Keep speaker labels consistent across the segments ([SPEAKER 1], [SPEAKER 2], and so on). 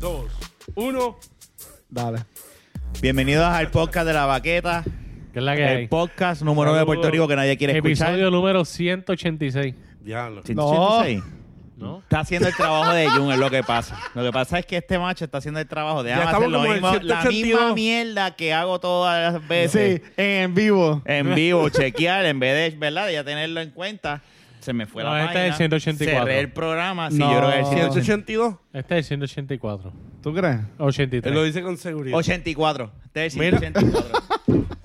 [SPEAKER 1] dos, uno.
[SPEAKER 2] Dale.
[SPEAKER 3] Bienvenidos al podcast de la baqueta.
[SPEAKER 4] ¿Qué es la que hay?
[SPEAKER 3] El podcast número uno de
[SPEAKER 4] Saludos.
[SPEAKER 3] Puerto Rico que nadie quiere escuchar.
[SPEAKER 4] Episodio número 186.
[SPEAKER 1] Diablo.
[SPEAKER 3] 186.
[SPEAKER 4] ¿No?
[SPEAKER 3] Está haciendo el trabajo de Jun, es lo que pasa. Lo que pasa es que este macho está haciendo el trabajo de
[SPEAKER 1] Ya
[SPEAKER 3] hacer
[SPEAKER 1] estamos
[SPEAKER 3] lo
[SPEAKER 1] como en
[SPEAKER 3] mismo, la
[SPEAKER 1] 182.
[SPEAKER 3] misma mierda que hago todas las veces.
[SPEAKER 2] Sí, en vivo.
[SPEAKER 3] En vivo, chequear, en vez de, ¿verdad? De ya tenerlo en cuenta. Se me fue
[SPEAKER 4] No,
[SPEAKER 3] la
[SPEAKER 4] este
[SPEAKER 3] página.
[SPEAKER 4] es el 184.
[SPEAKER 3] Cerré el programa. Sí,
[SPEAKER 2] No.
[SPEAKER 3] yo creo que es el 184.
[SPEAKER 1] 182.
[SPEAKER 4] Este es el 184.
[SPEAKER 2] ¿Tú crees?
[SPEAKER 1] Él lo
[SPEAKER 4] 83.
[SPEAKER 1] dice con seguridad.
[SPEAKER 3] 84. Este es el
[SPEAKER 4] Mira.
[SPEAKER 3] 184.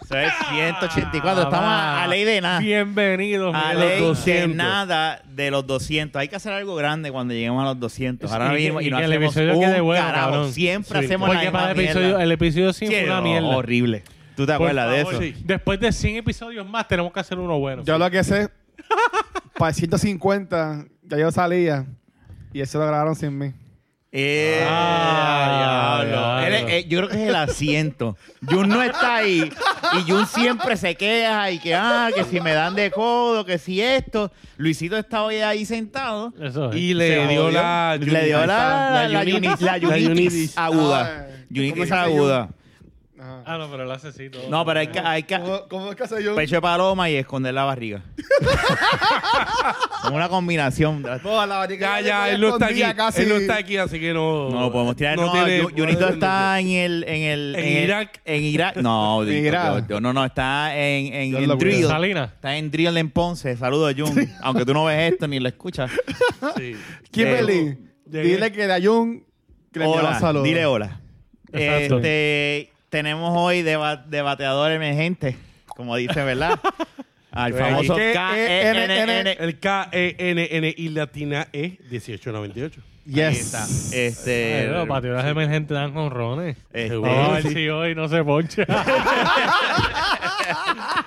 [SPEAKER 3] Eso es 184. Estamos a, a ley de nada.
[SPEAKER 4] Ah, Bienvenidos.
[SPEAKER 3] A
[SPEAKER 4] mira.
[SPEAKER 3] ley de
[SPEAKER 1] 200.
[SPEAKER 3] nada de los 200. Hay que hacer algo grande cuando lleguemos a los 200. Ahora
[SPEAKER 4] Y que-
[SPEAKER 3] mismo y,
[SPEAKER 4] y
[SPEAKER 3] no
[SPEAKER 4] que el
[SPEAKER 3] hacemos
[SPEAKER 4] episodio
[SPEAKER 3] un
[SPEAKER 4] quede bueno,
[SPEAKER 3] carajo.
[SPEAKER 4] cabrón.
[SPEAKER 3] Siempre
[SPEAKER 4] Sí.
[SPEAKER 3] hacemos la
[SPEAKER 4] Porque
[SPEAKER 3] misma
[SPEAKER 4] para el episodio,
[SPEAKER 3] mierda.
[SPEAKER 4] el episodio 100
[SPEAKER 3] Sí,
[SPEAKER 4] fue una
[SPEAKER 3] no,
[SPEAKER 4] mierda.
[SPEAKER 3] Horrible. ¿Tú te
[SPEAKER 4] Por
[SPEAKER 3] acuerdas de
[SPEAKER 4] favor,
[SPEAKER 3] eso?
[SPEAKER 4] sí. Después de 100 episodios más tenemos que hacer uno bueno.
[SPEAKER 2] Yo lo que sé, para el 150, ya yo salía y eso lo grabaron sin mí.
[SPEAKER 3] Eh,
[SPEAKER 4] Ah,
[SPEAKER 3] diablo.
[SPEAKER 4] diablo.
[SPEAKER 3] Él es- eh, yo creo que es el asiento. Jun no está ahí. Y Jun siempre se queja y que, ah, que si me dan de codo, que si esto. Luisito está hoy ahí sentado.
[SPEAKER 4] Eso es.
[SPEAKER 1] Y
[SPEAKER 3] Se
[SPEAKER 1] le dio
[SPEAKER 3] jodió.
[SPEAKER 1] la.
[SPEAKER 3] Le dio la, la, la,
[SPEAKER 1] Yunitis.
[SPEAKER 3] yuni- la Ah, yunitis
[SPEAKER 1] Yunitis.
[SPEAKER 3] aguda.
[SPEAKER 2] Ay, ¿cómo
[SPEAKER 3] Yunitis
[SPEAKER 2] dice
[SPEAKER 3] aguda.
[SPEAKER 2] Ajá.
[SPEAKER 4] Ah, no, pero lo hace así todo.
[SPEAKER 3] No, pero hay que, hay que
[SPEAKER 2] ¿Cómo, cómo es que hace yo?
[SPEAKER 3] pecho de paloma y esconder la barriga. Como una combinación.
[SPEAKER 2] Boa, la
[SPEAKER 1] Ya,
[SPEAKER 2] barriga yo
[SPEAKER 1] ya,
[SPEAKER 2] tenía
[SPEAKER 1] él no está aquí.
[SPEAKER 2] escondida casi.
[SPEAKER 1] Él no está aquí, así que no.
[SPEAKER 3] No lo podemos tirar. No,
[SPEAKER 1] tiene-
[SPEAKER 3] Yu- Junito está en el. En, el,
[SPEAKER 1] En
[SPEAKER 3] el-
[SPEAKER 1] Irak.
[SPEAKER 3] en Irak. No,
[SPEAKER 2] En
[SPEAKER 3] Dios,
[SPEAKER 2] Irak.
[SPEAKER 3] Dios, Dios, no, no, está en, en,
[SPEAKER 2] Dios
[SPEAKER 3] en
[SPEAKER 2] lo cuide.
[SPEAKER 3] Drill.
[SPEAKER 4] Salinas.
[SPEAKER 3] Está en Drill en Ponce. Saludos, Jun. Aunque tú no ves esto ni lo escuchas.
[SPEAKER 1] Sí.
[SPEAKER 2] Kimberly,
[SPEAKER 4] Llegué.
[SPEAKER 2] dile que la Jun que le enviaba un
[SPEAKER 3] Hola,
[SPEAKER 2] saludo.
[SPEAKER 3] dile hola.
[SPEAKER 4] Exacto.
[SPEAKER 3] Este, tenemos hoy deba- debateador emergente, como dice, ¿verdad? Al
[SPEAKER 1] Pues,
[SPEAKER 3] famoso E
[SPEAKER 1] ¿qué?
[SPEAKER 3] K-E-N-N.
[SPEAKER 1] El E K-E-N-N y latina E 1898.
[SPEAKER 2] Yes.
[SPEAKER 4] Ay,
[SPEAKER 3] Este,
[SPEAKER 4] Eh, los batidores emergentes dan jonrones.
[SPEAKER 3] este,
[SPEAKER 1] Seguro.
[SPEAKER 4] Vamos a ver
[SPEAKER 1] sí.
[SPEAKER 4] si hoy no se poncha.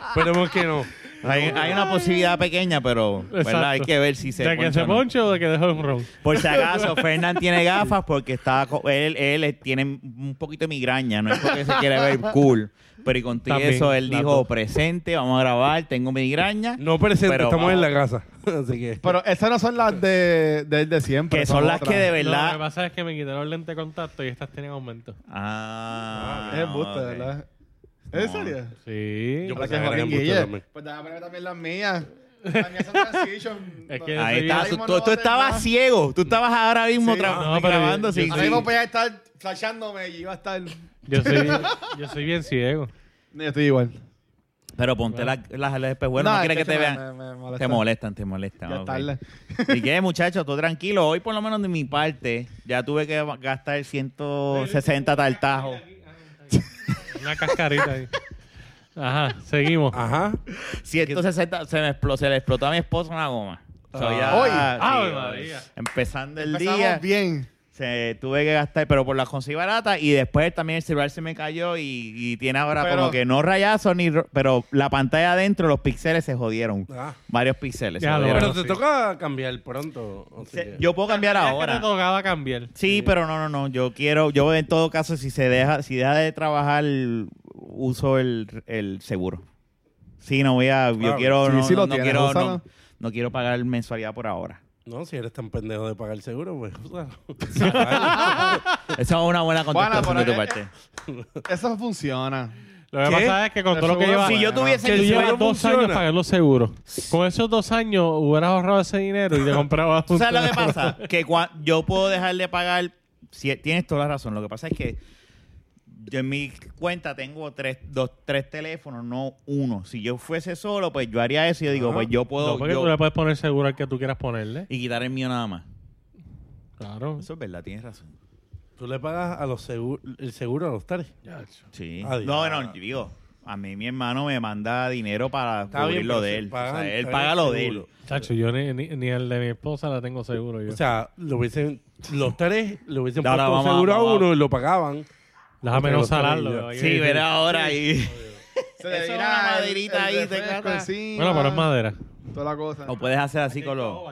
[SPEAKER 1] Esperemos que no.
[SPEAKER 3] hay, hay una posibilidad pequeña, pero
[SPEAKER 4] Exacto.
[SPEAKER 3] ¿verdad? hay que ver si se
[SPEAKER 4] ¿De que
[SPEAKER 3] poncha
[SPEAKER 4] se
[SPEAKER 3] o no.
[SPEAKER 4] ponche o de que deje un ron?
[SPEAKER 3] Por si acaso, Fernán tiene gafas porque está co- él, él tiene un poquito de migraña, no es porque se quiere ver cool. Pero y con todo
[SPEAKER 4] También,
[SPEAKER 3] eso, él
[SPEAKER 4] las
[SPEAKER 3] dijo,
[SPEAKER 4] dos.
[SPEAKER 3] presente, vamos a grabar, tengo migraña.
[SPEAKER 1] No presente,
[SPEAKER 3] Pero
[SPEAKER 1] estamos
[SPEAKER 3] vamos.
[SPEAKER 1] en la casa. Así que.
[SPEAKER 2] Pero esas no son las de, de, de siempre.
[SPEAKER 3] que son las
[SPEAKER 2] otras.
[SPEAKER 3] que de
[SPEAKER 4] Lo que
[SPEAKER 3] verdad...
[SPEAKER 4] pasa es que me quitaron el lente de contacto y estas tienen aumento.
[SPEAKER 3] Ah,
[SPEAKER 2] Es embuste,
[SPEAKER 3] ok.
[SPEAKER 2] ¿verdad? ¿En
[SPEAKER 3] No.
[SPEAKER 2] serio?
[SPEAKER 4] Sí.
[SPEAKER 1] Yo pensaba que
[SPEAKER 2] Ahora Joaquín
[SPEAKER 1] eran embuste
[SPEAKER 2] Guille.
[SPEAKER 1] también.
[SPEAKER 2] Pues déjame poner también las mías. Las mías son transition.
[SPEAKER 4] Es que-
[SPEAKER 3] Ahí
[SPEAKER 4] Ahí
[SPEAKER 3] está.
[SPEAKER 2] mismo
[SPEAKER 3] Tú,
[SPEAKER 2] no
[SPEAKER 3] tú-
[SPEAKER 2] va
[SPEAKER 3] tú
[SPEAKER 2] a haber
[SPEAKER 3] estabas
[SPEAKER 2] más.
[SPEAKER 3] ciego. Tú estabas ahora mismo
[SPEAKER 2] Sí,
[SPEAKER 3] tra-
[SPEAKER 4] no, pero
[SPEAKER 3] grabando
[SPEAKER 4] yo-
[SPEAKER 3] sin...
[SPEAKER 4] yo-
[SPEAKER 2] Ahora
[SPEAKER 3] sin-
[SPEAKER 2] mismo voy a estar flasheándome y iba a estar... No,
[SPEAKER 4] Yo soy, yo soy bien ciego.
[SPEAKER 2] yo estoy igual.
[SPEAKER 3] Pero ponte las la, las espejuelas, No, quieres
[SPEAKER 2] es
[SPEAKER 3] que te
[SPEAKER 2] me-
[SPEAKER 3] vean.
[SPEAKER 2] me- me molesta.
[SPEAKER 3] Te molestan, te molestan.
[SPEAKER 2] Ya es
[SPEAKER 3] ok.
[SPEAKER 2] tarde.
[SPEAKER 3] ¿Y qué, muchachos? Todo tranquilo. Hoy, por lo menos de mi parte, ya tuve que gastar 160 tartajos.
[SPEAKER 4] Una cascarita ahí. Ajá, seguimos.
[SPEAKER 1] Ajá.
[SPEAKER 3] 160, se me explotó, se le explotó a mi esposa una goma. O sea, ya-
[SPEAKER 2] Hoy.
[SPEAKER 3] sí,
[SPEAKER 4] Ave
[SPEAKER 3] hoy.
[SPEAKER 4] María.
[SPEAKER 3] Empezando el
[SPEAKER 2] Empezamos
[SPEAKER 3] día,
[SPEAKER 2] bien.
[SPEAKER 3] se tuve que gastar, pero por las conseguí barata y después también el celular se me cayó y, y tiene ahora
[SPEAKER 2] Pero-
[SPEAKER 3] como que no rayazos ni, ro- pero la pantalla adentro, los píxeles se jodieron,
[SPEAKER 1] Ah.
[SPEAKER 3] varios píxeles. se
[SPEAKER 4] Ya lo-
[SPEAKER 3] jodieron.
[SPEAKER 1] Pero te toca cambiar pronto. así
[SPEAKER 3] Se-
[SPEAKER 1] que-
[SPEAKER 3] yo puedo cambiar
[SPEAKER 4] Es que
[SPEAKER 3] ahora.
[SPEAKER 4] te tocaba cambiar.
[SPEAKER 3] Sí, pero no, no, no. Yo quiero, yo en todo caso, si se deja, si deja de trabajar, uso el, el seguro. Sí, no voy a, yo
[SPEAKER 1] Claro.
[SPEAKER 3] quiero,
[SPEAKER 2] Sí,
[SPEAKER 3] no,
[SPEAKER 2] sí lo
[SPEAKER 3] no- no
[SPEAKER 2] tienes,
[SPEAKER 3] quiero,
[SPEAKER 2] úsalo.
[SPEAKER 3] no, no quiero pagar mensualidad por ahora.
[SPEAKER 1] No, si eres tan pendejo de pagar el seguro, pues.
[SPEAKER 3] Esa es una buena contestación
[SPEAKER 2] Bueno, por
[SPEAKER 3] de tu
[SPEAKER 2] ahí-
[SPEAKER 3] parte.
[SPEAKER 2] Eso funciona.
[SPEAKER 4] Lo que
[SPEAKER 1] ¿Qué?
[SPEAKER 4] pasa es que con
[SPEAKER 2] El
[SPEAKER 4] todo lo que
[SPEAKER 2] seguro
[SPEAKER 4] llevas...
[SPEAKER 2] sí,
[SPEAKER 3] Si yo
[SPEAKER 2] Bueno,
[SPEAKER 3] tuviese
[SPEAKER 4] que tú
[SPEAKER 3] el
[SPEAKER 4] llevas
[SPEAKER 1] seguro
[SPEAKER 4] dos
[SPEAKER 1] funciona.
[SPEAKER 4] años pagando seguro. Con esos dos años hubieras ahorrado ese dinero y te comprabas
[SPEAKER 3] ¿Tú
[SPEAKER 4] un
[SPEAKER 3] sabes lo que
[SPEAKER 4] teléfono.
[SPEAKER 3] pasa? Que cua- yo puedo dejar de pagar. si- tienes toda la razón. Lo que pasa es que yo en mi cuenta tengo tres, dos, tres teléfonos, no uno. Si yo fuese solo, pues yo haría eso y yo digo,
[SPEAKER 1] Ajá.
[SPEAKER 3] pues yo
[SPEAKER 4] No,
[SPEAKER 3] puedo.
[SPEAKER 4] porque
[SPEAKER 3] yo-
[SPEAKER 4] tú le puedes poner seguro al que tú quieras ponerle.
[SPEAKER 3] y quitar el mío nada más.
[SPEAKER 4] Claro.
[SPEAKER 3] Eso es verdad, tienes razón.
[SPEAKER 1] Tú le pagas a los seguro, el seguro a los tres.
[SPEAKER 3] Sí.
[SPEAKER 1] Adiós.
[SPEAKER 3] no, bueno, yo digo, a mí mi hermano me manda dinero para
[SPEAKER 1] Está bien,
[SPEAKER 3] cubrir lo
[SPEAKER 1] pero
[SPEAKER 3] de
[SPEAKER 1] si
[SPEAKER 3] él. O
[SPEAKER 1] pagan-
[SPEAKER 3] sea, él
[SPEAKER 1] está
[SPEAKER 3] paga
[SPEAKER 1] bien
[SPEAKER 3] lo de él.
[SPEAKER 1] seguro.
[SPEAKER 4] Chacho, yo ni, ni, ni el de mi esposa la tengo seguro yo.
[SPEAKER 1] O sea, lo hubiesen, los tres le hubiesen
[SPEAKER 3] Ahora
[SPEAKER 1] puesto un
[SPEAKER 3] vamos a-
[SPEAKER 1] seguro
[SPEAKER 3] vamos
[SPEAKER 1] a
[SPEAKER 3] a-
[SPEAKER 1] uno y lo pagaban.
[SPEAKER 4] Déjame no
[SPEAKER 1] Pero-
[SPEAKER 4] salarlo.
[SPEAKER 3] Sí, pero ahora y Eso
[SPEAKER 2] Se le
[SPEAKER 3] es
[SPEAKER 2] vira
[SPEAKER 3] una
[SPEAKER 2] el-
[SPEAKER 3] maderita
[SPEAKER 2] el
[SPEAKER 3] ahí, te
[SPEAKER 2] refresco
[SPEAKER 3] cata.
[SPEAKER 2] encima,
[SPEAKER 4] Bueno, pero es madera.
[SPEAKER 2] Toda la cosa.
[SPEAKER 3] lo puedes hacer así con los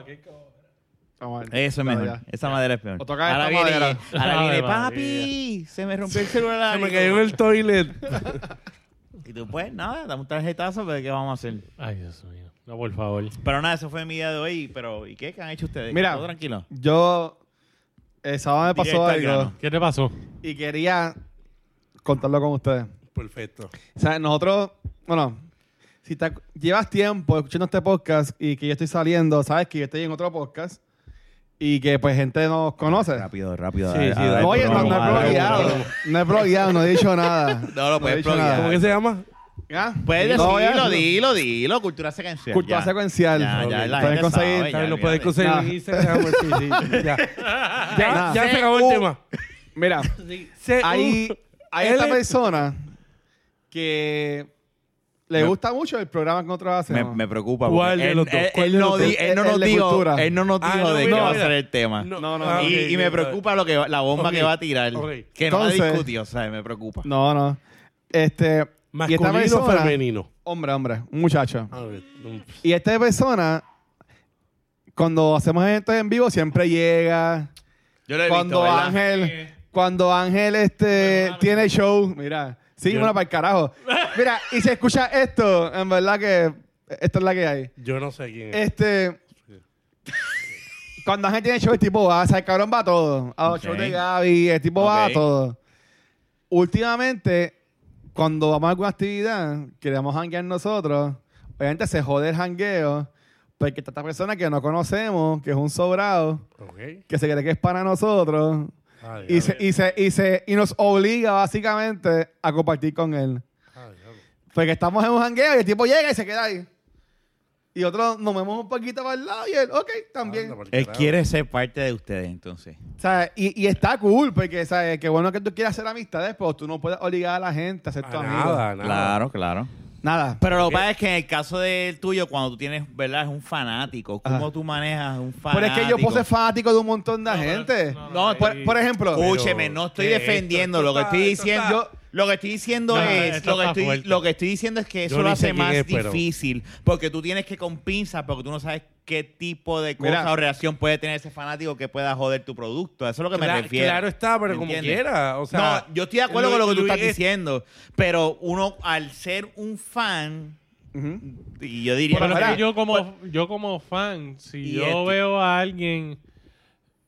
[SPEAKER 2] Vamos a ver.
[SPEAKER 3] Eso es
[SPEAKER 2] Pero
[SPEAKER 3] mejor.
[SPEAKER 2] ya.
[SPEAKER 3] Esa madera es peor.
[SPEAKER 2] O toca
[SPEAKER 3] ahora
[SPEAKER 2] esta
[SPEAKER 3] viene,
[SPEAKER 2] madera.
[SPEAKER 3] ahora viene
[SPEAKER 4] Ave María.
[SPEAKER 3] papi, se me rompió el celular.
[SPEAKER 1] Se me cayó en el toilet.
[SPEAKER 3] Y tú, pues, nada, dame un tarjetazo, pero ¿qué vamos a hacer?
[SPEAKER 4] Ay, Dios mío. No, por favor.
[SPEAKER 3] Pero nada, eso fue mi día de hoy. Pero, ¿y qué? ¿Qué han hecho ustedes?
[SPEAKER 2] Mira.
[SPEAKER 3] Todo tranquilo.
[SPEAKER 2] Yo el sábado me pasó
[SPEAKER 3] Directo al
[SPEAKER 2] algo
[SPEAKER 3] grano.
[SPEAKER 4] ¿Qué te pasó?
[SPEAKER 2] y quería contarlo con ustedes.
[SPEAKER 1] Perfecto.
[SPEAKER 2] O sea, nosotros, bueno, si te, llevas tiempo escuchando este podcast y que yo estoy saliendo, sabes que yo estoy en otro podcast y que pues gente nos conoce.
[SPEAKER 3] Rápido, rápido.
[SPEAKER 1] Sí,
[SPEAKER 3] dale,
[SPEAKER 1] sí,
[SPEAKER 3] dale,
[SPEAKER 1] dale,
[SPEAKER 2] No, oye, no,
[SPEAKER 1] promo,
[SPEAKER 2] no he
[SPEAKER 1] dale,
[SPEAKER 2] blogueado.
[SPEAKER 1] promo.
[SPEAKER 2] No he blogueado, no he dicho nada.
[SPEAKER 3] No lo puedes
[SPEAKER 2] he dicho nada.
[SPEAKER 3] bloguear.
[SPEAKER 1] ¿Cómo que se llama?
[SPEAKER 2] ¿Ah?
[SPEAKER 3] Puedes
[SPEAKER 2] No voy a
[SPEAKER 3] decirlo,
[SPEAKER 2] decirlo.
[SPEAKER 3] dilo, dilo. Cultura secuencial.
[SPEAKER 2] Cultura
[SPEAKER 3] ya.
[SPEAKER 2] secuencial.
[SPEAKER 3] Ya,
[SPEAKER 1] Ok.
[SPEAKER 3] ya, la
[SPEAKER 2] Pueden
[SPEAKER 3] gente
[SPEAKER 2] conseguir-
[SPEAKER 3] sabe, ya,
[SPEAKER 1] También lo puedes
[SPEAKER 3] olvídate.
[SPEAKER 1] conseguir
[SPEAKER 2] Nah.
[SPEAKER 1] en Instagram. sí, sí, ya. Ya,
[SPEAKER 2] Nah.
[SPEAKER 1] ya se acabó el tema.
[SPEAKER 2] Mira,
[SPEAKER 1] Se-
[SPEAKER 2] hay, hay
[SPEAKER 1] Él
[SPEAKER 2] esta
[SPEAKER 1] es-
[SPEAKER 2] persona que le
[SPEAKER 3] Me-
[SPEAKER 2] gusta mucho el programa que nosotros
[SPEAKER 3] Me,
[SPEAKER 2] hacemos.
[SPEAKER 3] me preocupa.
[SPEAKER 1] ¿Cuál
[SPEAKER 3] porque
[SPEAKER 1] de
[SPEAKER 3] él-
[SPEAKER 1] los dos?
[SPEAKER 3] él-
[SPEAKER 2] ¿Cuál
[SPEAKER 3] él
[SPEAKER 2] de
[SPEAKER 3] no
[SPEAKER 2] los
[SPEAKER 3] di-
[SPEAKER 2] dos?
[SPEAKER 3] Él no
[SPEAKER 2] Eh, El-
[SPEAKER 3] nos
[SPEAKER 2] el de
[SPEAKER 3] dijo,
[SPEAKER 2] cultura.
[SPEAKER 3] él no nos
[SPEAKER 1] Ah,
[SPEAKER 3] dijo
[SPEAKER 1] no,
[SPEAKER 3] de qué
[SPEAKER 1] mira,
[SPEAKER 3] va a
[SPEAKER 1] mira.
[SPEAKER 3] ser el tema.
[SPEAKER 2] No, no,
[SPEAKER 1] ah,
[SPEAKER 2] no.
[SPEAKER 3] y,
[SPEAKER 1] ok,
[SPEAKER 3] y me
[SPEAKER 1] ok.
[SPEAKER 3] preocupa lo que va- la bomba
[SPEAKER 1] Ok,
[SPEAKER 3] que va a tirar.
[SPEAKER 1] ok.
[SPEAKER 3] Que no la
[SPEAKER 2] Entonces-
[SPEAKER 3] discutió, o sea, me preocupa.
[SPEAKER 2] No, no. Este, y esta
[SPEAKER 1] Masculino o
[SPEAKER 2] persona,
[SPEAKER 1] femenino.
[SPEAKER 2] hombre, hombre, un muchacho.
[SPEAKER 1] A ver, mm,
[SPEAKER 2] Y esta persona, cuando hacemos eventos en vivo, siempre llega.
[SPEAKER 3] Yo lo he visto,
[SPEAKER 2] Cuando
[SPEAKER 3] ¿verdad?
[SPEAKER 2] Ángel, cuando Ángel este tiene show, mira, sí,
[SPEAKER 1] Yo-
[SPEAKER 2] una para el carajo. Mira, y se escucha esto, en verdad que esta es la que hay.
[SPEAKER 1] Yo no sé quién es.
[SPEAKER 2] Este. Cuando Ángel tiene show, el tipo va, o sea, el cabrón va a todo. A los
[SPEAKER 3] Ok.
[SPEAKER 2] shows de Gaby, el tipo va a
[SPEAKER 3] Ok.
[SPEAKER 2] todo. Últimamente, cuando vamos a alguna actividad, queremos hanguear nosotros, obviamente se jode el hangueo, porque está esta persona que no conocemos, que es un sobrado,
[SPEAKER 1] Ok.
[SPEAKER 2] que se cree que es para nosotros,
[SPEAKER 1] Ah,
[SPEAKER 2] y,
[SPEAKER 1] diablo.
[SPEAKER 2] se, y, se, y, se, y nos obliga básicamente a compartir con él.
[SPEAKER 1] Ah, diablo.
[SPEAKER 2] Porque estamos en un jangueo y el tipo llega y se queda ahí. Y otros nos movemos un poquito para el lado y él, ok, también.
[SPEAKER 1] Anda, por
[SPEAKER 3] Él
[SPEAKER 1] carajo.
[SPEAKER 3] quiere ser parte de ustedes, entonces.
[SPEAKER 2] O sea, y, y está cool, porque ¿sabes? qué bueno que tú quieras hacer amistades, pero tú no puedes obligar a la gente a ser
[SPEAKER 1] A
[SPEAKER 2] tu amigo.
[SPEAKER 1] nada, a nada.
[SPEAKER 3] Claro, claro.
[SPEAKER 2] Nada.
[SPEAKER 3] Pero lo que pasa es que en el caso del tuyo, cuando tú tienes, ¿verdad? Es un fanático. ¿Cómo
[SPEAKER 2] Ajá.
[SPEAKER 3] tú manejas un fanático?
[SPEAKER 2] Pero es que yo puedo ser fanático de un montón de
[SPEAKER 4] No, pero-
[SPEAKER 2] gente.
[SPEAKER 4] no,
[SPEAKER 3] no,
[SPEAKER 2] por,
[SPEAKER 4] ahí-
[SPEAKER 2] por ejemplo,
[SPEAKER 1] Pero,
[SPEAKER 3] Escúcheme, no estoy
[SPEAKER 1] ¿qué es esto?
[SPEAKER 3] defendiendo.
[SPEAKER 1] Esto
[SPEAKER 3] Lo que
[SPEAKER 1] está-
[SPEAKER 3] estoy
[SPEAKER 1] esto
[SPEAKER 3] diciendo,
[SPEAKER 1] está-
[SPEAKER 3] yo- lo que estoy diciendo
[SPEAKER 4] No,
[SPEAKER 3] es,
[SPEAKER 4] esto
[SPEAKER 3] lo que
[SPEAKER 4] está
[SPEAKER 3] estoy,
[SPEAKER 4] fuerte.
[SPEAKER 3] lo que estoy diciendo es que eso
[SPEAKER 1] Yo
[SPEAKER 3] lo
[SPEAKER 1] ni
[SPEAKER 3] hace
[SPEAKER 1] sé quién
[SPEAKER 3] más
[SPEAKER 1] es, pero-
[SPEAKER 3] difícil, porque tú tienes que con pinzas, porque tú no sabes qué tipo de cosa
[SPEAKER 2] Mira.
[SPEAKER 3] o reacción puede tener ese fanático que pueda joder tu producto. A Eso es lo que me
[SPEAKER 1] Cla-
[SPEAKER 3] refiero.
[SPEAKER 1] Claro está, pero
[SPEAKER 3] ¿Me
[SPEAKER 1] como
[SPEAKER 3] entiendes?
[SPEAKER 1] quiera. O sea,
[SPEAKER 3] no, yo estoy de acuerdo con lo que tú
[SPEAKER 1] Luis-
[SPEAKER 3] estás
[SPEAKER 1] Luis es-
[SPEAKER 3] diciendo, pero uno al ser un fan,
[SPEAKER 2] ujú,
[SPEAKER 3] y yo diría,
[SPEAKER 4] Pero es
[SPEAKER 2] Mira,
[SPEAKER 4] que yo como, yo como fan, si
[SPEAKER 3] Y
[SPEAKER 4] yo
[SPEAKER 3] este-
[SPEAKER 4] veo a alguien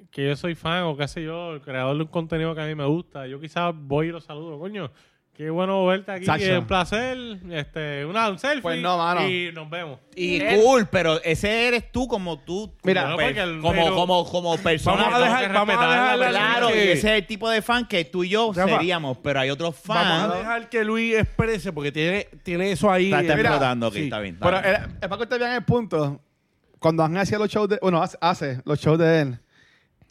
[SPEAKER 4] que yo soy fan o qué sé yo, el creador de un contenido que a mí me gusta, yo quizás voy y lo saludo, coño. Qué bueno verte aquí,
[SPEAKER 2] Sacho.
[SPEAKER 4] es un placer, este, una un selfie
[SPEAKER 2] Pues no, mano.
[SPEAKER 4] y nos vemos.
[SPEAKER 3] y
[SPEAKER 4] Él-
[SPEAKER 3] cool, pero ese eres tú como tú,
[SPEAKER 2] Mira,
[SPEAKER 3] como,
[SPEAKER 4] Bueno,
[SPEAKER 3] per-
[SPEAKER 4] porque el-
[SPEAKER 3] como,
[SPEAKER 4] pero-
[SPEAKER 3] como, como persona.
[SPEAKER 1] Vamos a
[SPEAKER 4] Tengo
[SPEAKER 3] como-
[SPEAKER 1] dejar,
[SPEAKER 4] que
[SPEAKER 1] vamos a
[SPEAKER 4] respetar,
[SPEAKER 1] dejar la-
[SPEAKER 3] Claro, y
[SPEAKER 1] que-
[SPEAKER 3] ese es el tipo de fan que tú y yo
[SPEAKER 1] Rafa,
[SPEAKER 3] seríamos, pero hay otros
[SPEAKER 1] Vamos a
[SPEAKER 3] fans.
[SPEAKER 1] dejar que Luis exprese porque tiene, tiene eso ahí.
[SPEAKER 3] Está, está
[SPEAKER 1] eh, mira,
[SPEAKER 3] explotando, ok,
[SPEAKER 1] sí. eh,
[SPEAKER 3] está bien. está
[SPEAKER 2] Pero
[SPEAKER 3] bien.
[SPEAKER 2] era- es para que ustedes vean el punto. Cuando Ángel hacía los shows de... Bueno, hace, hace los shows de él.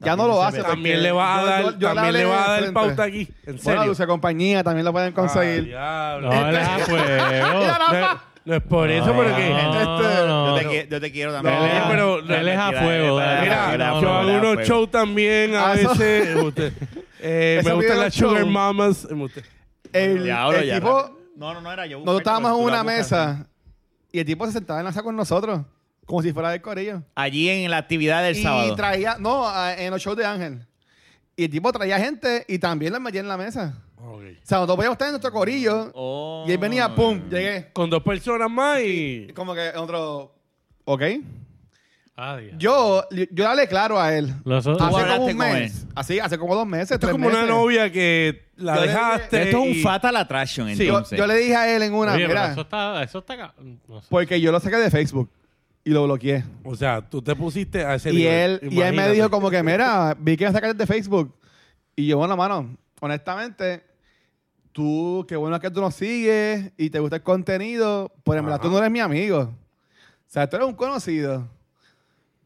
[SPEAKER 2] Ya
[SPEAKER 3] También
[SPEAKER 2] no lo
[SPEAKER 3] se
[SPEAKER 2] hace.
[SPEAKER 3] mete.
[SPEAKER 2] porque
[SPEAKER 1] También le va a
[SPEAKER 2] yo-
[SPEAKER 1] dar,
[SPEAKER 2] yo- yo le
[SPEAKER 1] también le
[SPEAKER 2] hablé
[SPEAKER 1] va a
[SPEAKER 2] de
[SPEAKER 1] dar
[SPEAKER 2] frente.
[SPEAKER 1] pauta aquí. En
[SPEAKER 2] Bueno,
[SPEAKER 1] serio.
[SPEAKER 2] Dulce Compañía también lo pueden conseguir.
[SPEAKER 1] Ah,
[SPEAKER 4] No,
[SPEAKER 1] diablo.
[SPEAKER 4] la juego.
[SPEAKER 2] Mira,
[SPEAKER 1] No,
[SPEAKER 2] Rafa.
[SPEAKER 1] es- no es por eso,
[SPEAKER 3] Ah,
[SPEAKER 1] pero que.
[SPEAKER 4] No,
[SPEAKER 2] Este-
[SPEAKER 4] no,
[SPEAKER 3] yo, te
[SPEAKER 4] no.
[SPEAKER 3] qui- yo te quiero
[SPEAKER 2] No,
[SPEAKER 3] también.
[SPEAKER 4] Él es-
[SPEAKER 1] pero-
[SPEAKER 4] él es a fuego. dale,
[SPEAKER 1] Mira,
[SPEAKER 4] dale,
[SPEAKER 3] no,
[SPEAKER 4] dale,
[SPEAKER 1] yo
[SPEAKER 3] no,
[SPEAKER 1] hago
[SPEAKER 4] dale.
[SPEAKER 3] no,
[SPEAKER 1] unos
[SPEAKER 3] no,
[SPEAKER 1] shows también a
[SPEAKER 2] Ah, eso-
[SPEAKER 1] veces. eh, usted- eh, me
[SPEAKER 2] Eso
[SPEAKER 1] gustan
[SPEAKER 2] video
[SPEAKER 1] las Sugar
[SPEAKER 2] show.
[SPEAKER 1] Mamas. eh, usted-
[SPEAKER 2] El,
[SPEAKER 3] Ya, ahora
[SPEAKER 2] el
[SPEAKER 3] ya.
[SPEAKER 2] tipo...
[SPEAKER 3] No, no, no era yo.
[SPEAKER 2] Nosotros
[SPEAKER 3] buscarte,
[SPEAKER 2] estábamos en
[SPEAKER 3] tú la
[SPEAKER 2] una
[SPEAKER 3] buscas.
[SPEAKER 2] mesa y el tipo se sentaba en la mesa con nosotros, como si fuera del corillo.
[SPEAKER 3] Allí en la actividad del
[SPEAKER 2] y
[SPEAKER 3] sábado.
[SPEAKER 2] traía, no, a- en los shows de Ángel. Y el tipo traía gente y también la metía en la mesa.
[SPEAKER 1] Ok.
[SPEAKER 2] O sea, nosotros podíamos estar en nuestro corillo
[SPEAKER 3] Oh.
[SPEAKER 2] y él venía, pum, llegué.
[SPEAKER 1] Con dos personas más y.
[SPEAKER 2] Y Como que otro, ok.
[SPEAKER 4] Ah, diablo.
[SPEAKER 2] Yo, Ah, yo le hablé claro a él.
[SPEAKER 4] Los otros-
[SPEAKER 2] hace como
[SPEAKER 3] hablaste
[SPEAKER 2] un
[SPEAKER 3] con
[SPEAKER 2] mes. Así, hace como dos meses,
[SPEAKER 1] Esto es
[SPEAKER 2] tres
[SPEAKER 1] como una
[SPEAKER 2] meses.
[SPEAKER 1] novia que la
[SPEAKER 2] Yo le-
[SPEAKER 1] dejaste.
[SPEAKER 3] Esto es
[SPEAKER 1] y-
[SPEAKER 3] un fatal attraction,
[SPEAKER 2] Sí, yo,
[SPEAKER 3] entonces.
[SPEAKER 2] yo le dije a él en una,
[SPEAKER 4] Oye, pero
[SPEAKER 2] mira,
[SPEAKER 4] eso está, eso está, ca- no sé.
[SPEAKER 2] porque yo lo saqué de Facebook y lo bloqueé.
[SPEAKER 1] O sea, tú te pusiste a ese
[SPEAKER 2] y él,
[SPEAKER 1] nivel,
[SPEAKER 2] y él me
[SPEAKER 1] imagínate.
[SPEAKER 2] dijo como que, mira, vi que sacaste de Facebook. Y yo, bueno, mano, honestamente, tú, qué bueno que tú nos sigues y te gusta el contenido, por en verdad
[SPEAKER 1] Ajá.
[SPEAKER 2] tú no eres mi amigo. O sea, tú eres un conocido.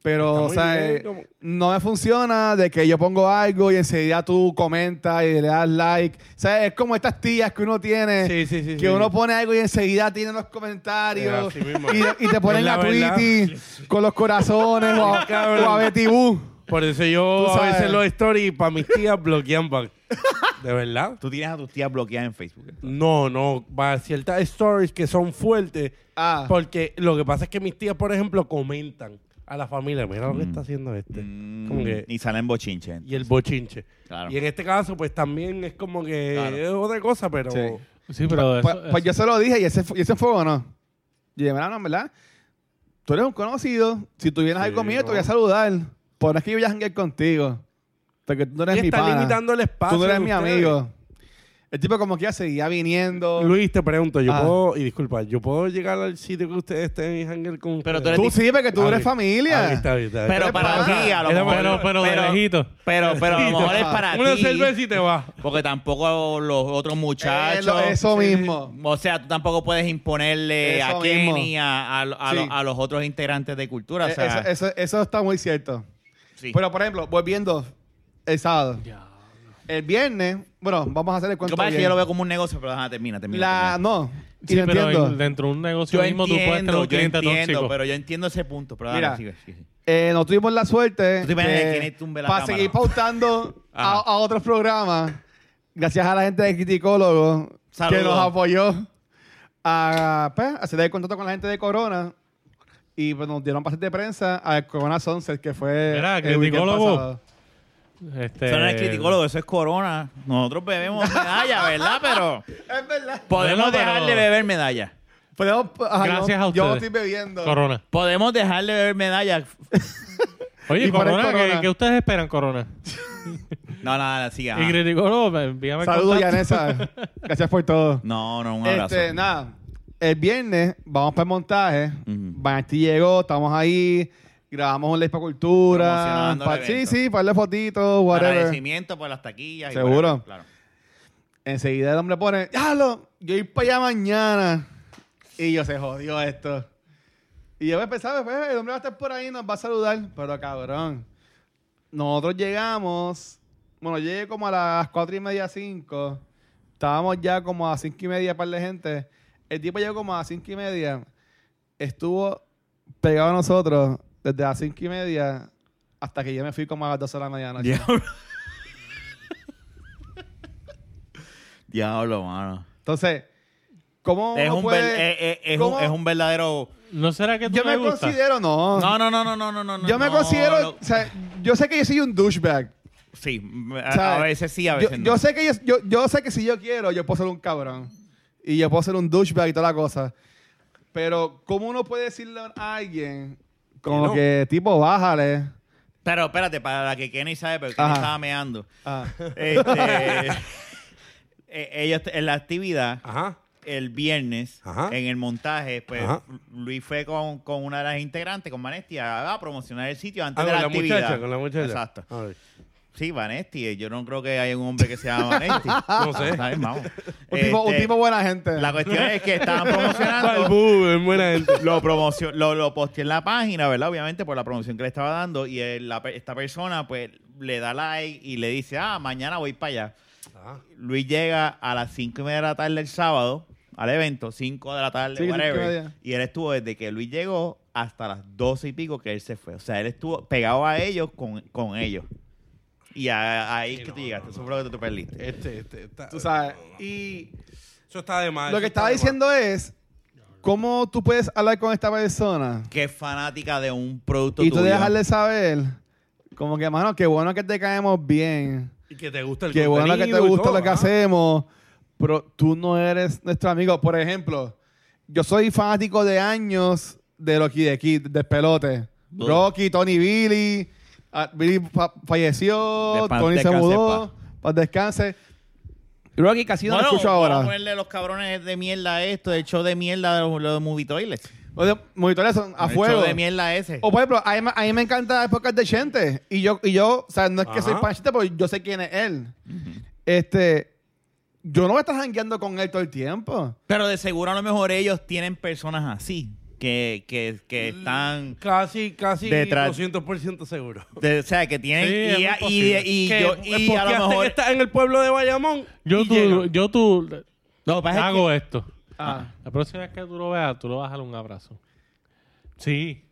[SPEAKER 2] Pero,
[SPEAKER 1] Está
[SPEAKER 2] o
[SPEAKER 1] muy
[SPEAKER 2] sea,
[SPEAKER 1] bien,
[SPEAKER 2] eh,
[SPEAKER 1] como-
[SPEAKER 2] no me funciona de que yo pongo algo y enseguida tú comentas y le das like. O sea, es como estas tías que uno tiene,
[SPEAKER 1] Sí, sí, sí,
[SPEAKER 2] que
[SPEAKER 1] sí.
[SPEAKER 2] uno pone algo y enseguida tiene los comentarios
[SPEAKER 1] Es así mismo.
[SPEAKER 2] y, y te ponen
[SPEAKER 1] Es la
[SPEAKER 2] a
[SPEAKER 1] verdad.
[SPEAKER 2] Tweety con los corazones o a,
[SPEAKER 1] Cabrón.
[SPEAKER 2] o a Betty Boo.
[SPEAKER 1] Por eso yo
[SPEAKER 2] Tú
[SPEAKER 1] a
[SPEAKER 2] sabes.
[SPEAKER 1] veces los stories para mis tías bloquean back. ¿De verdad?
[SPEAKER 3] Tú tienes a tus tías bloqueadas en Facebook. ¿eh?
[SPEAKER 1] No, no, para ciertas stories que son fuertes.
[SPEAKER 2] Ah.
[SPEAKER 1] Porque lo que pasa es que mis tías, por ejemplo, comentan a la familia, mira lo que está haciendo este. Como que-
[SPEAKER 3] Mm. Y Mm, salen bochinche.
[SPEAKER 1] y el bochinche.
[SPEAKER 3] Claro.
[SPEAKER 1] Y en este caso, pues también es como que
[SPEAKER 3] Claro.
[SPEAKER 1] es otra cosa, pero...
[SPEAKER 2] Sí.
[SPEAKER 4] Sí, pero
[SPEAKER 2] Pues,
[SPEAKER 4] eso- eso-
[SPEAKER 2] pues yo se lo dije y ese, fu- y ese fuego no. Y dije, "Mira, no, en ¿verdad? Tú eres un conocido. Si tú vienes ahí
[SPEAKER 1] Sí,
[SPEAKER 2] conmigo, te voy a Pues
[SPEAKER 1] no.
[SPEAKER 2] saludar. Por no es que yo voy a janguear contigo. Porque tú no
[SPEAKER 1] Y
[SPEAKER 2] eres mi
[SPEAKER 1] está
[SPEAKER 2] pana.
[SPEAKER 1] limitando el espacio.
[SPEAKER 2] Tú no eres
[SPEAKER 1] de
[SPEAKER 2] mi
[SPEAKER 1] ustedes.
[SPEAKER 2] amigo. El tipo como que ya seguía viniendo.
[SPEAKER 1] Luis, te pregunto, yo
[SPEAKER 2] Ah.
[SPEAKER 1] puedo, y disculpa, yo puedo llegar al sitio que ustedes estén y hangar con
[SPEAKER 3] Pero tú
[SPEAKER 1] ustedes?
[SPEAKER 3] eres
[SPEAKER 2] tú sí, porque tú
[SPEAKER 1] Ah,
[SPEAKER 2] eres
[SPEAKER 1] ok.
[SPEAKER 2] familia.
[SPEAKER 1] Ahí está, ahí está.
[SPEAKER 3] Pero para
[SPEAKER 2] pana.
[SPEAKER 3] ti, a lo
[SPEAKER 4] Pero,
[SPEAKER 3] mejor.
[SPEAKER 4] pero, pero de lejito.
[SPEAKER 3] Pero, pero a lo mejor es para
[SPEAKER 1] Una
[SPEAKER 3] ti.
[SPEAKER 1] cerveza y te vas.
[SPEAKER 3] Porque tampoco los otros
[SPEAKER 2] Eh, lo-
[SPEAKER 3] muchachos.
[SPEAKER 2] eso mismo.
[SPEAKER 3] O sea, tú tampoco puedes imponerle
[SPEAKER 2] Eso
[SPEAKER 3] a Kenny,
[SPEAKER 2] mismo.
[SPEAKER 3] a, a, a
[SPEAKER 2] Sí.
[SPEAKER 3] lo- a los otros integrantes de cultura. O
[SPEAKER 2] Eh,
[SPEAKER 3] sea,
[SPEAKER 2] eso, eso- eso está muy cierto.
[SPEAKER 3] sí.
[SPEAKER 2] Pero, por ejemplo, volviendo el sábado. El viernes, bueno, vamos a hacer el
[SPEAKER 3] Lo que
[SPEAKER 2] cuento
[SPEAKER 3] pasa es que
[SPEAKER 2] bien.
[SPEAKER 3] yo lo veo como un negocio, pero ajá, termina, termina.
[SPEAKER 2] La,
[SPEAKER 3] termina.
[SPEAKER 2] no, y
[SPEAKER 4] Sí,
[SPEAKER 2] lo
[SPEAKER 4] pero
[SPEAKER 2] entiendo.
[SPEAKER 4] en- dentro de un negocio
[SPEAKER 3] Yo
[SPEAKER 4] mismo tú puedes tener
[SPEAKER 3] entiendo,
[SPEAKER 4] un
[SPEAKER 3] yo
[SPEAKER 4] cliente
[SPEAKER 3] entiendo,
[SPEAKER 4] tóxico.
[SPEAKER 3] pero yo entiendo ese punto. Pero
[SPEAKER 2] Mira.
[SPEAKER 3] dale, sigue, sigue.
[SPEAKER 2] Eh, no tuvimos la suerte
[SPEAKER 3] ¿Tú te imaginas
[SPEAKER 2] de-
[SPEAKER 3] que Kenneth tumbe la
[SPEAKER 2] para
[SPEAKER 3] cámara?
[SPEAKER 2] seguir pautando a,
[SPEAKER 3] Ajá.
[SPEAKER 2] a otros programas, gracias a la gente de Criticólogo
[SPEAKER 3] Saludos.
[SPEAKER 2] que nos apoyó a pues, hacer el contacto con la gente de Corona y pues, nos dieron pases de prensa al Corona Sunset, que fue
[SPEAKER 4] Mira,
[SPEAKER 2] el weekend
[SPEAKER 4] Criticólogo.
[SPEAKER 2] pasado.
[SPEAKER 4] Este,
[SPEAKER 3] Eso no es criticólogo, eso es corona. Nosotros bebemos medalla, ¿verdad? Pero
[SPEAKER 2] Es verdad.
[SPEAKER 3] podemos
[SPEAKER 4] Bueno, pero-
[SPEAKER 3] dejar de beber medalla.
[SPEAKER 2] Podemos- ajá,
[SPEAKER 4] Gracias
[SPEAKER 2] yo,
[SPEAKER 4] a
[SPEAKER 2] Yo no
[SPEAKER 4] ustedes.
[SPEAKER 2] estoy bebiendo.
[SPEAKER 4] Corona.
[SPEAKER 3] Podemos dejar de beber medalla.
[SPEAKER 4] Oye,
[SPEAKER 2] Y para el
[SPEAKER 4] Corona, ¿qué-
[SPEAKER 2] Corona.
[SPEAKER 4] ¿qué, ustedes esperan, Corona?
[SPEAKER 3] No, nada, sigue. ajá.
[SPEAKER 4] Y criticólogo, envíame el
[SPEAKER 2] Saludos,
[SPEAKER 4] contacto.
[SPEAKER 2] Yanesa. Gracias por todo.
[SPEAKER 3] No, no, un abrazo.
[SPEAKER 2] Este, nada. El viernes vamos para el montaje.
[SPEAKER 3] Ujú.
[SPEAKER 2] Banti llegó, estamos ahí. Grabamos un live para cultura.
[SPEAKER 3] Promocionando
[SPEAKER 2] pa-
[SPEAKER 3] el
[SPEAKER 2] sí,
[SPEAKER 3] evento.
[SPEAKER 2] sí, para darle fotitos, whatever.
[SPEAKER 3] Agradecimiento por las taquillas. y
[SPEAKER 2] Seguro.
[SPEAKER 3] whatever, claro.
[SPEAKER 2] Enseguida el hombre pone, ¡Diablo! Yo ir para allá mañana. Y yo se jodió esto. Y yo pues, pensaba, pues, el hombre va a estar por ahí y nos va a saludar. Pero cabrón. Nosotros llegamos. Bueno, yo llegué como a las cuatro y media, cinco. Estábamos ya como a cinco y media, par de gente. El tipo llegó como a las cinco y media. Estuvo pegado a nosotros desde las cinco y media hasta que yo me fui como a las 12 de la mañana.
[SPEAKER 3] Diablo. Diablo, mano.
[SPEAKER 2] Entonces, ¿cómo
[SPEAKER 3] Es
[SPEAKER 2] uno
[SPEAKER 3] un,
[SPEAKER 2] puede-
[SPEAKER 3] ver- eh, eh, es,
[SPEAKER 2] ¿cómo?
[SPEAKER 3] un, es un verdadero.
[SPEAKER 4] ¿No será que tú
[SPEAKER 2] Yo me
[SPEAKER 4] gustas?
[SPEAKER 2] considero, no.
[SPEAKER 3] No, no, no, no, no, no. no,
[SPEAKER 2] yo me
[SPEAKER 3] no,
[SPEAKER 2] considero,
[SPEAKER 3] no.
[SPEAKER 2] o sea, yo sé que yo soy un douchebag.
[SPEAKER 3] Sí, a,
[SPEAKER 2] O sea,
[SPEAKER 3] a veces sí, a
[SPEAKER 2] yo,
[SPEAKER 3] veces no.
[SPEAKER 2] yo sé que yo, yo- yo sé que si yo quiero, yo puedo ser un cabrón. Y yo puedo ser un douchebag y toda la cosa. Pero, ¿cómo uno puede decirle a alguien como
[SPEAKER 1] Que no.
[SPEAKER 2] que, tipo, bájale?
[SPEAKER 3] Pero espérate, para la que Kenny sabe, pero Kenny
[SPEAKER 2] Ajá.
[SPEAKER 3] estaba meando.
[SPEAKER 2] Ah,
[SPEAKER 3] Este, eh, ellos, en la actividad,
[SPEAKER 1] Ajá.
[SPEAKER 3] el viernes
[SPEAKER 1] Ajá.
[SPEAKER 3] en el montaje, pues
[SPEAKER 1] Ajá.
[SPEAKER 3] Luis fue con, con una de las integrantes, con Vanesti, a, a promocionar el sitio antes
[SPEAKER 1] Ah,
[SPEAKER 3] de
[SPEAKER 1] con la
[SPEAKER 3] la, actividad.
[SPEAKER 1] muchacha, con la muchacha.
[SPEAKER 3] Exacto.
[SPEAKER 1] A ver.
[SPEAKER 3] Sí, Vanesti, eh, yo no creo que haya un hombre que se llama Vanesti.
[SPEAKER 1] No sé.
[SPEAKER 3] ¿Sabes? Vamos.
[SPEAKER 2] un, tipo, un
[SPEAKER 3] Este,
[SPEAKER 2] tipo buena gente.
[SPEAKER 3] La cuestión es que estaban promocionando
[SPEAKER 1] Balbú, es buena gente.
[SPEAKER 3] lo, promocio- lo, lo posteé en la página, ¿verdad? Obviamente por la promoción que le estaba dando. Y el- la pe- esta persona, pues, le da like y le dice, ah, mañana voy para allá.
[SPEAKER 1] Ah.
[SPEAKER 3] Luis llega a las 5 y media de la tarde el sábado al evento, 5 de la tarde,
[SPEAKER 2] Sí, cinco y
[SPEAKER 3] whatever.
[SPEAKER 2] media.
[SPEAKER 3] Y él estuvo desde que Luis llegó hasta las 12 y pico que él se fue. O sea, él estuvo pegado a ellos con, con ellos. Y a- ahí es que tú llegaste. Eso fue lo que tú te perdiste.
[SPEAKER 1] Este, este, está-
[SPEAKER 2] Tú sabes. Y
[SPEAKER 1] Eso está de mal.
[SPEAKER 2] lo
[SPEAKER 1] eso
[SPEAKER 2] que
[SPEAKER 1] está
[SPEAKER 2] estaba
[SPEAKER 1] de mal.
[SPEAKER 2] diciendo es, ¿cómo tú puedes hablar con esta persona?
[SPEAKER 3] Que es fanática de un producto
[SPEAKER 2] Y tú
[SPEAKER 3] tuyo.
[SPEAKER 2] dejarle saber, como que, mano, qué bueno que te caemos bien.
[SPEAKER 1] Y que te gusta el
[SPEAKER 2] Qué bueno que te
[SPEAKER 1] contenido y
[SPEAKER 2] gusta
[SPEAKER 1] todo,
[SPEAKER 2] lo que
[SPEAKER 1] ah.
[SPEAKER 2] hacemos, pero tú no eres nuestro amigo. Por ejemplo, yo soy fanático de años de Rocky de Kid, de Pelote.
[SPEAKER 3] Oh.
[SPEAKER 2] Rocky, Tony Billy. ah, Billy fa- falleció,
[SPEAKER 3] De pan-
[SPEAKER 2] Tony se
[SPEAKER 3] descanse,
[SPEAKER 2] mudó, para descanse. Rocky casi no lo escucho
[SPEAKER 3] Vamos a
[SPEAKER 2] ahora.
[SPEAKER 3] ponerle los cabrones de mierda a esto, el show de mierda de los, los movie toilets.
[SPEAKER 2] O sea, monitores son a
[SPEAKER 3] el
[SPEAKER 2] fuego. Oh.
[SPEAKER 3] show de mierda ese.
[SPEAKER 2] O por ejemplo, a mí, me- a mí me encanta el podcast de Chente. Y yo, y yo o sea, no es que
[SPEAKER 1] Ajá.
[SPEAKER 2] soy panchita, pero yo sé quién es él. Este, yo no voy a estar jangueando con él todo el tiempo.
[SPEAKER 3] Pero de seguro a lo mejor ellos tienen personas así, que, que, que están...
[SPEAKER 1] Casi, casi
[SPEAKER 3] Detrás.
[SPEAKER 1] 200% seguro.
[SPEAKER 3] De- o sea, que tienen.
[SPEAKER 4] Sí, es
[SPEAKER 3] y,
[SPEAKER 4] muy
[SPEAKER 3] a- y,
[SPEAKER 4] posible.
[SPEAKER 3] y,
[SPEAKER 1] Que
[SPEAKER 3] yo- y a
[SPEAKER 1] posteaste
[SPEAKER 3] lo
[SPEAKER 1] que
[SPEAKER 3] mejor.
[SPEAKER 1] estás en el pueblo de Bayamón.
[SPEAKER 4] Yo
[SPEAKER 1] y llega.
[SPEAKER 4] tú, yo tú
[SPEAKER 3] Lo que pasa es
[SPEAKER 4] hago esto.
[SPEAKER 2] Ah.
[SPEAKER 4] La próxima vez que tú lo veas, tú le vas a dar un abrazo. Sí.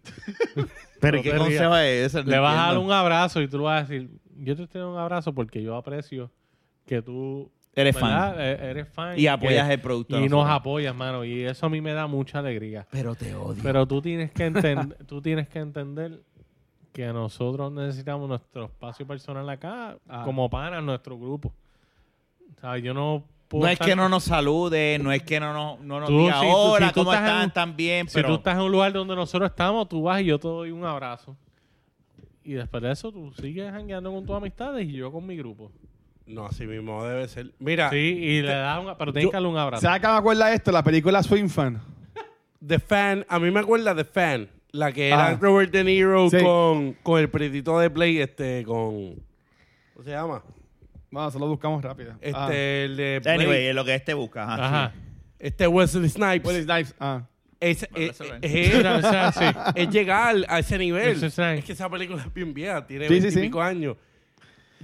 [SPEAKER 3] que- Pero ¿qué
[SPEAKER 4] no te rías.
[SPEAKER 3] consejo es ese? No
[SPEAKER 4] Le vas a dar
[SPEAKER 3] entiendo.
[SPEAKER 4] un abrazo y tú le vas a decir, yo te estoy dando un abrazo porque yo aprecio que tú
[SPEAKER 3] Eres
[SPEAKER 4] ¿verdad?
[SPEAKER 3] fan.
[SPEAKER 4] E- Eres fan.
[SPEAKER 3] Y apoyas
[SPEAKER 4] que-
[SPEAKER 3] el producto.
[SPEAKER 4] Y
[SPEAKER 3] de
[SPEAKER 4] nos
[SPEAKER 3] nosotros.
[SPEAKER 4] apoyas, mano. Y eso a mí me da mucha alegría.
[SPEAKER 3] Pero te odio.
[SPEAKER 4] Pero tú tienes que entender, tú tienes que entender que nosotros necesitamos nuestro espacio personal acá,
[SPEAKER 2] Ah.
[SPEAKER 4] como para nuestro grupo. O sea, yo no puedo
[SPEAKER 3] No es
[SPEAKER 4] estar-
[SPEAKER 3] que no nos salude, no es que no nos, no nos
[SPEAKER 4] Tú,
[SPEAKER 3] diga
[SPEAKER 4] si tú-
[SPEAKER 3] hola,
[SPEAKER 4] si tú
[SPEAKER 3] cómo
[SPEAKER 4] estás en
[SPEAKER 3] están,
[SPEAKER 4] un-
[SPEAKER 3] tan bien.
[SPEAKER 4] Si
[SPEAKER 3] pero
[SPEAKER 4] tú estás en un lugar donde nosotros estamos, tú vas y yo te doy un abrazo. Y después de eso tú sigues jangueando con tus amistades y yo con mi grupo.
[SPEAKER 1] No, así mismo debe ser.
[SPEAKER 3] Ah,
[SPEAKER 1] Mira,
[SPEAKER 4] Sí, y le das un... Pero tienes que darle un abrazo.
[SPEAKER 2] ¿Sabes qué me acuerda esto? La película Swing Fan.
[SPEAKER 1] The Fan, a mí me acuerda The Fan, la que era
[SPEAKER 2] Ah.
[SPEAKER 1] Robert De Niro
[SPEAKER 2] Sí.
[SPEAKER 1] con, con el predito de Play, este, con... ¿Cómo se llama?
[SPEAKER 2] Vamos, eso lo buscamos rápido.
[SPEAKER 1] Este,
[SPEAKER 2] Ah.
[SPEAKER 1] el de Blade,
[SPEAKER 3] Ah. Anyway, es lo que este busca. ajá,
[SPEAKER 4] Ajá.
[SPEAKER 3] sí.
[SPEAKER 1] este Wesley Snipes.
[SPEAKER 2] Willis Knives. Ah.
[SPEAKER 1] Es,
[SPEAKER 3] Bueno,
[SPEAKER 1] es-
[SPEAKER 3] eso lo
[SPEAKER 1] es-
[SPEAKER 4] Sí,
[SPEAKER 1] es-
[SPEAKER 4] o sea, sí.
[SPEAKER 1] es llegar a ese nivel.
[SPEAKER 4] Wesley Snipes.
[SPEAKER 1] Es que esa película es bien vieja, tiene
[SPEAKER 2] Sí, sí,
[SPEAKER 1] 25
[SPEAKER 2] sí.
[SPEAKER 1] años.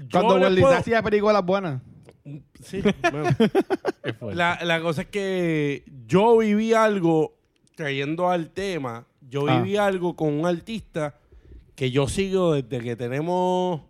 [SPEAKER 1] Yo
[SPEAKER 2] Cuando
[SPEAKER 1] le
[SPEAKER 2] Willis
[SPEAKER 1] puedo-
[SPEAKER 2] Knives hacía películas buenas.
[SPEAKER 1] Sí, bueno.
[SPEAKER 4] Qué fuerte.
[SPEAKER 1] La, la cosa es que yo viví algo, trayendo al tema, yo
[SPEAKER 2] Ah.
[SPEAKER 1] viví algo con un artista que yo sigo desde que tenemos...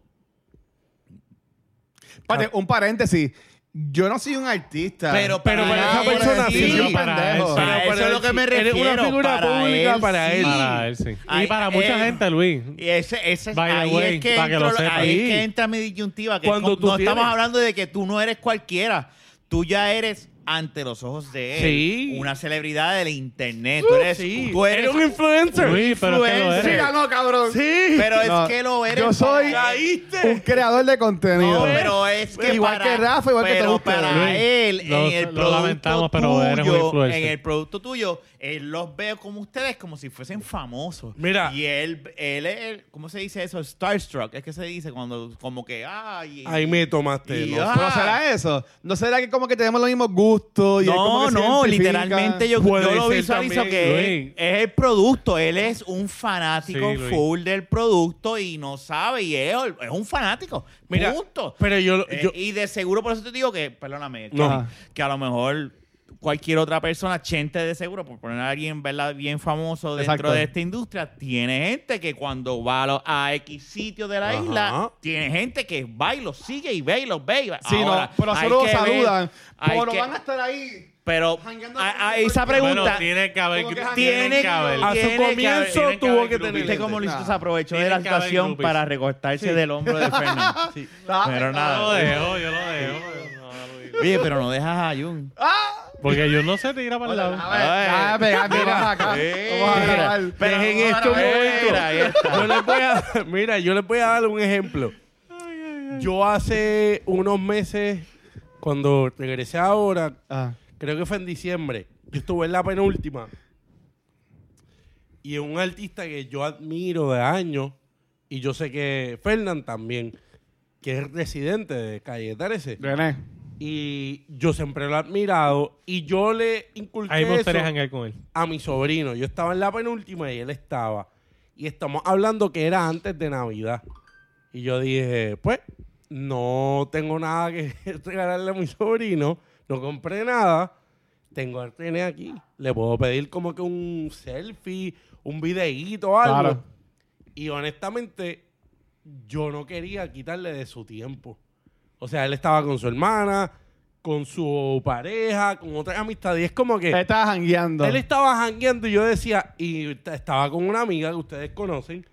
[SPEAKER 2] Espérate, un paréntesis. Yo no soy un artista.
[SPEAKER 3] Pero, pero
[SPEAKER 1] para
[SPEAKER 3] para
[SPEAKER 1] esa persona sí,
[SPEAKER 3] sí,
[SPEAKER 1] pero
[SPEAKER 4] para
[SPEAKER 3] pendejo.
[SPEAKER 4] él,
[SPEAKER 3] Para
[SPEAKER 1] pero
[SPEAKER 3] eso
[SPEAKER 1] para
[SPEAKER 3] es lo
[SPEAKER 1] él
[SPEAKER 3] que me
[SPEAKER 1] sí. Eres
[SPEAKER 3] refiero.
[SPEAKER 1] una figura
[SPEAKER 3] para
[SPEAKER 1] pública
[SPEAKER 3] él
[SPEAKER 1] para él.
[SPEAKER 3] sí.
[SPEAKER 4] Para él, sí.
[SPEAKER 3] Ay,
[SPEAKER 4] y para
[SPEAKER 3] él-
[SPEAKER 4] mucha gente, Luis.
[SPEAKER 3] Y ese, ese,
[SPEAKER 4] By the
[SPEAKER 3] ahí,
[SPEAKER 4] way,
[SPEAKER 3] es que
[SPEAKER 4] para que lo
[SPEAKER 3] entro-
[SPEAKER 4] sepa.
[SPEAKER 3] ahí es
[SPEAKER 1] Sí.
[SPEAKER 3] que entra mi disyuntiva. Que
[SPEAKER 1] Cuando
[SPEAKER 3] no-
[SPEAKER 1] tú
[SPEAKER 3] no estamos
[SPEAKER 1] tienes-
[SPEAKER 3] hablando de que tú no eres cualquiera. Tú ya eres ante los ojos de él.
[SPEAKER 1] Sí.
[SPEAKER 3] Una celebridad del internet. tú eres,
[SPEAKER 1] Sí,
[SPEAKER 3] tú eres-
[SPEAKER 1] un influencer.
[SPEAKER 4] Luis, pero es que lo
[SPEAKER 3] influencer.
[SPEAKER 4] eres.
[SPEAKER 2] no, cabrón.
[SPEAKER 1] Sí.
[SPEAKER 3] pero es
[SPEAKER 2] No,
[SPEAKER 3] que lo eres.
[SPEAKER 2] yo soy-
[SPEAKER 3] para él.
[SPEAKER 2] Un
[SPEAKER 1] Caíste.
[SPEAKER 2] creador de
[SPEAKER 3] No,
[SPEAKER 2] contenido.
[SPEAKER 3] pero es que
[SPEAKER 2] Igual
[SPEAKER 3] para-
[SPEAKER 2] que Rafa, igual que
[SPEAKER 3] pero
[SPEAKER 2] te gusta,
[SPEAKER 3] para
[SPEAKER 4] Luis,
[SPEAKER 3] él,
[SPEAKER 4] lo-
[SPEAKER 3] en el
[SPEAKER 4] lo
[SPEAKER 3] producto tuyo,
[SPEAKER 4] lamentamos, pero eres un influencer.
[SPEAKER 3] en el producto tuyo, él los ve como ustedes, como si fuesen famosos.
[SPEAKER 1] Mira.
[SPEAKER 3] Y él, él, él- ¿cómo se dice eso? Starstruck. Es que se dice cuando, como que, ay.
[SPEAKER 1] Ahí me tomaste.
[SPEAKER 3] Y
[SPEAKER 1] ¿no?
[SPEAKER 3] yo-
[SPEAKER 2] ¿Pero será eso? ¿No será que como que tenemos los mismos gustos? Y él como
[SPEAKER 3] no,
[SPEAKER 2] que se
[SPEAKER 3] no,
[SPEAKER 2] identifica?
[SPEAKER 3] literalmente yo,
[SPEAKER 1] Puede
[SPEAKER 3] yo lo
[SPEAKER 1] ser
[SPEAKER 3] visualizo
[SPEAKER 1] también,
[SPEAKER 3] que
[SPEAKER 4] Luis.
[SPEAKER 3] él es el producto. Él es un fanático
[SPEAKER 4] Sí, Luis.
[SPEAKER 3] full del producto y no sabe. Y él es un fanático.
[SPEAKER 1] Mira,
[SPEAKER 3] punto.
[SPEAKER 1] pero yo,
[SPEAKER 3] Eh,
[SPEAKER 1] yo-
[SPEAKER 3] y de seguro, por eso te digo que, perdóname,
[SPEAKER 1] No.
[SPEAKER 3] Tony, que a lo mejor cualquier otra persona, gente de seguro, por poner a alguien ¿verdad? bien famoso dentro
[SPEAKER 2] Exacto.
[SPEAKER 3] de esta industria, tiene gente que cuando va a, lo- a X sitio de la
[SPEAKER 1] Ajá.
[SPEAKER 3] isla, tiene gente que va y los sigue y ve y los ve. Y va.
[SPEAKER 2] Sí,
[SPEAKER 3] Ahora,
[SPEAKER 2] no, pero
[SPEAKER 3] hay
[SPEAKER 2] solo
[SPEAKER 3] que
[SPEAKER 2] saludan.
[SPEAKER 3] ver- hay
[SPEAKER 2] Pero no
[SPEAKER 3] que-
[SPEAKER 2] van a estar ahí.
[SPEAKER 3] Pero
[SPEAKER 2] jangueando
[SPEAKER 3] a-
[SPEAKER 2] con
[SPEAKER 3] a-
[SPEAKER 2] ellos
[SPEAKER 3] esa
[SPEAKER 2] porque-
[SPEAKER 3] pregunta...
[SPEAKER 4] Bueno, tiene que haber.
[SPEAKER 2] Como que
[SPEAKER 4] tiene
[SPEAKER 3] tiene
[SPEAKER 4] que haber.
[SPEAKER 1] A su
[SPEAKER 3] tiene haber-
[SPEAKER 1] comienzo
[SPEAKER 3] tiene haber
[SPEAKER 1] tuvo que
[SPEAKER 3] groupies.
[SPEAKER 1] tener-
[SPEAKER 3] Viste cómo Luis
[SPEAKER 2] Nah.
[SPEAKER 3] se aprovechó de
[SPEAKER 4] Tiene
[SPEAKER 3] la
[SPEAKER 4] que haber
[SPEAKER 3] situación
[SPEAKER 4] groupies.
[SPEAKER 3] para recortarse del hombro de Fernando. Pero
[SPEAKER 4] Yo lo
[SPEAKER 3] nada.
[SPEAKER 4] dejo, yo lo dejo. pero no, no lo digo.
[SPEAKER 3] Oye, pero no dejas a Jun.
[SPEAKER 4] Porque yo no sé tirar para el lado.
[SPEAKER 2] A ver, a ver, mira acá. Vamos a grabar.
[SPEAKER 1] dejen
[SPEAKER 3] Pero
[SPEAKER 1] esto un
[SPEAKER 3] ahora,
[SPEAKER 1] momento.
[SPEAKER 3] mira, ahí está.
[SPEAKER 1] Yo les voy a- mira, yo les voy a dar un ejemplo. Yo hace unos meses, cuando regresé ahora,
[SPEAKER 2] Ah,
[SPEAKER 1] creo que fue en diciembre, yo estuve en la penúltima. Y es un artista que yo admiro de años, y yo sé que Fernán también, que es residente de Calle 13.
[SPEAKER 2] René.
[SPEAKER 1] Y yo siempre lo he admirado, y yo le inculqué
[SPEAKER 4] Ahí me gustaría
[SPEAKER 1] eso
[SPEAKER 4] janguear con él.
[SPEAKER 1] a mi sobrino. Yo estaba en la penúltima y él estaba. Y estamos hablando que era antes de Navidad. Y yo dije, pues, no tengo nada que regalarle a mi sobrino. No compré nada. Tengo al René aquí. Le puedo pedir como que un selfie, un videíto o algo.
[SPEAKER 2] Claro.
[SPEAKER 1] Y honestamente, yo no quería quitarle de su tiempo. O sea, él estaba con su hermana, con su pareja, con otras amistades. Y es como que...
[SPEAKER 2] Él estaba jangueando.
[SPEAKER 1] Él estaba jangueando y yo decía, y t- estaba con una amiga que ustedes conocen,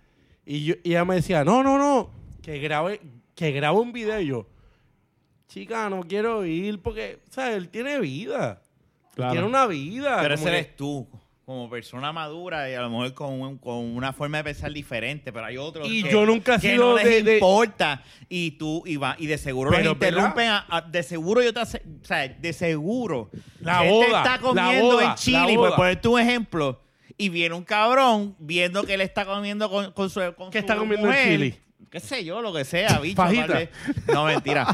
[SPEAKER 1] y, yo- y ella me decía, no, no, no, que grabe, que grabe un video. Y yo, chica, no quiero ir porque, o sea, él tiene vida. Él
[SPEAKER 2] Claro.
[SPEAKER 1] Tiene una vida. como
[SPEAKER 3] Pero ese
[SPEAKER 1] que-
[SPEAKER 3] eres tú, como persona madura y a lo mejor con, un- con una forma de pensar diferente, pero hay otros
[SPEAKER 1] Y
[SPEAKER 3] que,
[SPEAKER 1] yo nunca he
[SPEAKER 3] que
[SPEAKER 1] sido
[SPEAKER 3] no les
[SPEAKER 1] de- de-
[SPEAKER 3] importa y tú y va y de seguro los
[SPEAKER 1] Pero,
[SPEAKER 3] interrumpen, a- a- de seguro yo te hace- o sea, de seguro
[SPEAKER 1] La
[SPEAKER 3] él te
[SPEAKER 1] boda,
[SPEAKER 3] está
[SPEAKER 1] la
[SPEAKER 3] comiendo
[SPEAKER 1] boda,
[SPEAKER 3] en Chile,
[SPEAKER 1] la
[SPEAKER 3] por
[SPEAKER 1] boda.
[SPEAKER 3] ponerte un ejemplo, y viene un cabrón viendo que él está comiendo con, con su con
[SPEAKER 1] ¿Qué
[SPEAKER 3] su
[SPEAKER 1] está comiendo en
[SPEAKER 3] mujer,
[SPEAKER 1] Chile?
[SPEAKER 3] Qué sé yo, lo que sea, bicho.
[SPEAKER 1] Fajita.
[SPEAKER 3] tal vez. No, mentira.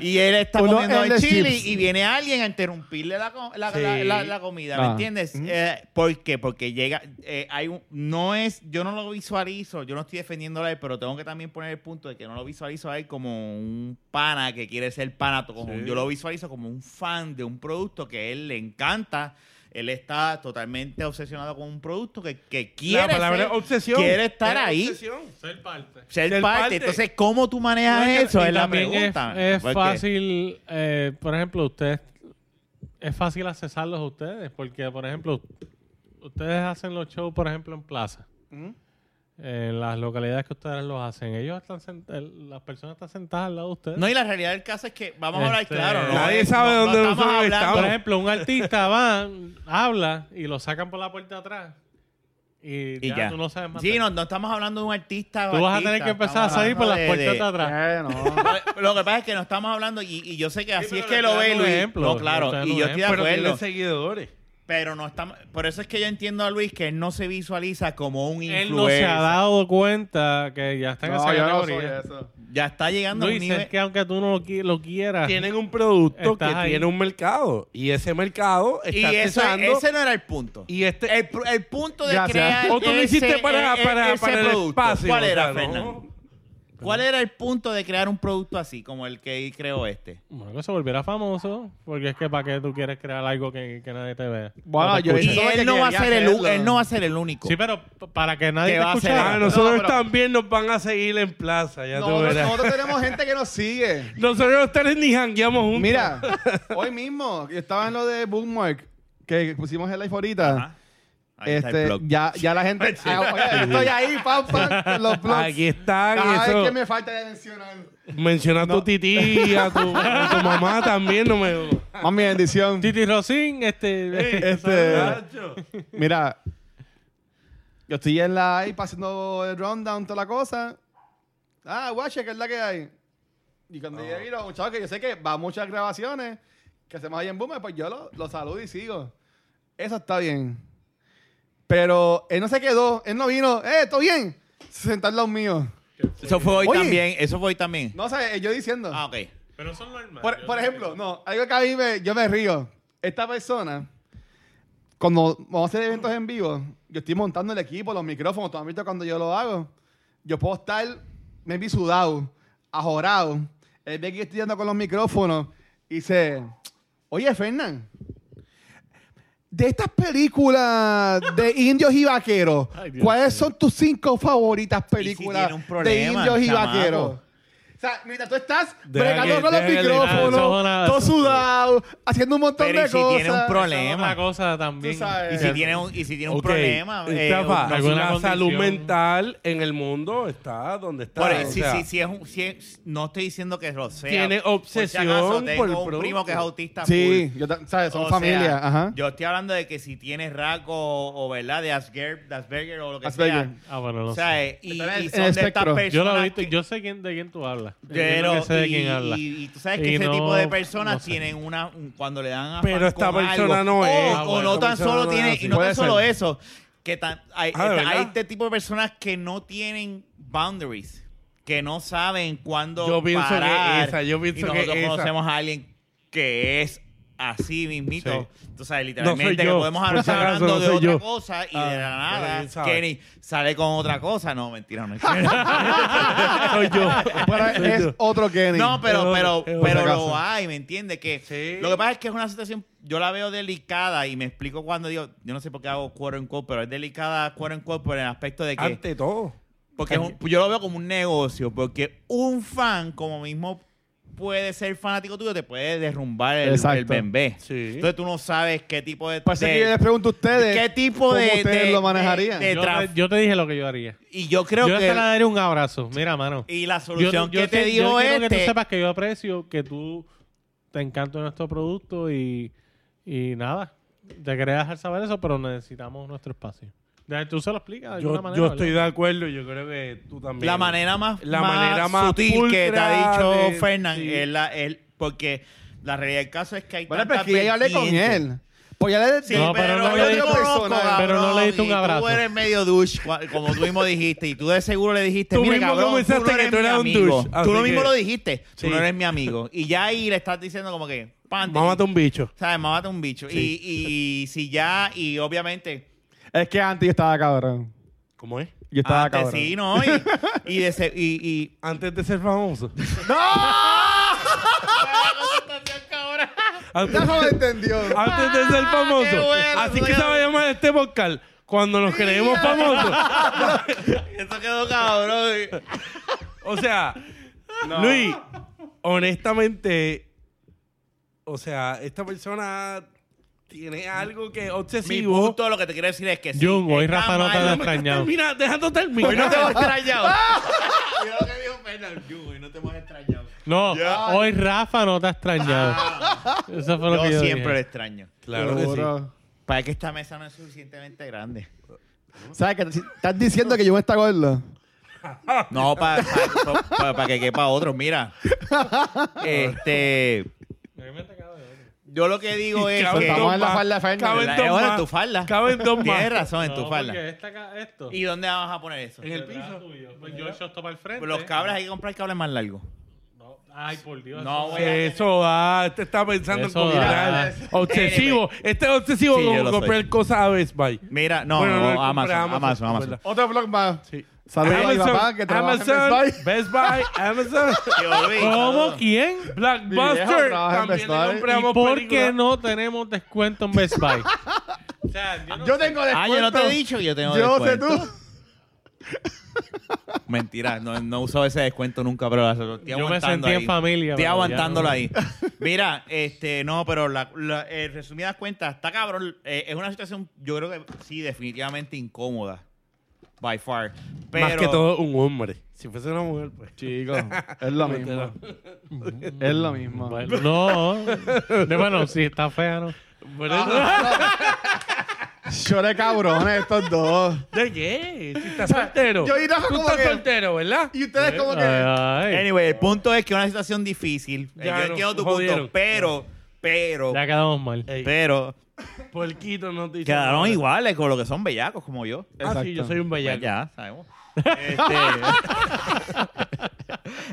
[SPEAKER 3] Y él está
[SPEAKER 2] Uno
[SPEAKER 3] comiendo en
[SPEAKER 2] endless
[SPEAKER 3] Chile
[SPEAKER 2] chips.
[SPEAKER 3] y viene alguien a interrumpirle la, com- la-
[SPEAKER 1] Sí.
[SPEAKER 3] la- la- la comida, ¿me
[SPEAKER 2] Ah.
[SPEAKER 3] entiendes? Eh, ¿Por qué? Porque llega, eh, hay un, no es, yo no lo visualizo, yo no estoy defendiendo a él, pero tengo que también poner el punto de que no lo visualizo a él como un pana que quiere ser pana, como-
[SPEAKER 1] Sí.
[SPEAKER 3] yo lo visualizo como un fan de un producto que a él le encanta. Él está totalmente obsesionado con un producto que, que quiere,
[SPEAKER 1] la palabra
[SPEAKER 3] ser-
[SPEAKER 1] es obsesión.
[SPEAKER 3] quiere estar
[SPEAKER 1] Era
[SPEAKER 3] ahí,
[SPEAKER 1] obsesión.
[SPEAKER 4] Ser parte.
[SPEAKER 3] ser
[SPEAKER 1] Ser
[SPEAKER 3] parte.
[SPEAKER 1] parte.
[SPEAKER 3] Entonces, ¿cómo tú manejas
[SPEAKER 1] No, es que-
[SPEAKER 3] eso?
[SPEAKER 1] y
[SPEAKER 3] Es la
[SPEAKER 4] También es,
[SPEAKER 3] pregunta.
[SPEAKER 4] es
[SPEAKER 3] Porque-
[SPEAKER 4] fácil, eh, por ejemplo, ustedes, es fácil accesarlos a ustedes, porque, por ejemplo, ustedes hacen los shows, por ejemplo, en plaza. En las localidades que ustedes los hacen, ellos están sent- el- las personas están sentadas al lado de ustedes.
[SPEAKER 3] No, y la realidad del caso es que, vamos a hablar
[SPEAKER 4] Este,
[SPEAKER 3] claro, no
[SPEAKER 1] nadie
[SPEAKER 3] es-
[SPEAKER 1] sabe
[SPEAKER 3] no- no
[SPEAKER 1] dónde
[SPEAKER 3] estamos
[SPEAKER 1] nosotros
[SPEAKER 3] hablando-
[SPEAKER 1] estamos.
[SPEAKER 4] Por ejemplo, un artista va, habla y lo sacan por la puerta de atrás. Y,
[SPEAKER 3] Y
[SPEAKER 4] ya,
[SPEAKER 3] ya.
[SPEAKER 4] tú no sabes más.
[SPEAKER 3] Sí,
[SPEAKER 4] nada.
[SPEAKER 3] no, no estamos hablando de un artista. o
[SPEAKER 4] Tú vas a
[SPEAKER 3] artista,
[SPEAKER 4] tener que empezar a
[SPEAKER 3] estamos
[SPEAKER 4] salir por las
[SPEAKER 3] hablando de-
[SPEAKER 4] puertas de atrás.
[SPEAKER 2] Eh, no.
[SPEAKER 3] de- Lo que pasa es que no estamos hablando, y, y yo sé que así es
[SPEAKER 4] pero le
[SPEAKER 3] que
[SPEAKER 4] estoy
[SPEAKER 3] lo ve
[SPEAKER 4] dando un
[SPEAKER 3] Luis.
[SPEAKER 4] ejemplo,
[SPEAKER 3] no,
[SPEAKER 4] le
[SPEAKER 3] claro,
[SPEAKER 4] estoy dando
[SPEAKER 3] y
[SPEAKER 4] un
[SPEAKER 3] yo estoy de
[SPEAKER 1] Pero tiene
[SPEAKER 3] acuerdo.
[SPEAKER 1] seguidores.
[SPEAKER 3] Pero no estamos. Por eso es que yo entiendo a Luis que él no se visualiza como un influencer.
[SPEAKER 4] Él no se ha dado cuenta que ya está en esa
[SPEAKER 2] No, yo no soy
[SPEAKER 4] categoría.
[SPEAKER 2] eso.
[SPEAKER 3] Ya está llegando a un
[SPEAKER 4] Luis,
[SPEAKER 3] nivel.
[SPEAKER 4] es que aunque tú no lo, qui- lo quieras,
[SPEAKER 1] Tienen un producto
[SPEAKER 4] Ah. Estás
[SPEAKER 1] que
[SPEAKER 4] ahí.
[SPEAKER 1] tiene un mercado. Y ese mercado
[SPEAKER 3] Y
[SPEAKER 1] está
[SPEAKER 3] eso,
[SPEAKER 1] cesando.
[SPEAKER 3] ese no era el punto.
[SPEAKER 1] Y este.
[SPEAKER 3] El, pr- el punto de
[SPEAKER 2] Gracias.
[SPEAKER 3] crear.
[SPEAKER 1] ¿O tú lo
[SPEAKER 3] ese-
[SPEAKER 1] hiciste para-
[SPEAKER 3] e- e-
[SPEAKER 1] para-
[SPEAKER 3] ese
[SPEAKER 1] para el
[SPEAKER 3] producto?
[SPEAKER 1] espacio,
[SPEAKER 3] ¿Cuál
[SPEAKER 1] o
[SPEAKER 3] era,
[SPEAKER 1] sea, no?
[SPEAKER 3] Fernando? ¿Cuál era el punto de crear un producto así, como el que creó este?
[SPEAKER 4] bueno, se volverá famoso. Porque es que para qué tú quieres crear algo que, que nadie te vea.
[SPEAKER 2] Bueno,
[SPEAKER 4] No te
[SPEAKER 2] yo
[SPEAKER 4] escuche.
[SPEAKER 2] hice-
[SPEAKER 3] Y
[SPEAKER 2] Eso es lo
[SPEAKER 3] él
[SPEAKER 2] que
[SPEAKER 3] no, va a
[SPEAKER 2] quería
[SPEAKER 3] ser el, u-
[SPEAKER 2] hacerlo.
[SPEAKER 3] él no va a ser el único.
[SPEAKER 4] Sí, pero p- para que nadie
[SPEAKER 3] Que
[SPEAKER 4] te
[SPEAKER 3] va a
[SPEAKER 4] escuchara.
[SPEAKER 3] ser-
[SPEAKER 1] Ah,
[SPEAKER 3] No,
[SPEAKER 1] nosotros
[SPEAKER 2] pero-
[SPEAKER 1] también nos van a seguir en plaza. Ya tú
[SPEAKER 2] No,
[SPEAKER 1] verás.
[SPEAKER 2] nosotros tenemos gente que nos sigue.
[SPEAKER 1] Nosotros tres ni jangueamos juntos.
[SPEAKER 2] Mira, hoy mismo, yo estaba en lo de Bookmark, que pusimos el live ahorita.
[SPEAKER 3] Ajá. Ahí está el
[SPEAKER 2] este,
[SPEAKER 3] blog.
[SPEAKER 2] ya, ya la gente. Ah, oye, estoy ahí, pam, pam, con los blogs.
[SPEAKER 1] Aquí están.
[SPEAKER 2] Cada vez
[SPEAKER 1] eso.
[SPEAKER 2] que me falta de mencionar.
[SPEAKER 1] Menciona a tu tití, a tu, a tu mamá también. No me.
[SPEAKER 2] Mami, bendición.
[SPEAKER 4] Titi Rosín, este.
[SPEAKER 2] Este, mira, yo estoy en la ahí pasando el rundown, toda la cosa. Ah, guache, que es la que hay. Y
[SPEAKER 3] Ah.
[SPEAKER 2] cuando yo miro, un chavo que yo sé que va a muchas grabaciones que hacemos ahí en Boomer, pues yo lo, lo saludo y sigo. Eso está bien. Pero él no se quedó, él no vino, ¡eh, todo bien! Se sentó al lado mío.
[SPEAKER 3] Eso fue hoy
[SPEAKER 2] Oye.
[SPEAKER 3] también. Eso fue hoy también.
[SPEAKER 2] No, sé, yo diciendo.
[SPEAKER 3] Ah, ok.
[SPEAKER 4] Pero son normales.
[SPEAKER 2] Por, por ejemplo, no, algo que a mí me, yo me río. Esta persona, cuando vamos a hacer eventos en vivo, yo estoy montando el equipo, los micrófonos, todo visto cuando yo lo hago. Yo puedo estar, me vi sudado, ajorado. Él ve que yo estoy andando con los micrófonos y dice, oye, Fernán, de estas películas de indios y vaqueros,
[SPEAKER 4] Ay, Dios
[SPEAKER 2] ¿cuáles son tus cinco favoritas
[SPEAKER 3] si
[SPEAKER 2] películas
[SPEAKER 3] tiene un
[SPEAKER 2] de
[SPEAKER 3] problema,
[SPEAKER 2] indios y
[SPEAKER 3] chamaco.
[SPEAKER 2] vaqueros? O sea, mientras tú estás
[SPEAKER 1] Deja
[SPEAKER 2] bregando
[SPEAKER 1] que-
[SPEAKER 2] con los
[SPEAKER 1] deja que le-
[SPEAKER 4] eso
[SPEAKER 2] micrófonos,
[SPEAKER 4] es una-
[SPEAKER 2] todo sudado, haciendo un montón
[SPEAKER 3] Pero
[SPEAKER 2] de
[SPEAKER 3] y si
[SPEAKER 2] cosas.
[SPEAKER 3] tiene un
[SPEAKER 4] Esa es
[SPEAKER 3] problema.
[SPEAKER 4] otra cosa también.
[SPEAKER 2] Tú sabes.
[SPEAKER 3] Y si tiene un, y si tiene un
[SPEAKER 1] Ok, Este,
[SPEAKER 3] problema. eh,
[SPEAKER 1] Rafa,
[SPEAKER 3] no-
[SPEAKER 4] alguna
[SPEAKER 1] la
[SPEAKER 4] condición.
[SPEAKER 1] salud mental en el mundo está donde está.
[SPEAKER 3] Por-
[SPEAKER 1] o
[SPEAKER 3] si-
[SPEAKER 1] sea,
[SPEAKER 3] si- si es un- si es- no estoy diciendo que lo sea.
[SPEAKER 1] Tiene
[SPEAKER 3] Por si
[SPEAKER 1] obsesión
[SPEAKER 3] acaso,
[SPEAKER 1] por
[SPEAKER 3] tengo
[SPEAKER 1] el
[SPEAKER 3] un
[SPEAKER 1] producto.
[SPEAKER 3] primo que es autista.
[SPEAKER 2] Sí,
[SPEAKER 3] full.
[SPEAKER 2] yo ta- ¿sabes? Son
[SPEAKER 3] O
[SPEAKER 2] familia.
[SPEAKER 3] sea,
[SPEAKER 2] Ajá.
[SPEAKER 3] Yo estoy hablando de que si tienes rasgo o, o, verdad de Asger- de Asperger, o lo que
[SPEAKER 2] Asperger.
[SPEAKER 3] sea.
[SPEAKER 4] Ah, bueno, no
[SPEAKER 3] O
[SPEAKER 4] sé.
[SPEAKER 3] sea, eh, y,
[SPEAKER 2] Está en
[SPEAKER 3] y
[SPEAKER 2] el
[SPEAKER 3] son de estas
[SPEAKER 2] espectro.
[SPEAKER 3] personas.
[SPEAKER 4] Yo lo he visto,
[SPEAKER 3] que-
[SPEAKER 4] yo sé quién, de quién tú hablas.
[SPEAKER 3] pero-
[SPEAKER 4] yo creo que sé de
[SPEAKER 3] y-
[SPEAKER 4] quién hablas.
[SPEAKER 3] Y, y tú sabes
[SPEAKER 4] Y
[SPEAKER 3] que ese
[SPEAKER 4] no-
[SPEAKER 3] tipo de personas
[SPEAKER 4] no sé.
[SPEAKER 3] tienen una. un- Cuando le dan a.
[SPEAKER 1] Pero esta persona no es.
[SPEAKER 3] O,
[SPEAKER 1] Ah,
[SPEAKER 3] o
[SPEAKER 1] bueno,
[SPEAKER 3] no
[SPEAKER 1] esta
[SPEAKER 3] tan
[SPEAKER 1] persona
[SPEAKER 3] solo
[SPEAKER 1] no es
[SPEAKER 3] tiene.
[SPEAKER 1] así.
[SPEAKER 3] Y no
[SPEAKER 2] Puede
[SPEAKER 3] tan solo
[SPEAKER 2] ser.
[SPEAKER 3] eso. Que tan, hay,
[SPEAKER 1] Ah, ¿de
[SPEAKER 3] esta- hay
[SPEAKER 1] verdad?
[SPEAKER 3] este tipo de personas que no tienen boundaries. Que no saben cuándo.
[SPEAKER 1] Yo pienso que
[SPEAKER 3] parar,
[SPEAKER 1] esa, yo pienso
[SPEAKER 3] y nosotros
[SPEAKER 1] que esa.
[SPEAKER 3] conocemos a alguien que es así mismito. Tú
[SPEAKER 1] No soy
[SPEAKER 3] sabes, literalmente,
[SPEAKER 1] yo,
[SPEAKER 3] que podemos
[SPEAKER 1] por
[SPEAKER 3] hablar
[SPEAKER 1] si acaso,
[SPEAKER 3] hablando
[SPEAKER 1] no
[SPEAKER 3] de
[SPEAKER 1] soy
[SPEAKER 3] otra
[SPEAKER 1] yo.
[SPEAKER 3] cosa y
[SPEAKER 1] Ah,
[SPEAKER 3] de la
[SPEAKER 1] pero
[SPEAKER 3] nada
[SPEAKER 1] él sabe.
[SPEAKER 3] Kenny sale con otra cosa. No, mentira, no es cierto.
[SPEAKER 1] soy yo.
[SPEAKER 2] Pero
[SPEAKER 1] Soy
[SPEAKER 2] es
[SPEAKER 1] yo.
[SPEAKER 2] otro Kenny.
[SPEAKER 3] No, pero,
[SPEAKER 1] Es
[SPEAKER 3] pero,
[SPEAKER 1] otra- es
[SPEAKER 3] pero,
[SPEAKER 1] otra
[SPEAKER 3] lo
[SPEAKER 2] cosa.
[SPEAKER 3] hay, ¿me entiendes? Que
[SPEAKER 1] Sí.
[SPEAKER 3] lo que pasa es que es una situación, yo la veo delicada y me explico cuando digo, yo no sé por qué hago quote en quote, pero es delicada quote en quote por el aspecto de que,
[SPEAKER 1] Ante todo.
[SPEAKER 3] porque es un- yo lo veo como un negocio, porque un fan como mismo puede ser fanático tuyo, te puede derrumbar el,
[SPEAKER 2] Exacto.
[SPEAKER 3] el bembé.
[SPEAKER 1] Sí.
[SPEAKER 3] Entonces tú no sabes qué tipo de...
[SPEAKER 2] Por
[SPEAKER 4] Pues
[SPEAKER 2] eso
[SPEAKER 3] de-
[SPEAKER 2] que Pues yo les pregunto a ustedes.
[SPEAKER 3] ¿Qué tipo
[SPEAKER 2] cómo
[SPEAKER 3] de...
[SPEAKER 2] ustedes
[SPEAKER 3] de-
[SPEAKER 2] lo manejarían?
[SPEAKER 3] de- de
[SPEAKER 4] yo,
[SPEAKER 3] traf-
[SPEAKER 4] te, yo te dije lo que yo haría.
[SPEAKER 3] y yo creo
[SPEAKER 4] yo
[SPEAKER 3] que...
[SPEAKER 4] hasta le daría un abrazo. Mira, mano.
[SPEAKER 3] Y la solución
[SPEAKER 4] yo
[SPEAKER 3] que te
[SPEAKER 4] sé-
[SPEAKER 3] dijo
[SPEAKER 4] yo quiero
[SPEAKER 3] este...
[SPEAKER 4] que tú sepas que yo aprecio que tú te encanta nuestro producto y, y nada. Te quería dejar saber eso, pero necesitamos nuestro espacio. Ya, Tú se lo explicas de alguna
[SPEAKER 1] Yo,
[SPEAKER 4] manera.
[SPEAKER 1] yo
[SPEAKER 4] ¿verdad?
[SPEAKER 1] estoy de acuerdo y yo creo que tú también.
[SPEAKER 3] La manera más,
[SPEAKER 1] La
[SPEAKER 3] más
[SPEAKER 1] manera más
[SPEAKER 3] sutil que te ha dicho
[SPEAKER 1] pulcra de-
[SPEAKER 3] Fernán
[SPEAKER 1] sí.
[SPEAKER 3] es la, el- porque la realidad del caso es que hay
[SPEAKER 2] Bueno, pero
[SPEAKER 3] tantas
[SPEAKER 2] es que ya yo hablé con
[SPEAKER 3] vertientes.
[SPEAKER 2] él. Pues ya le
[SPEAKER 3] Sí, pero,
[SPEAKER 4] No, pero
[SPEAKER 3] yo
[SPEAKER 4] no le
[SPEAKER 3] te
[SPEAKER 4] diste-
[SPEAKER 3] conozco,
[SPEAKER 2] pero no
[SPEAKER 3] cabrón,
[SPEAKER 4] le diste un
[SPEAKER 3] y Tú
[SPEAKER 4] abrazo.
[SPEAKER 3] eres medio douche, cua- como tú mismo dijiste, y tú de seguro le dijiste,
[SPEAKER 1] Tú
[SPEAKER 3] mira,
[SPEAKER 1] mismo
[SPEAKER 3] cabrón,
[SPEAKER 1] comenzaste
[SPEAKER 3] tú no
[SPEAKER 1] que
[SPEAKER 3] eres
[SPEAKER 1] tú
[SPEAKER 3] mi
[SPEAKER 1] eras un
[SPEAKER 3] amigo.
[SPEAKER 1] douche,
[SPEAKER 3] Tú
[SPEAKER 1] así
[SPEAKER 3] lo mismo
[SPEAKER 1] que-
[SPEAKER 3] lo dijiste,
[SPEAKER 1] Sí.
[SPEAKER 3] tú no eres mi amigo. Y ya ahí le estás diciendo como que, pante,
[SPEAKER 1] Mámate un bicho.
[SPEAKER 3] ¿sabes? Mámate un bicho.
[SPEAKER 1] Sí.
[SPEAKER 3] Y, y si ya, y obviamente...
[SPEAKER 2] Es que antes yo estaba cabrón.
[SPEAKER 1] ¿Cómo es?
[SPEAKER 2] Yo estaba
[SPEAKER 3] antes
[SPEAKER 2] cabrón.
[SPEAKER 3] sí, ¿no? Y, y, de se- y, y
[SPEAKER 1] Antes de ser famoso.
[SPEAKER 2] Ya
[SPEAKER 1] Antes,
[SPEAKER 2] se lo entendió.
[SPEAKER 3] Ah,
[SPEAKER 1] antes de ser
[SPEAKER 3] qué
[SPEAKER 1] famoso.
[SPEAKER 3] bueno,
[SPEAKER 1] Así que
[SPEAKER 3] bueno.
[SPEAKER 1] se va a llamar este vocal. Cuando nos creemos famosos.
[SPEAKER 3] Eso quedó cabrón.
[SPEAKER 1] O sea, Luis, honestamente, o sea, esta persona tiene algo que es
[SPEAKER 3] Mi
[SPEAKER 1] obsesivo.
[SPEAKER 3] punto, lo que te quiero decir es que sí.
[SPEAKER 4] Jun, hoy
[SPEAKER 3] está
[SPEAKER 4] Rafa no te
[SPEAKER 3] mal.
[SPEAKER 4] ha
[SPEAKER 3] me-
[SPEAKER 4] extrañado.
[SPEAKER 1] Mira, dejando
[SPEAKER 3] Hoy no
[SPEAKER 1] terminar.
[SPEAKER 3] te hemos extrañado. Mira lo que dijo Fernando. Jun, hoy no te hemos extrañado.
[SPEAKER 4] No, hoy Rafa no te ha extrañado. Eso fue lo que
[SPEAKER 3] Yo
[SPEAKER 4] yo
[SPEAKER 3] siempre lo
[SPEAKER 4] dije.
[SPEAKER 3] extraño.
[SPEAKER 1] Claro que sí.
[SPEAKER 2] Seguro.
[SPEAKER 3] Para que esta mesa no es suficientemente grande.
[SPEAKER 2] ¿Sabes que si- estás diciendo que yo me está gordo?
[SPEAKER 3] No, para que quepa otro, mira. Este. Yo lo que digo es
[SPEAKER 1] Caben
[SPEAKER 3] que.
[SPEAKER 2] Estamos en la
[SPEAKER 1] más,
[SPEAKER 2] falda de Fernández.
[SPEAKER 1] caben
[SPEAKER 3] ¿verdad?
[SPEAKER 1] dos
[SPEAKER 3] Es ahora en
[SPEAKER 1] más.
[SPEAKER 3] tu falda.
[SPEAKER 1] Caben dos
[SPEAKER 3] Tienes
[SPEAKER 1] más.
[SPEAKER 3] razón en tu falda.
[SPEAKER 4] porque esta acá- esto.
[SPEAKER 3] ¿Y dónde vas a poner eso?
[SPEAKER 1] En el
[SPEAKER 4] detrás
[SPEAKER 1] piso.
[SPEAKER 4] tuyo. Pues yo yo esto para el frente.
[SPEAKER 3] Los cables hay que comprar cables más largos.
[SPEAKER 4] No. Ay, por Dios.
[SPEAKER 3] No,
[SPEAKER 4] eso-
[SPEAKER 3] güey.
[SPEAKER 1] Eso da, este está pensando
[SPEAKER 4] Eso
[SPEAKER 1] en
[SPEAKER 4] da.
[SPEAKER 1] comprar. Obsesivo. Este es obsesivo
[SPEAKER 3] Sí, yo
[SPEAKER 1] con
[SPEAKER 3] lo soy.
[SPEAKER 1] comprar cosas a Best Buy.
[SPEAKER 3] Mira, no,
[SPEAKER 1] Bueno, no,
[SPEAKER 3] no,
[SPEAKER 1] él
[SPEAKER 3] Amazon,
[SPEAKER 1] compra
[SPEAKER 3] Amazon, Amazon,
[SPEAKER 1] ¿verdad?
[SPEAKER 2] Otro vlog más.
[SPEAKER 1] Sí.
[SPEAKER 2] Saludos a mi papá que trabaja en
[SPEAKER 1] Amazon,
[SPEAKER 2] Best Buy.
[SPEAKER 1] Best Buy, Amazon.
[SPEAKER 3] Yo vi,
[SPEAKER 4] ¿Cómo?
[SPEAKER 3] saludos.
[SPEAKER 4] ¿Quién?
[SPEAKER 1] Blackbuster.
[SPEAKER 2] trabaja en
[SPEAKER 1] También
[SPEAKER 2] Best
[SPEAKER 1] le
[SPEAKER 2] Buy.
[SPEAKER 4] ¿Y
[SPEAKER 1] compramos
[SPEAKER 4] por qué
[SPEAKER 1] películas.
[SPEAKER 4] no tenemos descuento en Best Buy? o sea, yo no
[SPEAKER 2] Yo
[SPEAKER 4] sé.
[SPEAKER 2] tengo descuento.
[SPEAKER 3] Ah, yo no te he dicho que yo tengo
[SPEAKER 2] Yo sé
[SPEAKER 3] descuento.
[SPEAKER 2] tú.
[SPEAKER 3] Mentira, no, no he usado ese descuento nunca, pero lo estoy
[SPEAKER 4] Yo me
[SPEAKER 3] aguantando
[SPEAKER 4] sentí en
[SPEAKER 3] ahí.
[SPEAKER 4] familia.
[SPEAKER 3] Estoy
[SPEAKER 4] pero ya
[SPEAKER 3] aguantándolo
[SPEAKER 4] no.
[SPEAKER 3] ahí. Mira, este, no, pero la, la- eh, resumidas cuentas, está cabrón. Eh, es una situación, yo creo que sí, definitivamente incómoda. By far. Pero,
[SPEAKER 1] Más que todo un hombre. Si fuese una mujer, pues.
[SPEAKER 2] Chicos, es lo mismo. es lo mismo.
[SPEAKER 4] Bueno, no. De- bueno, sí, está fea, ¿no?
[SPEAKER 2] Yo de cabrones estos dos.
[SPEAKER 1] ¿De qué? Si estás soltero.
[SPEAKER 2] yo diría
[SPEAKER 1] Tú
[SPEAKER 2] como
[SPEAKER 1] estás
[SPEAKER 2] que-
[SPEAKER 1] soltero, ¿verdad?
[SPEAKER 2] Y ustedes como que...
[SPEAKER 4] Ay, ay.
[SPEAKER 3] anyway, el punto es que es una situación difícil.
[SPEAKER 1] Ya
[SPEAKER 3] Eh, yo
[SPEAKER 1] nos
[SPEAKER 3] entiendo tu
[SPEAKER 1] jodieron.
[SPEAKER 3] punto, pero, pero,
[SPEAKER 4] Ya quedamos mal.
[SPEAKER 1] Ey,
[SPEAKER 3] pero,
[SPEAKER 1] Puerquito no te hizo
[SPEAKER 3] quedaron
[SPEAKER 1] nada.
[SPEAKER 3] iguales con lo que son bellacos como yo.
[SPEAKER 1] Ah, sí, yo soy un
[SPEAKER 3] Pues
[SPEAKER 1] bellaco.
[SPEAKER 3] ya, sabemos.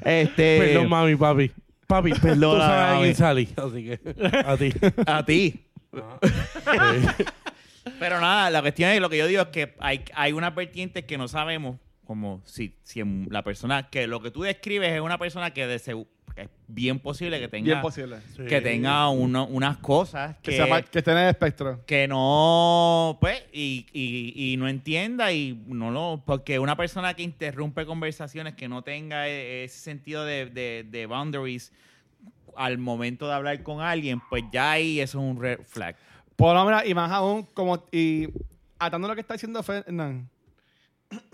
[SPEAKER 3] Este. este
[SPEAKER 1] Perdón, mami, papi. Papi, perdón. Tú
[SPEAKER 3] Perdona,
[SPEAKER 1] sabes a
[SPEAKER 3] mami.
[SPEAKER 1] quién salí, así que a ti.
[SPEAKER 3] A ti. Ah. Pero nada, la cuestión es, lo que yo digo es que hay, hay unas vertientes que no sabemos, como si, si en la persona, que lo que tú describes es una persona que de segu- que es bien posible que tenga,
[SPEAKER 2] Bien posible.
[SPEAKER 3] que tenga uno- unas cosas
[SPEAKER 2] Que,
[SPEAKER 3] que,
[SPEAKER 2] sepa- que estén en el espectro.
[SPEAKER 3] que no, pues, y, y- y no entienda y no lo, porque una persona que interrumpe conversaciones, que no tenga e- ese sentido de, de- de boundaries al momento de hablar con alguien, pues ya ahí eso es un red flag.
[SPEAKER 2] Por lo menos, y más aún, como, y atando lo que está diciendo Fernán,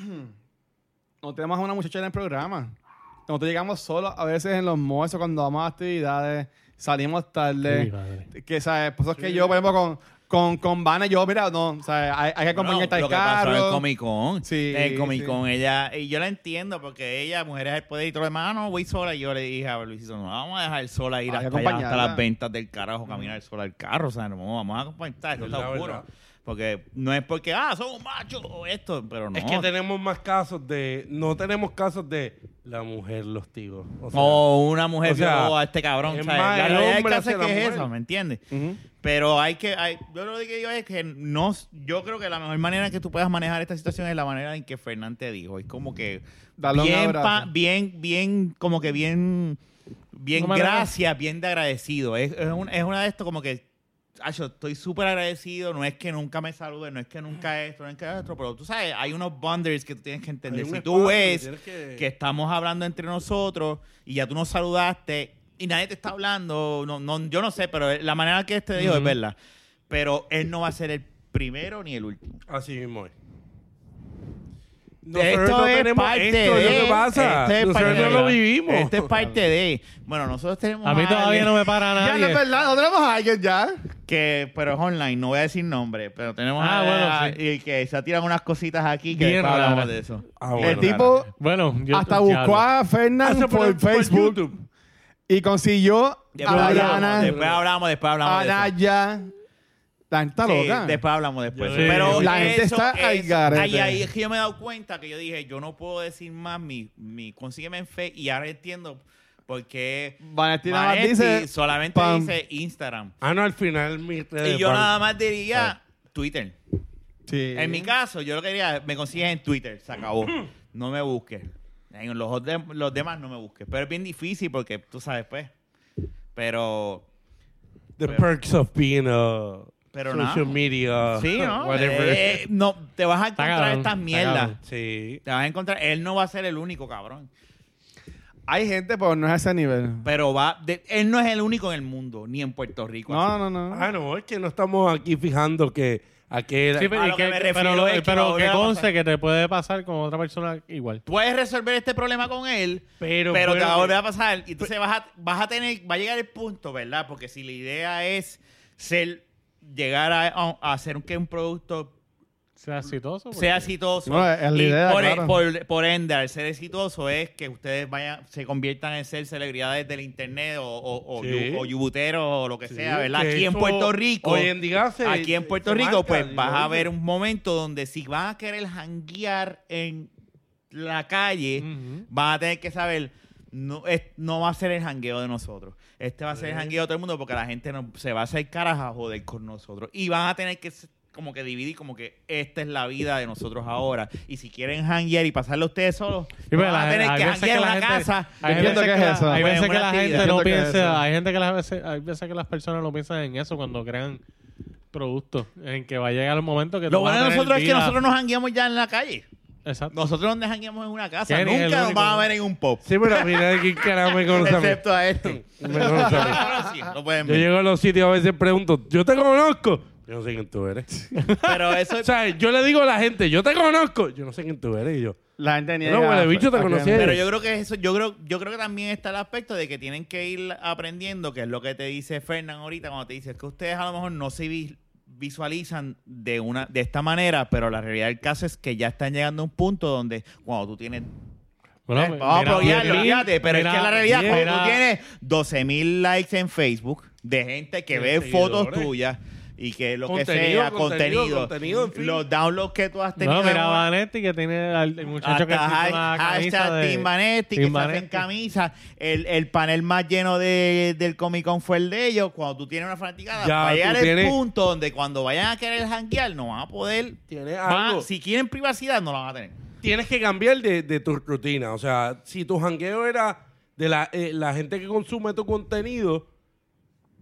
[SPEAKER 2] no tenemos a una muchacha en el programa. Nosotros llegamos solos a veces en los malls o cuando vamos a actividades, salimos
[SPEAKER 4] Sí,
[SPEAKER 2] tarde.
[SPEAKER 4] madre.
[SPEAKER 2] que, ¿sabes? Por eso es que yo, por ejemplo, con, con, con Vane, yo, mira, no, ¿sabes? Hay, hay que acompañar
[SPEAKER 3] Bueno,
[SPEAKER 2] tal
[SPEAKER 3] lo que pasó en
[SPEAKER 2] carro.
[SPEAKER 3] Comic Con.
[SPEAKER 2] Sí,
[SPEAKER 3] en Comic Con, ella, y yo la entiendo porque ella, mujeres al poder y todo lo demás, ah, no, voy sola. Y yo le dije a Luisito, no la vamos a dejar sola ir
[SPEAKER 2] Hay que
[SPEAKER 3] hasta, allá, hasta
[SPEAKER 2] acompañarla.
[SPEAKER 3] las ventas del carajo, caminar sola al carro. O sea, no, vamos a acompañar, esto está
[SPEAKER 1] Verdad,
[SPEAKER 3] oscuro.
[SPEAKER 1] verdad.
[SPEAKER 3] Porque no es porque, ah, somos machos o esto, pero no.
[SPEAKER 1] Es que tenemos más casos de. No tenemos casos de la mujer, los tíos. O sea,
[SPEAKER 3] o una mujer
[SPEAKER 1] o sea,
[SPEAKER 3] violó a este cabrón.
[SPEAKER 1] es
[SPEAKER 3] ¿sabes?
[SPEAKER 1] más
[SPEAKER 3] La
[SPEAKER 1] el
[SPEAKER 3] realidad del
[SPEAKER 1] hombre
[SPEAKER 3] caso es
[SPEAKER 1] hacia la
[SPEAKER 3] que es
[SPEAKER 1] mujer.
[SPEAKER 3] eso, ¿me entiendes?
[SPEAKER 2] Ujú.
[SPEAKER 3] Pero hay que, hay- yo lo que digo es que no, yo creo que la mejor manera que tú puedas manejar esta situación es la manera en que Fernán te dijo. Es como que
[SPEAKER 2] Dale un
[SPEAKER 3] bien,
[SPEAKER 2] abrazo.
[SPEAKER 3] pa- bien, bien, como que bien, bien
[SPEAKER 4] Una manera-
[SPEAKER 3] gracias, bien de agradecido. Es, es, un- es una de estos como que, "Acho, estoy súper agradecido, no es que nunca me salude, no es que nunca esto, no es que esto, pero tú sabes, hay unos boundaries que tú tienes que
[SPEAKER 1] hay un
[SPEAKER 3] entender. Si
[SPEAKER 1] espacio
[SPEAKER 3] tú
[SPEAKER 1] que
[SPEAKER 3] ves
[SPEAKER 1] tienes que-
[SPEAKER 3] que estamos hablando entre nosotros y ya tú nos saludaste y nadie te está hablando. No, no, yo no sé, pero la manera que este dijo es verdad. Pero él no va a ser el primero ni el último.
[SPEAKER 1] Así mismo es.
[SPEAKER 3] esto
[SPEAKER 1] Nosotros no
[SPEAKER 3] es
[SPEAKER 1] tenemos
[SPEAKER 3] parte
[SPEAKER 1] esto, es
[SPEAKER 3] de.
[SPEAKER 1] lo que pasa.
[SPEAKER 3] esto es
[SPEAKER 1] Nosotros
[SPEAKER 3] parte
[SPEAKER 1] no
[SPEAKER 3] de-
[SPEAKER 1] lo vivimos.
[SPEAKER 3] Esto es parte de. Bueno, nosotros tenemos.
[SPEAKER 4] A mí todavía
[SPEAKER 3] alguien
[SPEAKER 4] no me para
[SPEAKER 2] Ya, no
[SPEAKER 4] nadie.
[SPEAKER 2] es verdad, no tenemos a alguien ya.
[SPEAKER 3] Que, pero es online, no voy a decir nombre, pero tenemos
[SPEAKER 4] Ah,
[SPEAKER 3] a,
[SPEAKER 4] bueno,
[SPEAKER 3] a-
[SPEAKER 4] sí.
[SPEAKER 3] y que se tiran unas cositas aquí que
[SPEAKER 4] Bien
[SPEAKER 3] después hablamos
[SPEAKER 4] rara.
[SPEAKER 3] de eso.
[SPEAKER 1] Ah,
[SPEAKER 2] el
[SPEAKER 1] bueno.
[SPEAKER 2] tipo
[SPEAKER 4] Bueno, yo
[SPEAKER 2] hasta
[SPEAKER 4] ya
[SPEAKER 2] buscó
[SPEAKER 4] hablo.
[SPEAKER 2] a
[SPEAKER 1] Ah,
[SPEAKER 2] Fernán
[SPEAKER 1] eso
[SPEAKER 2] por, Facebook
[SPEAKER 1] YouTube.
[SPEAKER 2] y consiguió
[SPEAKER 3] Después
[SPEAKER 2] a
[SPEAKER 3] hablamos,
[SPEAKER 2] Dayana,
[SPEAKER 3] después hablamos, después hablamos
[SPEAKER 2] a
[SPEAKER 3] de eso.
[SPEAKER 2] Naya. La gente está
[SPEAKER 3] Sí,
[SPEAKER 2] loca.
[SPEAKER 3] después hablamos después.
[SPEAKER 4] Yo-
[SPEAKER 3] Pero
[SPEAKER 4] Sí.
[SPEAKER 2] La gente
[SPEAKER 3] eso
[SPEAKER 2] está
[SPEAKER 3] es-
[SPEAKER 2] al garete.
[SPEAKER 3] Ahí, ahí es que yo me he dado cuenta que yo dije, yo no puedo decir más mi, mi consígueme en fe y ahora entiendo por qué
[SPEAKER 2] Valentina más
[SPEAKER 3] Manetti
[SPEAKER 2] dice,
[SPEAKER 3] solamente
[SPEAKER 2] pam.
[SPEAKER 3] dice Instagram.
[SPEAKER 1] Ah, no, al final mi eh, red
[SPEAKER 3] Y yo nada más diría Twitter.
[SPEAKER 2] Sí.
[SPEAKER 3] En mi caso, yo lo que diría, me consigues en Twitter, se acabó. No me busques. En los, ot- los demás no me busques. Pero es bien difícil porque tú sabes, pues. Pero,
[SPEAKER 1] The perks of being a
[SPEAKER 3] pero nada.
[SPEAKER 1] social media.
[SPEAKER 3] Sí, ¿no?
[SPEAKER 1] Whatever.
[SPEAKER 3] Eh, no, te vas a encontrar
[SPEAKER 4] cabrón,
[SPEAKER 3] estas
[SPEAKER 4] está
[SPEAKER 3] mierdas.
[SPEAKER 4] cabrón.
[SPEAKER 1] sí.
[SPEAKER 3] Te vas a encontrar, él no va a ser el único, cabrón.
[SPEAKER 2] Hay gente, pero no es a ese nivel.
[SPEAKER 3] Pero va, de- él no es el único en el mundo, ni en Puerto Rico. así.
[SPEAKER 2] No, no, no.
[SPEAKER 1] Ah, no, es que no estamos aquí fijando que aquel.
[SPEAKER 4] Sí, pero,
[SPEAKER 3] A
[SPEAKER 4] y
[SPEAKER 3] lo
[SPEAKER 4] que-
[SPEAKER 3] que me
[SPEAKER 4] pero
[SPEAKER 3] refiero
[SPEAKER 4] lo-
[SPEAKER 3] es que
[SPEAKER 4] pero
[SPEAKER 3] lo
[SPEAKER 4] que
[SPEAKER 3] voy a
[SPEAKER 4] conste
[SPEAKER 3] pasar.
[SPEAKER 4] que te puede pasar con otra persona igual.
[SPEAKER 3] Puedes resolver este problema con él,
[SPEAKER 1] Pero-
[SPEAKER 3] pero, te
[SPEAKER 1] pero-
[SPEAKER 3] va a volver a pasar. Y entonces vas a, vas a tener, va a llegar el punto, ¿verdad? Porque si la idea es ser, llegar a, a hacer que un producto
[SPEAKER 4] sea exitoso. pues. porque-
[SPEAKER 3] sea exitoso.
[SPEAKER 2] Sí, bueno, es la
[SPEAKER 3] Y
[SPEAKER 2] idea,
[SPEAKER 3] por, e,
[SPEAKER 2] claro.
[SPEAKER 3] por- por ende, al ser exitoso es que ustedes vayan, se conviertan en ser celebridades del internet o, o, o,
[SPEAKER 1] Sí.
[SPEAKER 3] yu- o yubuteros o lo que
[SPEAKER 1] Sí,
[SPEAKER 3] sea, ¿verdad?
[SPEAKER 1] que
[SPEAKER 3] Aquí en
[SPEAKER 1] eso
[SPEAKER 3] Puerto Rico.
[SPEAKER 1] hoy en día se-
[SPEAKER 3] aquí en Puerto
[SPEAKER 1] se
[SPEAKER 3] Rico,
[SPEAKER 1] marca,
[SPEAKER 3] pues
[SPEAKER 1] y
[SPEAKER 3] vas
[SPEAKER 1] lo
[SPEAKER 3] a
[SPEAKER 1] dice.
[SPEAKER 3] ver un momento donde si van a querer janguear en la calle,
[SPEAKER 4] Ujú.
[SPEAKER 3] van a tener que saber. No, es- no va a ser el jangueo de nosotros. Este va a ser el jangueo de todo el mundo porque la gente no, se va a hacer caras a joder con nosotros. Y van a tener que s- como que dividir, como que esta es la vida de nosotros ahora. Y si quieren janguear y pasarlo ustedes solos,
[SPEAKER 4] Y pues,
[SPEAKER 3] van a
[SPEAKER 4] la-
[SPEAKER 3] tener
[SPEAKER 4] hay
[SPEAKER 3] que
[SPEAKER 4] veces
[SPEAKER 3] janguear en la
[SPEAKER 4] gente-
[SPEAKER 3] casa.
[SPEAKER 4] Hay
[SPEAKER 2] Entiendo
[SPEAKER 4] veces
[SPEAKER 2] que
[SPEAKER 4] que,
[SPEAKER 2] es
[SPEAKER 4] la-
[SPEAKER 2] eso.
[SPEAKER 4] hay
[SPEAKER 3] Bueno,
[SPEAKER 4] veces que
[SPEAKER 3] buena
[SPEAKER 4] la gente
[SPEAKER 3] actividad.
[SPEAKER 4] no
[SPEAKER 2] Entiendo que es eso.
[SPEAKER 4] piensa, hay gente que las veces, hay veces que las personas no piensan en eso cuando crean productos, en que va a llegar el momento que tú
[SPEAKER 3] Lo
[SPEAKER 4] vas
[SPEAKER 3] bueno de
[SPEAKER 4] a tener
[SPEAKER 3] nosotros es que
[SPEAKER 4] vida-
[SPEAKER 3] nosotros nos jangueamos ya en la calle.
[SPEAKER 4] Exacto.
[SPEAKER 3] Nosotros donde jangueamos en una casa.
[SPEAKER 4] Kenny es el
[SPEAKER 3] Nunca nos
[SPEAKER 4] único,
[SPEAKER 3] van a
[SPEAKER 4] ¿no?
[SPEAKER 3] ver en un pop.
[SPEAKER 1] Sí, pero al final, ¿quién carajo me conoce a mí?
[SPEAKER 3] Excepto a este.
[SPEAKER 1] Me conoce a mí.
[SPEAKER 3] Ahora sí, lo pueden
[SPEAKER 1] Yo
[SPEAKER 3] ver.
[SPEAKER 1] llego a los sitios a veces pregunto, ¿yo te conozco? Yo no sé quién tú eres.
[SPEAKER 3] Pero eso
[SPEAKER 1] o sea, yo le digo a la gente, ¿yo te conozco? Yo no sé quién tú eres. Y yo,
[SPEAKER 2] La gente niega.
[SPEAKER 1] No, huele bicho, te
[SPEAKER 2] a- a-
[SPEAKER 1] conocí.
[SPEAKER 3] Pero yo creo que eso, yo creo, yo creo que también está el aspecto de que tienen que ir aprendiendo, que es lo que te dice Fernán ahorita cuando te dice es que ustedes a lo mejor no se vi- visualizan de una, de esta manera, pero la realidad del caso es que ya están llegando a un punto donde cuando tú tienes
[SPEAKER 4] Bueno,
[SPEAKER 3] eh,
[SPEAKER 4] mira,
[SPEAKER 3] vamos a
[SPEAKER 4] mira,
[SPEAKER 3] apoyarlo,
[SPEAKER 4] mira,
[SPEAKER 3] fíjate, pero es que
[SPEAKER 4] mira,
[SPEAKER 3] la realidad, cuando
[SPEAKER 4] mira,
[SPEAKER 3] tú tienes 12 mil likes en Facebook de gente
[SPEAKER 1] De
[SPEAKER 3] que ve
[SPEAKER 1] seguidores.
[SPEAKER 3] fotos tuyas y que lo que
[SPEAKER 1] Contenido,
[SPEAKER 3] sea,
[SPEAKER 1] contenido,
[SPEAKER 3] contenido,
[SPEAKER 1] contenido, en fin.
[SPEAKER 3] los downloads que tú has tenido.
[SPEAKER 4] No,
[SPEAKER 3] en
[SPEAKER 4] mira
[SPEAKER 3] una-
[SPEAKER 4] Vanetti que tiene al el muchacho que
[SPEAKER 3] hasta
[SPEAKER 4] tiene
[SPEAKER 3] hay-
[SPEAKER 4] una camisa
[SPEAKER 3] hashtag
[SPEAKER 4] de...
[SPEAKER 3] Team Vanetti, que
[SPEAKER 4] Team
[SPEAKER 3] se hacen
[SPEAKER 4] Vanetti.
[SPEAKER 3] camisas. El, el panel más lleno de- del Comic Con fue el de ellos. Cuando tú tienes una fanaticada,
[SPEAKER 1] Ya,
[SPEAKER 3] va a
[SPEAKER 1] tú
[SPEAKER 3] llegar
[SPEAKER 1] tienes-
[SPEAKER 3] el punto donde cuando vayan a querer janguear no van a poder.
[SPEAKER 1] tienes
[SPEAKER 3] van-
[SPEAKER 4] Ah,
[SPEAKER 1] algo.
[SPEAKER 3] si quieren privacidad, no la van a tener.
[SPEAKER 1] Tienes que cambiar de, de tu rutina. O sea, si tu jangueo era de la, eh, la gente que consume tu contenido,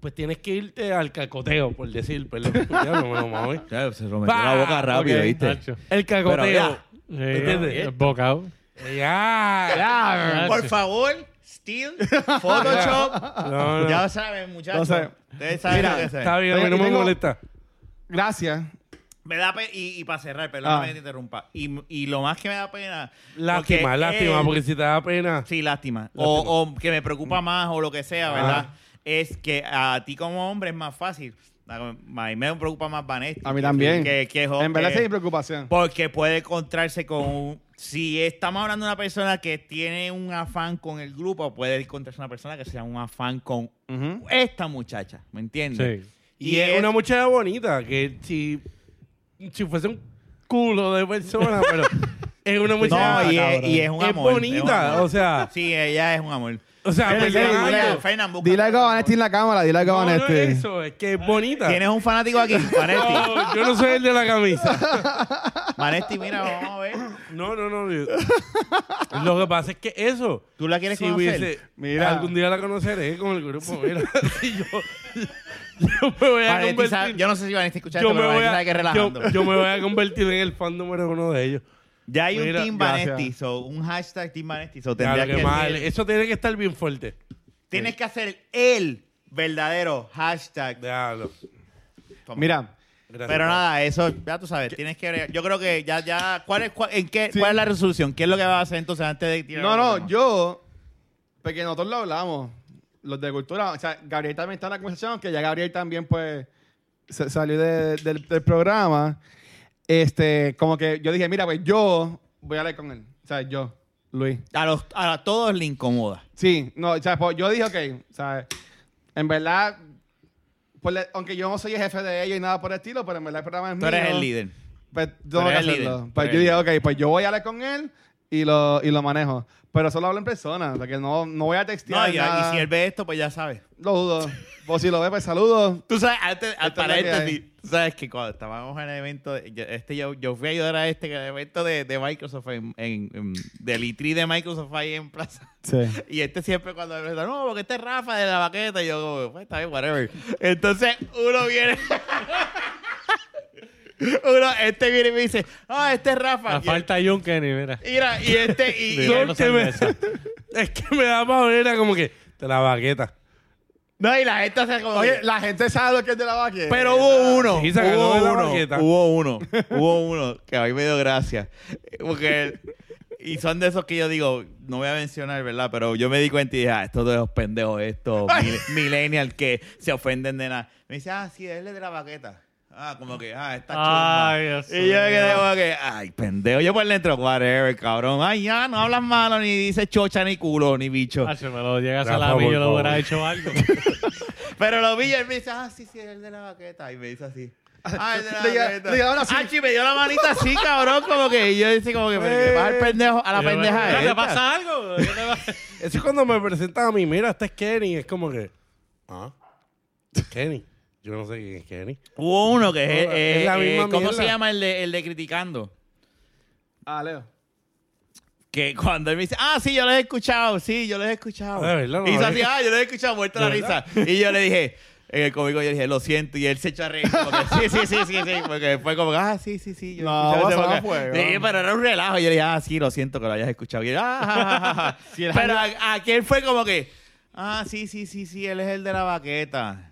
[SPEAKER 1] pues tienes que irte al cacoteo, por decir, perdón. Ya no eh. me lo mames.
[SPEAKER 3] se
[SPEAKER 1] metió en la boca rápido,
[SPEAKER 4] Ah, Tacho.
[SPEAKER 1] El cacoteo.
[SPEAKER 3] ya.
[SPEAKER 4] Sí,
[SPEAKER 1] ¿Entiendes?
[SPEAKER 4] bocado.
[SPEAKER 1] Ya,
[SPEAKER 4] Ah,
[SPEAKER 3] Por
[SPEAKER 4] sí.
[SPEAKER 3] favor, Steel, Photoshop.
[SPEAKER 1] No, no.
[SPEAKER 3] Ya saben, muchachos.
[SPEAKER 2] Entonces,
[SPEAKER 3] Ustedes saben lo que se ve.
[SPEAKER 1] Está bien, a mí no me
[SPEAKER 2] Tengo-
[SPEAKER 1] molesta.
[SPEAKER 2] Gracias.
[SPEAKER 3] Me da pena, y, y para cerrar, perdóname
[SPEAKER 2] Ah.
[SPEAKER 3] que te interrumpa. Y, y lo más que me da pena.
[SPEAKER 1] Lástima,
[SPEAKER 3] porque
[SPEAKER 1] lástima,
[SPEAKER 3] él-
[SPEAKER 1] porque si te da pena.
[SPEAKER 3] Sí, lástima. O, o que me preocupa más o lo que sea, ¿verdad? Es que a ti como hombre es más fácil. A mí me preocupa más Vanetti.
[SPEAKER 2] A mí también.
[SPEAKER 3] Que, que es
[SPEAKER 2] en verdad,
[SPEAKER 3] que-
[SPEAKER 2] esa es mi preocupación.
[SPEAKER 3] porque puede encontrarse con un- Si estamos hablando de una persona que tiene un afán con el grupo, puede encontrarse una persona que sea un afán con
[SPEAKER 2] Ujú.
[SPEAKER 3] esta muchacha, ¿me entiendes?
[SPEAKER 4] Sí.
[SPEAKER 1] Y, es, una muchacha bonita, que si, si fuese un culo de persona, pero es una muchacha
[SPEAKER 3] No, y es,
[SPEAKER 2] cabrón.
[SPEAKER 3] y es un amor. es un
[SPEAKER 1] bonita,
[SPEAKER 3] amor.
[SPEAKER 1] o sea,
[SPEAKER 3] Sí, ella es un amor.
[SPEAKER 1] o sea,
[SPEAKER 2] Ey,
[SPEAKER 1] perdón,
[SPEAKER 2] ey,
[SPEAKER 1] algo.
[SPEAKER 2] ey,
[SPEAKER 3] Fernan, busca-
[SPEAKER 2] Dile algo a Vanetti en la cámara, dile algo a
[SPEAKER 1] no, no
[SPEAKER 2] Vanetti.
[SPEAKER 1] es eso, es que es bonita.
[SPEAKER 3] Tienes un fanático aquí, Vanetti.
[SPEAKER 1] No, yo no soy el de la camisa.
[SPEAKER 3] Vanetti, mira, vamos a ver.
[SPEAKER 1] No, no, no. yo- Lo que pasa es que eso.
[SPEAKER 3] ¿Tú la quieres
[SPEAKER 1] si
[SPEAKER 3] conocer? Ah.
[SPEAKER 1] hubiese-
[SPEAKER 2] Mira.
[SPEAKER 1] algún día la conoceré con el grupo. Mira, si yo, yo me voy a
[SPEAKER 3] Vanetti
[SPEAKER 1] convertir.
[SPEAKER 3] sabe- yo no sé si Vanetti escucha
[SPEAKER 1] yo
[SPEAKER 3] esto,
[SPEAKER 1] me
[SPEAKER 3] pero
[SPEAKER 1] voy
[SPEAKER 3] Vanetti
[SPEAKER 1] a,
[SPEAKER 3] sabe que es relajando.
[SPEAKER 1] yo- yo me voy a convertir en el fan número uno de ellos.
[SPEAKER 3] ya hay
[SPEAKER 1] Mira,
[SPEAKER 3] un Team Vanetti, so, un hashtag Team Vanetti. So,
[SPEAKER 1] Claro
[SPEAKER 3] tendría
[SPEAKER 1] que
[SPEAKER 3] que
[SPEAKER 1] mal.
[SPEAKER 3] ser-
[SPEAKER 1] Eso tiene que estar bien fuerte.
[SPEAKER 3] Tienes que hacer el verdadero hashtag.
[SPEAKER 1] Déjalo.
[SPEAKER 3] Toma.
[SPEAKER 2] Mira,
[SPEAKER 1] Gracias.
[SPEAKER 3] Pero nada, eso ya tú sabes, tienes que yo creo que ya ya cuál es cuál, en qué
[SPEAKER 2] Sí.
[SPEAKER 3] cuál es la resolución, qué es lo que va a hacer entonces antes de tirar
[SPEAKER 2] no,
[SPEAKER 3] el
[SPEAKER 2] no,
[SPEAKER 3] programa?
[SPEAKER 2] yo, porque nosotros lo hablamos, los de cultura, o sea, Gabriel también está en la conversación, que ya Gabriel también, pues, se- salió de- del, del programa. Este, como que yo dije, mira, pues yo voy a hablar con él, o sea, yo, Luis.
[SPEAKER 3] a los a todos le incomoda.
[SPEAKER 2] Sí, no, o sea, pues, yo dije, ok, o sea, en verdad, pues, le- aunque yo no soy el jefe de ellos y nada por el estilo, pero en verdad el programa es
[SPEAKER 3] Tú
[SPEAKER 2] mío.
[SPEAKER 3] eres el líder.
[SPEAKER 2] Pues tengo que
[SPEAKER 3] eres el
[SPEAKER 2] hacerlo.
[SPEAKER 3] líder.
[SPEAKER 2] Pues
[SPEAKER 3] Tú
[SPEAKER 2] yo
[SPEAKER 3] eres
[SPEAKER 2] dije, ok, pues yo voy a hablar con él y lo, y lo manejo. Pero solo hablo en persona, porque no, no voy a
[SPEAKER 3] No,
[SPEAKER 2] textear.
[SPEAKER 3] ya,
[SPEAKER 2] nada.
[SPEAKER 3] y si él ve esto, pues ya sabes.
[SPEAKER 2] Lo dudo. O si lo ve, pues saludo.
[SPEAKER 3] Tú sabes, antes, al
[SPEAKER 2] Esto es lo que
[SPEAKER 3] paréntesis,
[SPEAKER 2] hay.
[SPEAKER 3] tú sabes que cuando estábamos en el evento, de- yo, este, yo, yo fui a ayudar a este en el evento de, de Microsoft, en, en, en- del E3 de Microsoft ahí en Plaza.
[SPEAKER 2] Sí.
[SPEAKER 3] Y este siempre cuando me pregunta, no, porque este es Rafa de la baqueta, y yo como, pues está bien, whatever. Entonces uno viene... uno, este viene y me dice, ah, este es Rafa.
[SPEAKER 4] La
[SPEAKER 3] Y-
[SPEAKER 4] falta hay un Kenny, mira.
[SPEAKER 3] Mira, y este, y, y-
[SPEAKER 4] Mira,
[SPEAKER 1] no
[SPEAKER 4] no
[SPEAKER 1] se me-
[SPEAKER 4] cerveza.
[SPEAKER 1] Es que me da pavera como que de la baqueta.
[SPEAKER 3] no, y la gente hace como...
[SPEAKER 2] Oye, la gente sabe lo que es de la Eh, vaqueta.
[SPEAKER 3] Pero hubo uno.
[SPEAKER 1] Sí, se ganó de la
[SPEAKER 3] hubo,
[SPEAKER 1] banqueta.
[SPEAKER 3] uno hubo uno. Hubo uno que a mí me dio gracia. Porque. él- y son de esos que yo digo, no voy a mencionar, ¿verdad? Pero yo me di cuenta y dije, ah, estos dos pendejos, estos mil- millennials que se ofenden de nada. Me dice, ah, sí, él es de la baqueta. Ah, como que, ah, esta chumba.
[SPEAKER 4] Ay, Dios
[SPEAKER 3] Y yo me quedé
[SPEAKER 4] mío.
[SPEAKER 3] como que, ay, pendejo. Yo por dentro, whatever, cabrón. Ay, ya, no hablas malo, ni dices chocha, ni culo, ni bicho.
[SPEAKER 4] Ah, si me lo llegas
[SPEAKER 1] Rafa,
[SPEAKER 4] a la mí,
[SPEAKER 1] por
[SPEAKER 4] yo lo
[SPEAKER 1] favor.
[SPEAKER 4] hubiera hecho algo. Este
[SPEAKER 3] Pero lo vi y él me dice, ah, sí, sí, el de la baqueta. Y me dice así. Ah, el de la
[SPEAKER 2] Le llega-
[SPEAKER 3] baqueta.
[SPEAKER 2] le llegaron así.
[SPEAKER 3] Ah, chi, me dio la manita así, cabrón, como que. Y yo decía como que, pero ¿qué pasa
[SPEAKER 1] Eh.
[SPEAKER 3] el pendejo? A la
[SPEAKER 4] Yo me-
[SPEAKER 3] pendeja
[SPEAKER 4] ¿Te
[SPEAKER 3] esta?
[SPEAKER 4] pasa algo? ¿Qué te pasa?
[SPEAKER 1] Eso es cuando me presentan a mí, mira, este es Kenny. Es como que, ah, Kenny. Yo no sé quién es Kenny.
[SPEAKER 3] Hubo uno que es,
[SPEAKER 1] No,
[SPEAKER 3] eh,
[SPEAKER 1] es la
[SPEAKER 3] eh,
[SPEAKER 1] misma
[SPEAKER 3] ¿cómo
[SPEAKER 1] mierda.
[SPEAKER 3] se llama el de, el de criticando?
[SPEAKER 2] Ah, Leo.
[SPEAKER 3] Que cuando él me dice, ah, sí, yo los he escuchado, sí, yo los he escuchado.
[SPEAKER 1] Ah, de verdad, no
[SPEAKER 3] y hizo
[SPEAKER 1] lo
[SPEAKER 3] así,
[SPEAKER 1] vi.
[SPEAKER 3] ah, yo los he escuchado, muerto la
[SPEAKER 1] ¿De
[SPEAKER 3] risa. Y yo le dije, en el cómico, yo le dije, lo siento, y él se echó a reír. como que, sí, sí, sí, sí, sí, porque fue como, ah, sí, sí, sí. Yo lo he
[SPEAKER 2] No,
[SPEAKER 3] escuchado",
[SPEAKER 2] vas a
[SPEAKER 3] porque-
[SPEAKER 2] dar fuego.
[SPEAKER 3] Sí, pero era un relajo. Y yo le dije, ah, sí, lo siento que lo hayas escuchado. Y él, ah, ja, ja, ja, ja.
[SPEAKER 2] Si el
[SPEAKER 3] pero a- aquel fue como que, ah, sí, sí, sí, sí, él es el de la baqueta.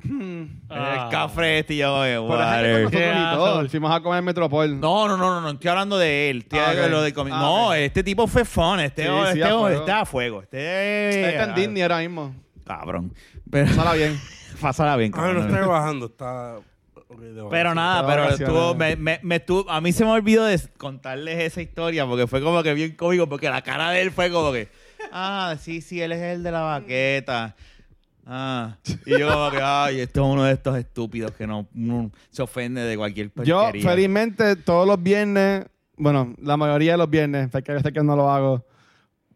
[SPEAKER 2] Hmm.
[SPEAKER 4] Ah.
[SPEAKER 3] El cafre este, y yo, eh,
[SPEAKER 2] Por eso es que
[SPEAKER 3] whatever.
[SPEAKER 2] nosotros
[SPEAKER 4] Qué
[SPEAKER 2] ni todo.
[SPEAKER 4] asshole.
[SPEAKER 2] Fuimos a comer Metropol.
[SPEAKER 3] No, no, no, no, no estoy hablando de él. Estoy
[SPEAKER 2] Ah,
[SPEAKER 3] hablando de
[SPEAKER 2] ok.
[SPEAKER 3] lo del comi-
[SPEAKER 2] Ah,
[SPEAKER 3] no,
[SPEAKER 2] ok.
[SPEAKER 3] este tipo fue fun. Este,
[SPEAKER 2] Sí,
[SPEAKER 3] este
[SPEAKER 2] sí, a fuego.
[SPEAKER 3] está a fuego. Este
[SPEAKER 2] Está en Disney ahora mismo.
[SPEAKER 3] Cabrón. Pero
[SPEAKER 2] Sala bien.
[SPEAKER 3] pásala bien.
[SPEAKER 1] Ah, no
[SPEAKER 3] cabrón.
[SPEAKER 1] está bajando, está. ok, de
[SPEAKER 3] pero
[SPEAKER 1] vacaciones.
[SPEAKER 3] nada,
[SPEAKER 2] Estaba
[SPEAKER 3] pero
[SPEAKER 2] vacaciones.
[SPEAKER 3] estuvo, me, me- me estuvo- a mí se me olvidó de contarles esa historia porque fue como que bien cómico porque la cara de él fue como que, ah, sí, sí, él es el de la baqueta. Ah, y yo como que, ay, esto es uno de estos estúpidos que no, no se ofende de cualquier
[SPEAKER 2] Yo,
[SPEAKER 3] porquería.
[SPEAKER 2] felizmente, todos los viernes, bueno, la mayoría de los viernes, porque a veces que no lo hago,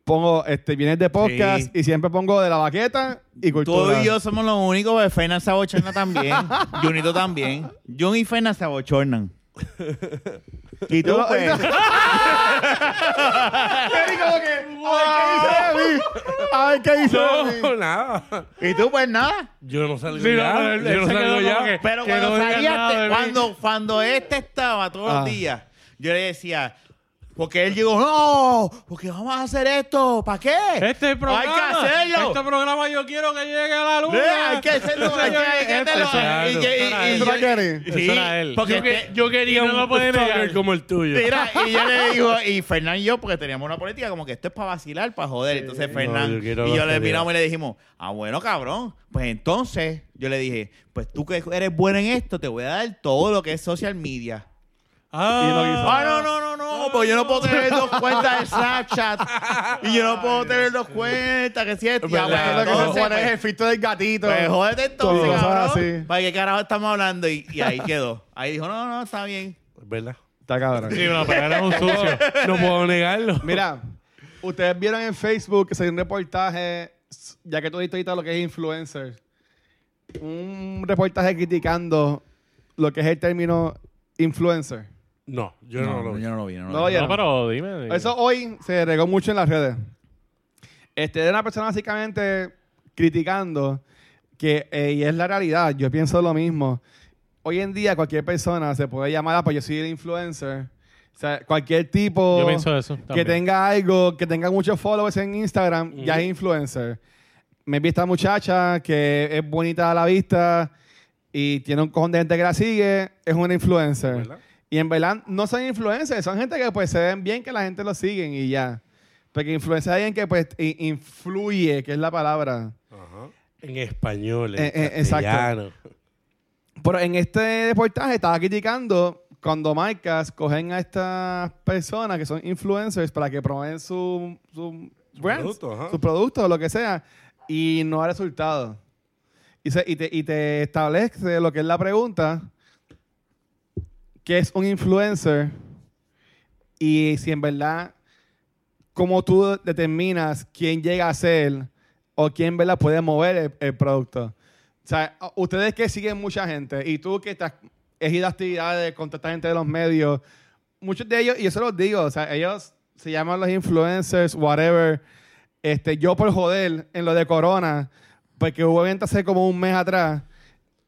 [SPEAKER 2] pongo este viernes de podcast
[SPEAKER 3] Sí.
[SPEAKER 2] y siempre pongo de la baqueta y
[SPEAKER 3] Tú
[SPEAKER 2] cultura.
[SPEAKER 3] y yo somos los únicos, porque Fernan se abochorna también. Junito también. Jun y Fernan se abochornan. Y tú,
[SPEAKER 2] Yo-
[SPEAKER 3] pues.
[SPEAKER 2] Kenny como "Ah". que, ay, ¿qué hice de mí? Ay, ¿qué hice de mí?
[SPEAKER 1] No, nada.
[SPEAKER 3] y tú, pues nada.
[SPEAKER 1] Yo no salgo
[SPEAKER 4] Sí, no,
[SPEAKER 1] ya.
[SPEAKER 4] pero él- él
[SPEAKER 1] yo no
[SPEAKER 4] se
[SPEAKER 1] salgo
[SPEAKER 4] quedó
[SPEAKER 1] ya.
[SPEAKER 4] como que- "Este
[SPEAKER 3] Pero cuando
[SPEAKER 4] no digas
[SPEAKER 3] salías,
[SPEAKER 4] nada de mí.
[SPEAKER 3] cuando, cuando este estaba todos
[SPEAKER 2] Ah.
[SPEAKER 3] los días, yo le decía. Porque él llegó, no, porque vamos a hacer esto, ¿para qué?
[SPEAKER 4] Este programa,
[SPEAKER 3] Hay que hacerlo.
[SPEAKER 4] Este programa yo quiero que llegue a la luna.
[SPEAKER 3] Eh, hay que hacerlo. hay que- hay que hacerlo.
[SPEAKER 1] Exacto.
[SPEAKER 3] Y- y- y-
[SPEAKER 2] Eso era Kenny.
[SPEAKER 3] Sí,
[SPEAKER 4] Eso era él.
[SPEAKER 3] Porque
[SPEAKER 4] Yo que-
[SPEAKER 3] este-
[SPEAKER 4] yo quería
[SPEAKER 1] Y
[SPEAKER 4] un
[SPEAKER 1] no lo puede
[SPEAKER 4] stalker
[SPEAKER 1] negar.
[SPEAKER 4] como-
[SPEAKER 1] como el tuyo.
[SPEAKER 3] Mira, y yo le digo, y Fernán y yo, porque teníamos una política como que esto es para vacilar, para joder. Entonces Fernán
[SPEAKER 1] No, yo quiero
[SPEAKER 3] y yo
[SPEAKER 1] la
[SPEAKER 3] le
[SPEAKER 1] pelea.
[SPEAKER 3] miramos y le dijimos, ah, bueno, cabrón. Pues entonces yo le dije, pues tú que eres bueno en esto, te voy a dar todo lo que es social media.
[SPEAKER 4] Ah,
[SPEAKER 2] Y lo hizo.
[SPEAKER 3] Ah, no, no, no, no, porque yo no puedo tener dos cuentas de Snapchat. Y yo no puedo tener dos cuentas, que si esto.
[SPEAKER 1] Pues
[SPEAKER 3] Y, ah,
[SPEAKER 2] Es
[SPEAKER 3] bueno,
[SPEAKER 2] que lo que se
[SPEAKER 3] entonces,
[SPEAKER 2] pone es el
[SPEAKER 3] pues,
[SPEAKER 2] filtro del gatito.
[SPEAKER 3] pues jódete entonces,
[SPEAKER 2] Todo,
[SPEAKER 3] cabrón.
[SPEAKER 2] así.
[SPEAKER 3] ¿Para qué carajo estamos hablando? Y, y ahí quedó. Ahí dijo, no, no, está bien.
[SPEAKER 1] ¿Verdad?
[SPEAKER 2] Está cabrón.
[SPEAKER 4] Sí, bueno, pero era un sucio.
[SPEAKER 1] No puedo negarlo.
[SPEAKER 2] Mira, ustedes vieron en Facebook que se dio un reportaje, s- ya que tú diste ahorita lo que es influencer, un reportaje criticando lo que es el término influencer.
[SPEAKER 1] No, yo no, lo vi.
[SPEAKER 3] yo no lo vi. no lo
[SPEAKER 2] No
[SPEAKER 3] vi.
[SPEAKER 2] lo
[SPEAKER 4] No, pero dime. dime.
[SPEAKER 2] Eso hoy se regó mucho en las redes. Este, era una persona básicamente criticando que, eh, y es la realidad, yo pienso lo mismo. Hoy en día cualquier persona se puede llamar, ah, pues yo soy el influencer. O sea, cualquier tipo...
[SPEAKER 4] Yo pienso eso.
[SPEAKER 2] que
[SPEAKER 4] también.
[SPEAKER 2] tenga algo, que tenga muchos followers en Instagram, ya
[SPEAKER 1] Ujú.
[SPEAKER 2] es influencer. Me vi esta muchacha que es bonita a la vista y tiene un cojón de gente que la sigue, es una influencer.
[SPEAKER 1] ¿Verdad?
[SPEAKER 2] Y en verdad no son influencers, son gente que pues se ven bien que la gente lo siguen y ya. Porque influencer es alguien que pues i- influye, que es la palabra.
[SPEAKER 1] Ajá. En español, en
[SPEAKER 2] Eh, eh, exacto.
[SPEAKER 1] castellano.
[SPEAKER 2] Pero en este reportaje estaba criticando cuando marcas cogen a estas personas que son influencers para que promueven su, su brands,
[SPEAKER 1] Producto, ajá.
[SPEAKER 2] sus productos o lo que sea, y no da resultado. Y, se- y te, y te establece lo que es la pregunta, ¿qué es un influencer? Y si en verdad, ¿cómo tú determinas quién llega a ser o quién en verdad puede mover el, el producto? O sea, a- ustedes que siguen mucha gente y tú que te has has ido a actividades, contactas gente de los medios, muchos de ellos, y yo se los digo, o sea, ellos se llaman los influencers, whatever. Este, yo por joder, en lo de Corona, porque hubo evento hace como un mes atrás,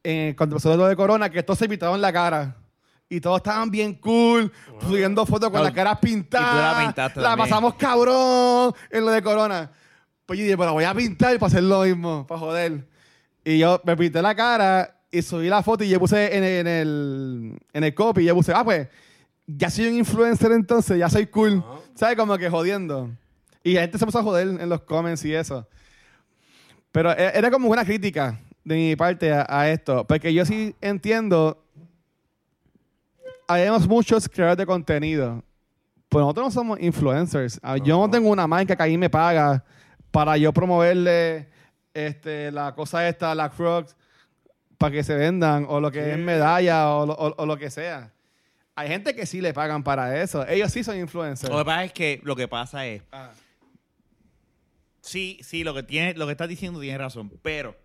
[SPEAKER 2] eh, cuando pasó lo de Corona, que todos se pintaban la cara. Y todos estaban bien cool, subiendo fotos con
[SPEAKER 3] No,
[SPEAKER 2] las caras
[SPEAKER 3] y
[SPEAKER 2] pintadas.
[SPEAKER 3] tú la pintaste
[SPEAKER 2] la
[SPEAKER 3] también.
[SPEAKER 2] pasamos cabrón en lo de Corona. Pues yo dije, pero voy a pintar para hacer lo mismo, para joder. Y yo me pinté la cara y subí la foto y yo puse en el, en el, en el copy, yo puse, ah, pues, ya soy un influencer entonces, ya soy cool.
[SPEAKER 1] Ajá.
[SPEAKER 2] ¿Sabes? Como que jodiendo. Y la gente se puso a joder en los comments y eso. eh, Pero e- era como una crítica de mi parte a, a esto. Porque yo sí entiendo habemos muchos creadores de contenido, pero nosotros no somos influencers. Ah, Yo no tengo una marca que ahí me paga para yo promoverle este, la cosa esta, la Crocs, para que se vendan, o lo que es medalla, o lo, o- o lo que sea. Hay gente que sí le pagan para eso. Ellos sí son influencers.
[SPEAKER 3] Lo que pasa es que lo que pasa es.
[SPEAKER 2] Ah.
[SPEAKER 3] Sí, sí, lo que tiene, lo que estás diciendo tienes razón. Pero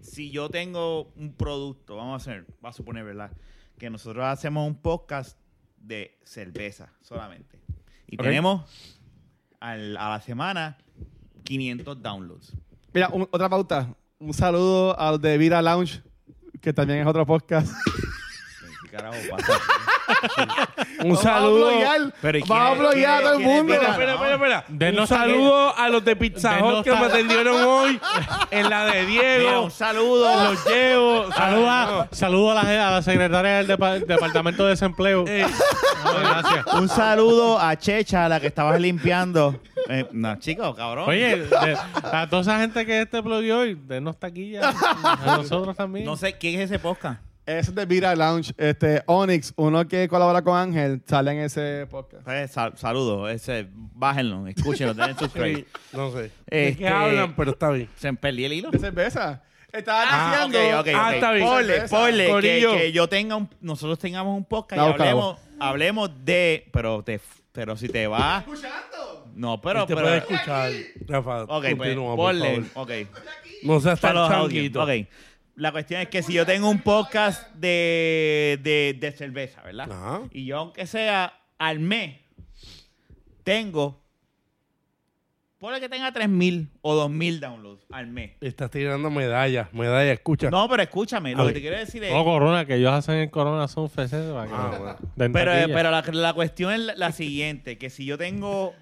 [SPEAKER 3] si yo tengo un producto, vamos a hacer, va a suponer, ¿verdad? Que nosotros hacemos un podcast de cerveza solamente. Y
[SPEAKER 2] Ok.
[SPEAKER 3] tenemos al- a la semana 500 downloads.
[SPEAKER 2] Mira, un- otra pauta. Un saludo a los de Vida Lounge, que también es otro podcast.
[SPEAKER 3] ¿Qué carajo pasa?
[SPEAKER 1] Un saludo.
[SPEAKER 2] Vamos a bloguear.
[SPEAKER 3] Pero, ¿y quién
[SPEAKER 2] Vamos a
[SPEAKER 3] es-
[SPEAKER 2] bloguear a
[SPEAKER 3] quién
[SPEAKER 2] todo
[SPEAKER 3] es-
[SPEAKER 2] el
[SPEAKER 3] quién es
[SPEAKER 2] mundo.
[SPEAKER 1] Espera,
[SPEAKER 3] Mira,
[SPEAKER 1] espera, espera, espera.
[SPEAKER 4] Denos
[SPEAKER 1] un saludo a los de Pizza
[SPEAKER 4] denos
[SPEAKER 1] Hut que me
[SPEAKER 4] tal-
[SPEAKER 1] atendieron hoy en la de
[SPEAKER 3] Mira,
[SPEAKER 1] Diego.
[SPEAKER 3] un saludo.
[SPEAKER 1] Los llevo.
[SPEAKER 4] Saluda, saludo a la, a la secretaria del depa- Departamento de Desempleo.
[SPEAKER 1] Eh,
[SPEAKER 4] No, gracias.
[SPEAKER 3] un saludo a Checha, la que estabas limpiando. Eh, no, chico, cabrón.
[SPEAKER 4] Oye, de- a toda esa gente que este blog hoy, denos taquilla. A nosotros también.
[SPEAKER 3] no sé quién es ese podcast.
[SPEAKER 2] Eso es de Vira Lounge. Este, Onyx, uno que colabora con Ángel, sale en ese podcast.
[SPEAKER 3] Pues, sal- saludos, ese, bájenlo, escúchenlo, den subscribe.
[SPEAKER 1] sí, no sé. ¿De
[SPEAKER 3] Este-
[SPEAKER 1] qué hablan? Pero está bien.
[SPEAKER 3] Se me perdí el hilo.
[SPEAKER 2] De cerveza. Estaba
[SPEAKER 3] Ah,
[SPEAKER 2] diciendo.
[SPEAKER 3] ok, ok, ok.
[SPEAKER 1] Ah, está bien.
[SPEAKER 3] Ponle,
[SPEAKER 2] Cerveza.
[SPEAKER 3] ponle que-
[SPEAKER 1] Corillo.
[SPEAKER 3] que, yo tenga un, nosotros tengamos un podcast y
[SPEAKER 2] Vamos,
[SPEAKER 3] hablemos, hablemos de, pero te, pero si te vas, no, pero,
[SPEAKER 1] Y te
[SPEAKER 3] pero,
[SPEAKER 1] puedes Este, escuchar. Rafa,
[SPEAKER 3] ok, pues,
[SPEAKER 1] continúa, por
[SPEAKER 3] ponle,
[SPEAKER 1] favor.
[SPEAKER 3] ok,
[SPEAKER 1] No seas
[SPEAKER 3] para
[SPEAKER 1] tan
[SPEAKER 3] los
[SPEAKER 1] changuito.
[SPEAKER 3] audios, ok. La cuestión es que si yo tengo un podcast de, de, de cerveza, ¿verdad?
[SPEAKER 1] Ajá.
[SPEAKER 3] Y yo aunque sea al mes, tengo, ponle que tenga 3.000 o 2.000 downloads al mes.
[SPEAKER 1] Estás tirando medallas, medallas, escucha.
[SPEAKER 3] No, pero escúchame, lo
[SPEAKER 1] Ok.
[SPEAKER 3] que te quiero decir es...
[SPEAKER 4] No, Oh, Corona, que ellos hacen el Corona son feces.
[SPEAKER 1] Ah, bueno.
[SPEAKER 3] Pero, eh, pero la, la cuestión es la, la siguiente, que si yo tengo,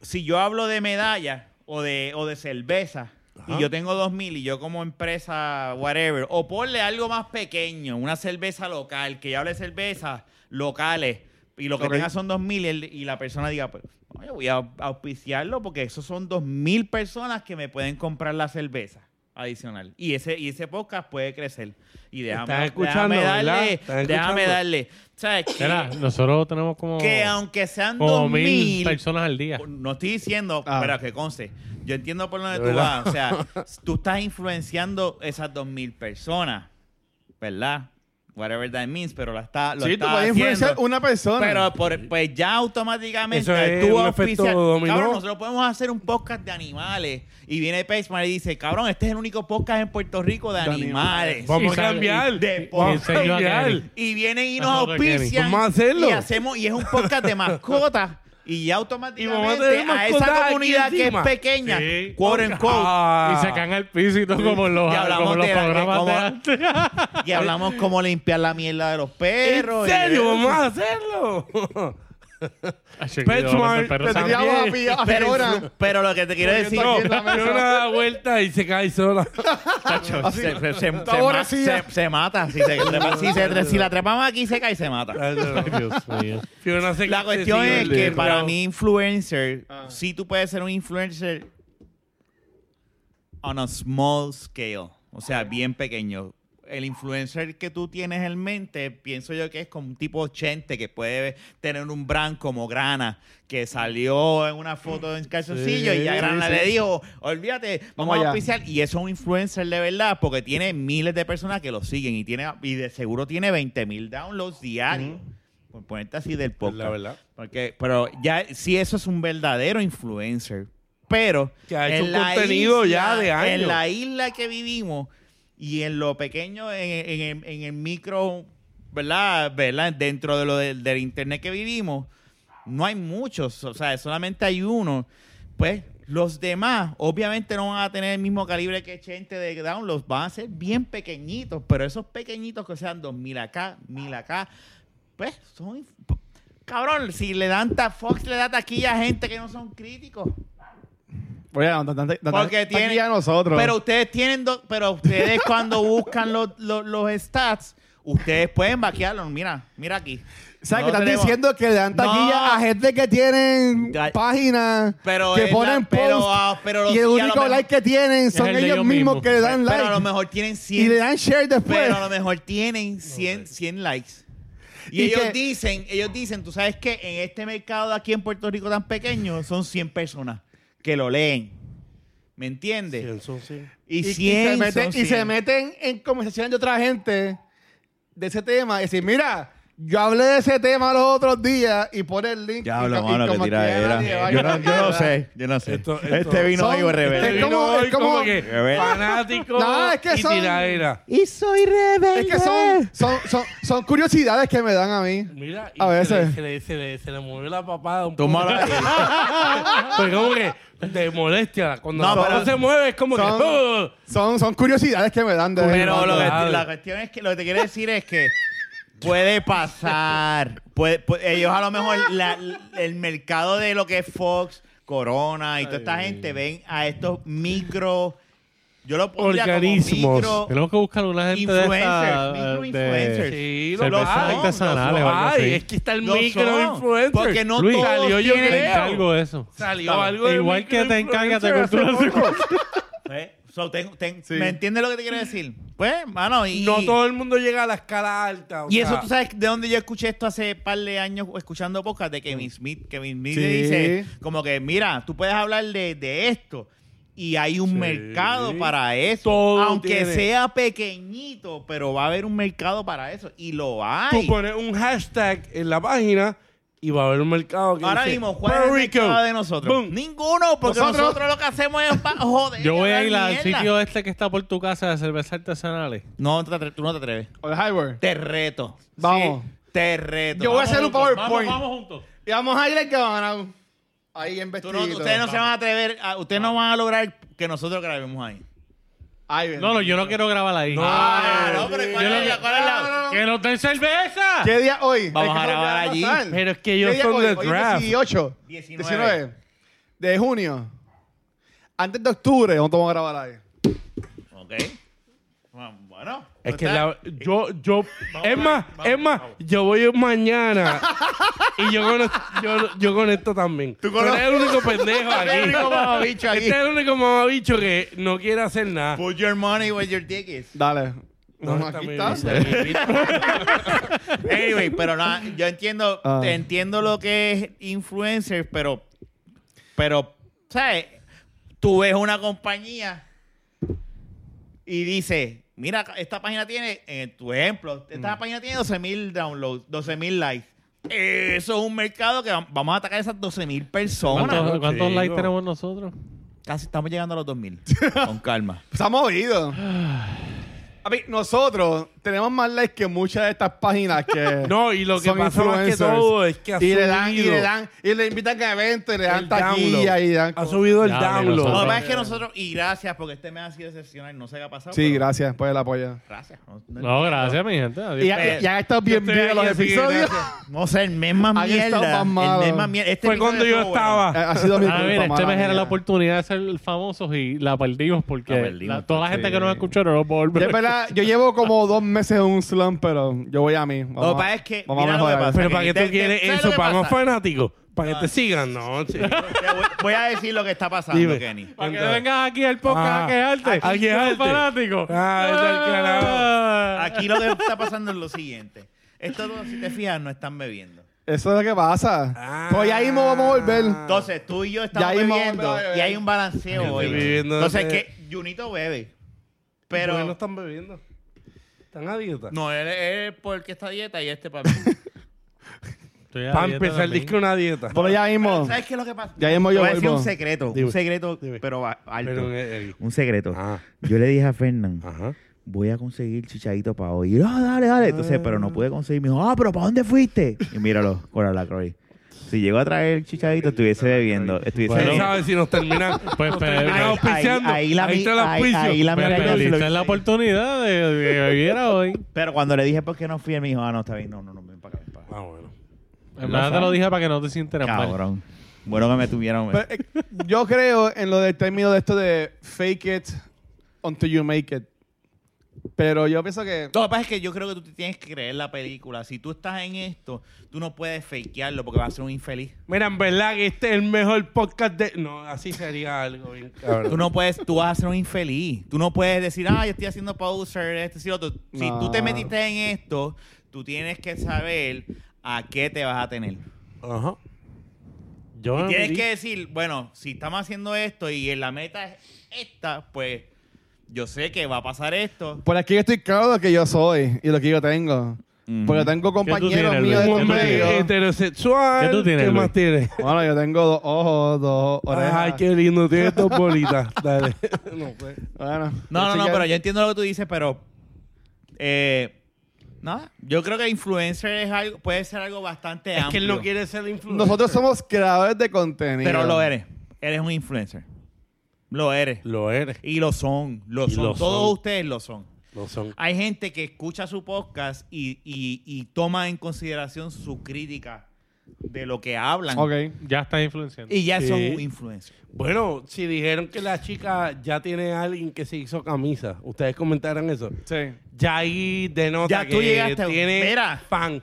[SPEAKER 3] si yo hablo de medalla o de, o de cerveza
[SPEAKER 1] Ajá.
[SPEAKER 3] y yo tengo 2000 y yo como empresa, whatever, o ponle algo más pequeño, una cerveza local, que yo hable de cervezas locales y lo que
[SPEAKER 2] Ok.
[SPEAKER 3] tenga son 2000 y, el- y la persona diga, pues, oye, voy a auspiciarlo porque esos son 2000 personas que me pueden comprar la cerveza adicional y ese y ese podcast puede crecer y déjame,
[SPEAKER 1] Estás escuchando,
[SPEAKER 3] déjame
[SPEAKER 1] ¿verdad?
[SPEAKER 3] darle
[SPEAKER 1] Estás
[SPEAKER 3] déjame
[SPEAKER 1] escuchando.
[SPEAKER 3] darle sabes que-
[SPEAKER 4] Mira, nosotros tenemos como,
[SPEAKER 3] que aunque sean
[SPEAKER 4] como
[SPEAKER 3] dos
[SPEAKER 4] mil
[SPEAKER 3] mil,
[SPEAKER 4] personas al día.
[SPEAKER 3] no estoy diciendo,
[SPEAKER 2] Ah.
[SPEAKER 3] pero que conste, yo entiendo por
[SPEAKER 1] De
[SPEAKER 3] donde tú
[SPEAKER 1] verdad.
[SPEAKER 3] vas, o sea, tú estás influenciando esas dos mil personas, ¿verdad? Whatever that means, pero la está, lo
[SPEAKER 2] Sí, tú
[SPEAKER 3] está
[SPEAKER 2] puedes influenciar
[SPEAKER 3] haciendo.
[SPEAKER 2] una persona.
[SPEAKER 3] Pero por- pues ya automáticamente
[SPEAKER 1] Eso es
[SPEAKER 3] tú
[SPEAKER 1] un
[SPEAKER 3] auspicias.
[SPEAKER 1] efecto dominó.
[SPEAKER 3] Cabrón, nosotros podemos hacer un podcast de animales. Y viene Paceman y dice, cabrón, este es el único podcast en Puerto Rico de,
[SPEAKER 2] De
[SPEAKER 3] animales.
[SPEAKER 2] animales.
[SPEAKER 1] Vamos
[SPEAKER 4] Y
[SPEAKER 1] a
[SPEAKER 4] sabe-
[SPEAKER 1] cambiar.
[SPEAKER 3] de-
[SPEAKER 1] Vamos
[SPEAKER 4] y-
[SPEAKER 1] a
[SPEAKER 4] y-
[SPEAKER 1] cambiar.
[SPEAKER 4] y-
[SPEAKER 3] Y vienen y nos
[SPEAKER 1] Ah,
[SPEAKER 4] Vamos a ver, Kenny.
[SPEAKER 3] auspician.
[SPEAKER 1] Vamos a hacerlo.
[SPEAKER 3] Y hacemos, y es un podcast de mascotas. Y ya
[SPEAKER 1] Y vamos a tener
[SPEAKER 3] automáticamente a
[SPEAKER 1] mascotas
[SPEAKER 3] esa
[SPEAKER 1] aquí
[SPEAKER 3] comunidad que es
[SPEAKER 1] encima.
[SPEAKER 3] pequeña,
[SPEAKER 4] Sí.
[SPEAKER 3] quote en
[SPEAKER 1] Ah.
[SPEAKER 4] Y se caen al piso y todo como en los,
[SPEAKER 3] Y hablamos
[SPEAKER 4] como en los
[SPEAKER 3] de la- de
[SPEAKER 4] programas de
[SPEAKER 3] cómo-
[SPEAKER 4] antes.
[SPEAKER 3] y hablamos cómo limpiar la mierda de los perros.
[SPEAKER 1] ¿En
[SPEAKER 3] y-
[SPEAKER 1] serio? Vamos a hacerlo.
[SPEAKER 3] Ah,
[SPEAKER 4] Ay, chiquito,
[SPEAKER 1] Benchmark,
[SPEAKER 4] el perro
[SPEAKER 2] Te
[SPEAKER 4] sabe.
[SPEAKER 2] tiramos a
[SPEAKER 1] también.
[SPEAKER 2] pillar a
[SPEAKER 3] Pero,
[SPEAKER 2] Corona.
[SPEAKER 3] pero lo que te quiero decir
[SPEAKER 1] No,
[SPEAKER 2] en la mesa.
[SPEAKER 1] dio una vuelta y se cae sola.
[SPEAKER 3] Chacho, se, se- se- se ma-
[SPEAKER 2] aborrecida.
[SPEAKER 3] se- se mata. Si, se trepa- si, se tre- si la trepamos aquí, se cae y se mata.
[SPEAKER 4] Ay, Dios mío.
[SPEAKER 1] Fiona se-
[SPEAKER 3] La cuestión
[SPEAKER 1] se-
[SPEAKER 3] es que
[SPEAKER 1] Pero-
[SPEAKER 3] para mí, influencer,
[SPEAKER 2] Ah.
[SPEAKER 3] sí tú puedes ser un influencer on a small scale. O sea, bien pequeño. El influencer que tú tienes en mente, pienso yo que es como un tipo 80 que puede tener un brand como Grana, que salió en una foto en calzoncillo
[SPEAKER 1] Sí,
[SPEAKER 3] y ya
[SPEAKER 1] sí,
[SPEAKER 3] Grana
[SPEAKER 1] sí.
[SPEAKER 3] le dijo, olvídate,
[SPEAKER 2] Vamos
[SPEAKER 3] vamos, a
[SPEAKER 2] allá.
[SPEAKER 3] auspiciar. Y eso es un influencer de verdad, porque tiene miles de personas que lo siguen y tiene y de seguro tiene 20 mil downloads diarios. Por ponerte así del podcast.
[SPEAKER 1] Pues La verdad.
[SPEAKER 3] Porque, pero ya, si eso es un verdadero influencer, pero
[SPEAKER 1] Que ha hecho un contenido ya de años.
[SPEAKER 3] en la isla que vivimos y en lo pequeño, en, en el- en el micro, ¿verdad? ¿verdad? Dentro de lo del, del internet que vivimos, no hay muchos, o sea, solamente hay uno. Pues los demás, obviamente, no van a tener el mismo calibre que gente de downloads, van a ser bien pequeñitos, pero esos pequeñitos que sean 2000 acá, 1000 acá, pues son. inf- Cabrón, si le dan ta, Fox le da taquilla a gente que no son críticos.
[SPEAKER 2] Bueno, no, no, no, no,
[SPEAKER 3] Porque
[SPEAKER 2] está aquí
[SPEAKER 3] tienen-
[SPEAKER 2] a nosotros.
[SPEAKER 3] Pero ustedes tienen. do- pero ustedes cuando buscan los, los, los stats, ustedes pueden vaquearlos. Mira, mira aquí. No
[SPEAKER 2] ¿Sabes que están
[SPEAKER 3] tenemos-
[SPEAKER 2] diciendo que le dan taquilla
[SPEAKER 3] No.
[SPEAKER 2] a gente que tienen
[SPEAKER 3] Ay.
[SPEAKER 2] páginas
[SPEAKER 3] Pero
[SPEAKER 2] que
[SPEAKER 3] es la-
[SPEAKER 2] ponen posts
[SPEAKER 3] pero, ah, pero los-
[SPEAKER 2] y el
[SPEAKER 3] y a lo
[SPEAKER 2] único
[SPEAKER 3] mejor-
[SPEAKER 2] like que tienen son
[SPEAKER 4] el de
[SPEAKER 2] ellos
[SPEAKER 4] ellos
[SPEAKER 2] mismos
[SPEAKER 4] mismos.
[SPEAKER 2] que le dan
[SPEAKER 3] Pero a lo
[SPEAKER 2] like
[SPEAKER 3] mejor tienen
[SPEAKER 2] y le pues.
[SPEAKER 3] 100.
[SPEAKER 2] dan share después.
[SPEAKER 3] Pero a lo mejor tienen 100, 100 likes. Y, ellos
[SPEAKER 2] que-
[SPEAKER 3] dicen, ellos dicen, tú sabes que en este mercado de aquí en Puerto Rico tan pequeño son 100 personas que lo leen. ¿Me entiendes?
[SPEAKER 1] Cien son cien.
[SPEAKER 3] Y,
[SPEAKER 2] y,
[SPEAKER 3] 100
[SPEAKER 2] se meten,
[SPEAKER 3] son
[SPEAKER 2] y se
[SPEAKER 3] 100.
[SPEAKER 2] meten en conversaciones de otra gente de ese tema y decir, mira, yo hablé de ese tema los otros días y poner el link.
[SPEAKER 3] Ya
[SPEAKER 2] y
[SPEAKER 3] hablo,
[SPEAKER 2] ca- y
[SPEAKER 3] mano, que
[SPEAKER 2] como
[SPEAKER 3] tira
[SPEAKER 2] que
[SPEAKER 3] era.
[SPEAKER 2] nadie va a
[SPEAKER 3] Yo no,
[SPEAKER 2] ganar
[SPEAKER 3] yo no
[SPEAKER 2] nada.
[SPEAKER 3] sé, yo no sé.
[SPEAKER 1] Esto- esto-
[SPEAKER 3] este vino
[SPEAKER 2] Son-
[SPEAKER 3] hoy rebelde.
[SPEAKER 2] Es
[SPEAKER 1] Es
[SPEAKER 2] como-
[SPEAKER 1] como,
[SPEAKER 2] es como-
[SPEAKER 1] que
[SPEAKER 3] Rebelde.
[SPEAKER 1] fanático
[SPEAKER 2] No, es que
[SPEAKER 1] y
[SPEAKER 2] son-
[SPEAKER 1] tiradera.
[SPEAKER 3] Y soy rebelde.
[SPEAKER 2] Es que son, son, son, son curiosidades que me dan a mí.
[SPEAKER 1] Mira, y
[SPEAKER 2] A
[SPEAKER 1] se, le,
[SPEAKER 2] veces.
[SPEAKER 1] se, le, se, le, se le movió la papada un
[SPEAKER 3] Toma
[SPEAKER 1] poco. Pero como que de molestia. Cuando
[SPEAKER 3] No,
[SPEAKER 1] la papada
[SPEAKER 3] pero-
[SPEAKER 1] se mueve es como
[SPEAKER 2] Son-
[SPEAKER 1] que... "Oh".
[SPEAKER 2] Son, son curiosidades que me dan de vez en
[SPEAKER 3] Pero lo
[SPEAKER 2] cuando.
[SPEAKER 3] que,
[SPEAKER 1] Dale.
[SPEAKER 3] la cuestión es que lo que te quiero decir es que puede pasar. Puede, puede- ellos a lo mejor la- el mercado de lo que es Fox, Corona y toda esta gente ven a estos micro. Yo lo pondría como
[SPEAKER 1] Organismos.
[SPEAKER 3] micro-
[SPEAKER 4] Tenemos que buscar una gente de esta,
[SPEAKER 3] Influencers,
[SPEAKER 4] eh,
[SPEAKER 3] microinfluencers.
[SPEAKER 4] de-
[SPEAKER 1] Sí,
[SPEAKER 4] Cerveza
[SPEAKER 1] hay,
[SPEAKER 4] artesanal o algo
[SPEAKER 1] hay.
[SPEAKER 4] así.
[SPEAKER 1] Es que está el
[SPEAKER 3] Lo
[SPEAKER 1] microinfluencer.
[SPEAKER 3] son, porque no
[SPEAKER 4] Luis,
[SPEAKER 3] todos
[SPEAKER 1] salió, yo
[SPEAKER 3] tienen-
[SPEAKER 4] Te
[SPEAKER 1] creo.
[SPEAKER 4] encargo de eso.
[SPEAKER 1] Salió algo de
[SPEAKER 4] Igual que te encargas de
[SPEAKER 1] microinfluencer hace
[SPEAKER 4] cultura
[SPEAKER 1] poco.
[SPEAKER 3] ¿Eh? So, ten- ten-
[SPEAKER 2] Sí.
[SPEAKER 3] ¿Me entiendes lo que te quiero decir? Pues, mano, y,
[SPEAKER 1] No todo el mundo llega a la escala alta. o
[SPEAKER 3] y eso
[SPEAKER 1] sea,
[SPEAKER 3] tú sabes de dónde yo escuché esto hace par de años escuchando podcast de Kevin Smith. Kevin Smith le
[SPEAKER 2] Sí.
[SPEAKER 3] dice como que, mira, tú puedes hablar de, de esto y hay un
[SPEAKER 1] Sí.
[SPEAKER 3] mercado para eso.
[SPEAKER 1] Todo
[SPEAKER 3] Aunque
[SPEAKER 1] tiene-
[SPEAKER 3] sea pequeñito, pero va a haber un mercado para eso y lo
[SPEAKER 1] Tú
[SPEAKER 3] hay.
[SPEAKER 1] pones un hashtag en la página y va a haber un mercado que
[SPEAKER 3] Ahora
[SPEAKER 1] dice,
[SPEAKER 3] mismo, ¿cuál es
[SPEAKER 1] Puerto
[SPEAKER 3] el
[SPEAKER 1] Rico.
[SPEAKER 3] mercado de nosotros?
[SPEAKER 1] Boom.
[SPEAKER 3] Ninguno, porque
[SPEAKER 2] Nosotros-
[SPEAKER 3] nosotros, lo que hacemos es pa- joder.
[SPEAKER 4] Yo voy a
[SPEAKER 3] hablar
[SPEAKER 4] ir al
[SPEAKER 3] mierda.
[SPEAKER 4] sitio este que está por tu casa de cervezas artesanales.
[SPEAKER 3] No, te atre- tú no te atreves.
[SPEAKER 2] O de Highware.
[SPEAKER 3] Te reto.
[SPEAKER 2] Vamos.
[SPEAKER 3] Sí, te reto.
[SPEAKER 2] Yo voy a hacer un PowerPoint.
[SPEAKER 4] juntos.
[SPEAKER 2] Y vamos a ir al que van a... Ahí en
[SPEAKER 3] Tú no-
[SPEAKER 2] vestido.
[SPEAKER 3] ustedes no se van a atrever, a- ustedes no van a lograr que nosotros grabemos ahí.
[SPEAKER 2] Ahí ven.
[SPEAKER 4] No, no, yo no quiero grabar ahí.
[SPEAKER 3] Ah, no, pero ¿cuál
[SPEAKER 4] Yo
[SPEAKER 3] es
[SPEAKER 4] lo-
[SPEAKER 3] la- cuál es la-
[SPEAKER 2] No, no, no.
[SPEAKER 4] ¡Que no den cerveza!
[SPEAKER 2] ¿Qué día hoy?
[SPEAKER 3] Vamos
[SPEAKER 2] Es que
[SPEAKER 3] a
[SPEAKER 2] eso ya
[SPEAKER 3] grabar
[SPEAKER 2] va
[SPEAKER 3] allí.
[SPEAKER 2] pasar.
[SPEAKER 1] Pero es que
[SPEAKER 2] ¿Qué
[SPEAKER 1] ellos
[SPEAKER 2] día
[SPEAKER 1] son
[SPEAKER 2] hoy?
[SPEAKER 1] de
[SPEAKER 2] Hoy es
[SPEAKER 1] draft.
[SPEAKER 2] 18.
[SPEAKER 3] 19.
[SPEAKER 2] 19 de junio. Antes de octubre, no te vamos a grabar ahí.
[SPEAKER 3] Ok. Bueno.
[SPEAKER 1] Es
[SPEAKER 3] pues
[SPEAKER 1] que
[SPEAKER 3] está.
[SPEAKER 1] la- yo, yo, es más, es más, yo voy mañana y yo conecto, yo, yo conecto también. Tú,
[SPEAKER 3] conoces-
[SPEAKER 1] eres el único pendejo aquí.
[SPEAKER 3] El único mamabicho aquí.
[SPEAKER 1] Este es el único mamabicho que no quiere hacer nada.
[SPEAKER 3] Put your money where your dick is.
[SPEAKER 2] Dale. No,
[SPEAKER 1] ¿Dónde
[SPEAKER 2] aquí
[SPEAKER 1] mi
[SPEAKER 2] está.
[SPEAKER 1] billete?
[SPEAKER 3] Anyway, pero nada, yo entiendo,
[SPEAKER 2] Ah.
[SPEAKER 3] entiendo lo que es influencer, pero, pero, ¿sabes? Tú ves una compañía y dices, mira, esta página tiene, en tu ejemplo,
[SPEAKER 2] Mm.
[SPEAKER 3] esta página tiene 12 mil downloads, 12 mil likes. Eso es un mercado que va- vamos a atacar a esas 12 mil personas.
[SPEAKER 4] ¿Cuántos, cuántos
[SPEAKER 1] Sí,
[SPEAKER 4] likes
[SPEAKER 1] no.
[SPEAKER 4] tenemos nosotros?
[SPEAKER 3] Casi estamos llegando a los 2 mil. Con calma.
[SPEAKER 2] Estamos oídos. A ver, nosotros tenemos más likes que muchas de estas páginas que.
[SPEAKER 1] No, y lo que
[SPEAKER 2] son
[SPEAKER 1] pasa más que
[SPEAKER 2] influencers.
[SPEAKER 1] todo es que ha
[SPEAKER 2] y le dan, y
[SPEAKER 1] subido
[SPEAKER 2] le dan, y le invitan a eventos, y le dan
[SPEAKER 1] el download.
[SPEAKER 2] taquilla y dan.
[SPEAKER 1] Ha subido el
[SPEAKER 4] Ya,
[SPEAKER 1] download.
[SPEAKER 3] Lo
[SPEAKER 4] nosotros-
[SPEAKER 3] que pasa es que nosotros, y gracias, porque este me ha sido excepcional, no sé qué ha pasado.
[SPEAKER 2] Sí,
[SPEAKER 3] pero
[SPEAKER 2] gracias pues por el apoyo.
[SPEAKER 3] Gracias. No,
[SPEAKER 4] No, gracias, mi gente.
[SPEAKER 2] Y,
[SPEAKER 4] Adiós.
[SPEAKER 2] ya- ya han estado bien
[SPEAKER 1] Yo estoy
[SPEAKER 2] bien los
[SPEAKER 1] ahí, así que
[SPEAKER 2] episodios.
[SPEAKER 1] gracias.
[SPEAKER 3] No sé, el mes más
[SPEAKER 2] Han estado
[SPEAKER 3] mierda.
[SPEAKER 2] más malos.
[SPEAKER 3] El mes más mierda. Este
[SPEAKER 1] Fue
[SPEAKER 3] episodio
[SPEAKER 1] cuando yo
[SPEAKER 3] estuvo bueno.
[SPEAKER 1] estaba.
[SPEAKER 2] Ha ha sido mi
[SPEAKER 4] Ah,
[SPEAKER 2] culpa,
[SPEAKER 4] mira, este
[SPEAKER 2] mala
[SPEAKER 4] mes era
[SPEAKER 2] mía.
[SPEAKER 4] la oportunidad de ser famosos y la perdimos porque
[SPEAKER 3] La perdimos,
[SPEAKER 4] la- toda la gente
[SPEAKER 2] sí.
[SPEAKER 4] que nos escuchó no nos va a volver
[SPEAKER 2] Yo,
[SPEAKER 4] a
[SPEAKER 2] en verdad, yo llevo como dos meses en un slump, pero yo voy a mí.
[SPEAKER 3] Lo que pasa es que.
[SPEAKER 2] vamos a
[SPEAKER 3] mira lo
[SPEAKER 2] mejorar.
[SPEAKER 3] que pasa,
[SPEAKER 1] Pero ¿para
[SPEAKER 3] que
[SPEAKER 1] qué
[SPEAKER 3] te-
[SPEAKER 1] tú quieres
[SPEAKER 3] te- ¿sabes
[SPEAKER 1] eso?
[SPEAKER 3] lo que
[SPEAKER 1] ¿Para más
[SPEAKER 3] pasa?
[SPEAKER 1] fanáticos? ¿Para que te sigan? No, chico.
[SPEAKER 2] Ah.
[SPEAKER 3] Te voy- Voy a decir lo que está pasando,
[SPEAKER 1] Dime.
[SPEAKER 3] Kenny.
[SPEAKER 4] Para que
[SPEAKER 1] Entonces-
[SPEAKER 4] vengas aquí al podcast
[SPEAKER 1] Ah,
[SPEAKER 4] a quejarte.
[SPEAKER 1] a quejarte.
[SPEAKER 4] Tú eres fanático.
[SPEAKER 1] Ah, es del carajo.
[SPEAKER 4] Ah.
[SPEAKER 3] Aquí lo que está pasando es lo siguiente. Estos dos, si te fijas, no están bebiendo.
[SPEAKER 2] Eso es lo que pasa.
[SPEAKER 1] Ah.
[SPEAKER 2] Pues ahí mismo vamos a volver.
[SPEAKER 3] Entonces, tú y yo estamos
[SPEAKER 2] Ya ahí vamos a
[SPEAKER 3] bebiendo
[SPEAKER 2] volver a beber.
[SPEAKER 3] y hay un balanceo
[SPEAKER 1] Yo
[SPEAKER 3] hoy.
[SPEAKER 1] estoy viviendo
[SPEAKER 3] Entonces,
[SPEAKER 1] desde-
[SPEAKER 3] que Junito bebe.
[SPEAKER 1] ¿Por qué
[SPEAKER 3] Pero.
[SPEAKER 1] no están bebiendo? ¿Están a dieta?
[SPEAKER 3] No, él él porque esta dieta y este para mí.
[SPEAKER 4] Estoy a
[SPEAKER 1] Para
[SPEAKER 4] dieta
[SPEAKER 1] empezar,
[SPEAKER 4] también.
[SPEAKER 1] disque una dieta.
[SPEAKER 2] Pero Pues ya mismo.
[SPEAKER 3] Pero, ¿Sabes qué es lo que pasa?
[SPEAKER 2] Ya mismo
[SPEAKER 3] Te
[SPEAKER 2] yo
[SPEAKER 3] voy a decir
[SPEAKER 2] vuelvo.
[SPEAKER 3] un secreto.
[SPEAKER 1] Dime,
[SPEAKER 3] un secreto,
[SPEAKER 1] dime.
[SPEAKER 3] pero va- alto.
[SPEAKER 1] Pero, eh, eh,
[SPEAKER 3] un secreto.
[SPEAKER 1] ah,
[SPEAKER 3] Yo le dije a Fernán,
[SPEAKER 1] ajá.
[SPEAKER 3] voy a conseguir chichadito para hoy. Y, Ah, dale, dale. Entonces, pero no pude conseguir. Me dijo, ah, pero ¿para dónde fuiste? Y míralo, con la Lacroix. Si llegó a traer el chichadito, estuviese bebiendo. Estuviese
[SPEAKER 1] ¿Quién
[SPEAKER 4] Bueno,
[SPEAKER 3] bebiendo.
[SPEAKER 1] sabe si nos terminan,
[SPEAKER 4] Pues,
[SPEAKER 1] nos
[SPEAKER 4] pero-
[SPEAKER 1] terminan
[SPEAKER 4] Ahí-
[SPEAKER 1] auspiciando?
[SPEAKER 3] ahí- ahí la mi-
[SPEAKER 1] está el auspicio.
[SPEAKER 3] ahí- ahí la
[SPEAKER 4] Pero
[SPEAKER 3] Mira, yo sí lo
[SPEAKER 4] perdiste
[SPEAKER 3] hice.
[SPEAKER 4] la oportunidad de de que bebiera hoy.
[SPEAKER 3] Pero cuando le dije por qué no fui, él me dijo, ah, no, está bien. No, no, no, ven para acá, ven para acá.
[SPEAKER 1] Ah, bueno.
[SPEAKER 4] En verdad te lo dije para que no te sintieras mal.
[SPEAKER 3] Cabrón. Bueno que me tuvieron.
[SPEAKER 2] Pero, eh, yo creo en lo del término de esto de fake it until you make it. Pero yo pienso que.
[SPEAKER 3] Lo que pasa es que yo creo que tú te tienes que creer la película. Si tú estás en esto, tú no puedes fakearlo porque vas a ser un infeliz.
[SPEAKER 1] Mira, en verdad que este es el mejor podcast de... No, así sería algo bien cabrón.
[SPEAKER 3] Tú no puedes, tú vas a ser un infeliz. Tú no puedes decir, ah, yo estoy haciendo poser, esto y este, lo otro. Si
[SPEAKER 2] No.
[SPEAKER 3] tú te metiste en esto, tú tienes que saber a qué te vas a tener.
[SPEAKER 1] Ajá. Yo
[SPEAKER 3] Y
[SPEAKER 1] me
[SPEAKER 3] tienes
[SPEAKER 1] metí-
[SPEAKER 3] que decir, bueno, si estamos haciendo esto y la meta es esta, pues yo sé que va a pasar esto.
[SPEAKER 2] Por aquí yo estoy claro de lo que yo soy y lo que yo tengo. Porque tengo compañeros
[SPEAKER 4] Mm. tienes, Luis?
[SPEAKER 2] míos en el
[SPEAKER 4] ¿Qué tú
[SPEAKER 2] medio.
[SPEAKER 4] tienes?
[SPEAKER 1] Heterosexual.
[SPEAKER 4] ¿Qué tú tienes,
[SPEAKER 1] ¿Qué más
[SPEAKER 4] Luis? Ah.
[SPEAKER 1] tienes?
[SPEAKER 2] Bueno, yo tengo dos ojos, dos orejas.
[SPEAKER 1] Ay, qué lindo. Tienes dos bolitas. Dale. No, pues.
[SPEAKER 2] Bueno,
[SPEAKER 3] No, no,
[SPEAKER 2] así
[SPEAKER 3] no,
[SPEAKER 2] que-
[SPEAKER 3] pero yo entiendo lo que tú dices, pero eh, nada, yo creo que influencer es algo, puede ser algo bastante
[SPEAKER 1] Es que
[SPEAKER 3] amplio.
[SPEAKER 1] él no quiere ser influencer.
[SPEAKER 2] Nosotros somos creadores de contenido.
[SPEAKER 3] Pero lo eres. Eres un influencer. Lo eres.
[SPEAKER 1] Lo eres.
[SPEAKER 3] Y lo son. Lo
[SPEAKER 1] Y
[SPEAKER 3] son.
[SPEAKER 1] lo
[SPEAKER 3] Todos
[SPEAKER 1] son.
[SPEAKER 3] ustedes lo son.
[SPEAKER 1] Lo son.
[SPEAKER 3] Hay gente que escucha su podcast y, y- y toma en consideración su crítica de lo que hablan.
[SPEAKER 2] Ok.
[SPEAKER 4] Ya estás influenciando.
[SPEAKER 3] Y ya son
[SPEAKER 1] Sí.
[SPEAKER 3] un influencer.
[SPEAKER 1] Bueno, si dijeron que la chica ya tiene a alguien que se hizo camisa, ustedes comentaron eso.
[SPEAKER 2] Sí.
[SPEAKER 1] Ya ahí denota
[SPEAKER 3] Ya
[SPEAKER 1] que
[SPEAKER 3] tú llegaste,
[SPEAKER 1] tiene
[SPEAKER 3] mira.
[SPEAKER 1] fan.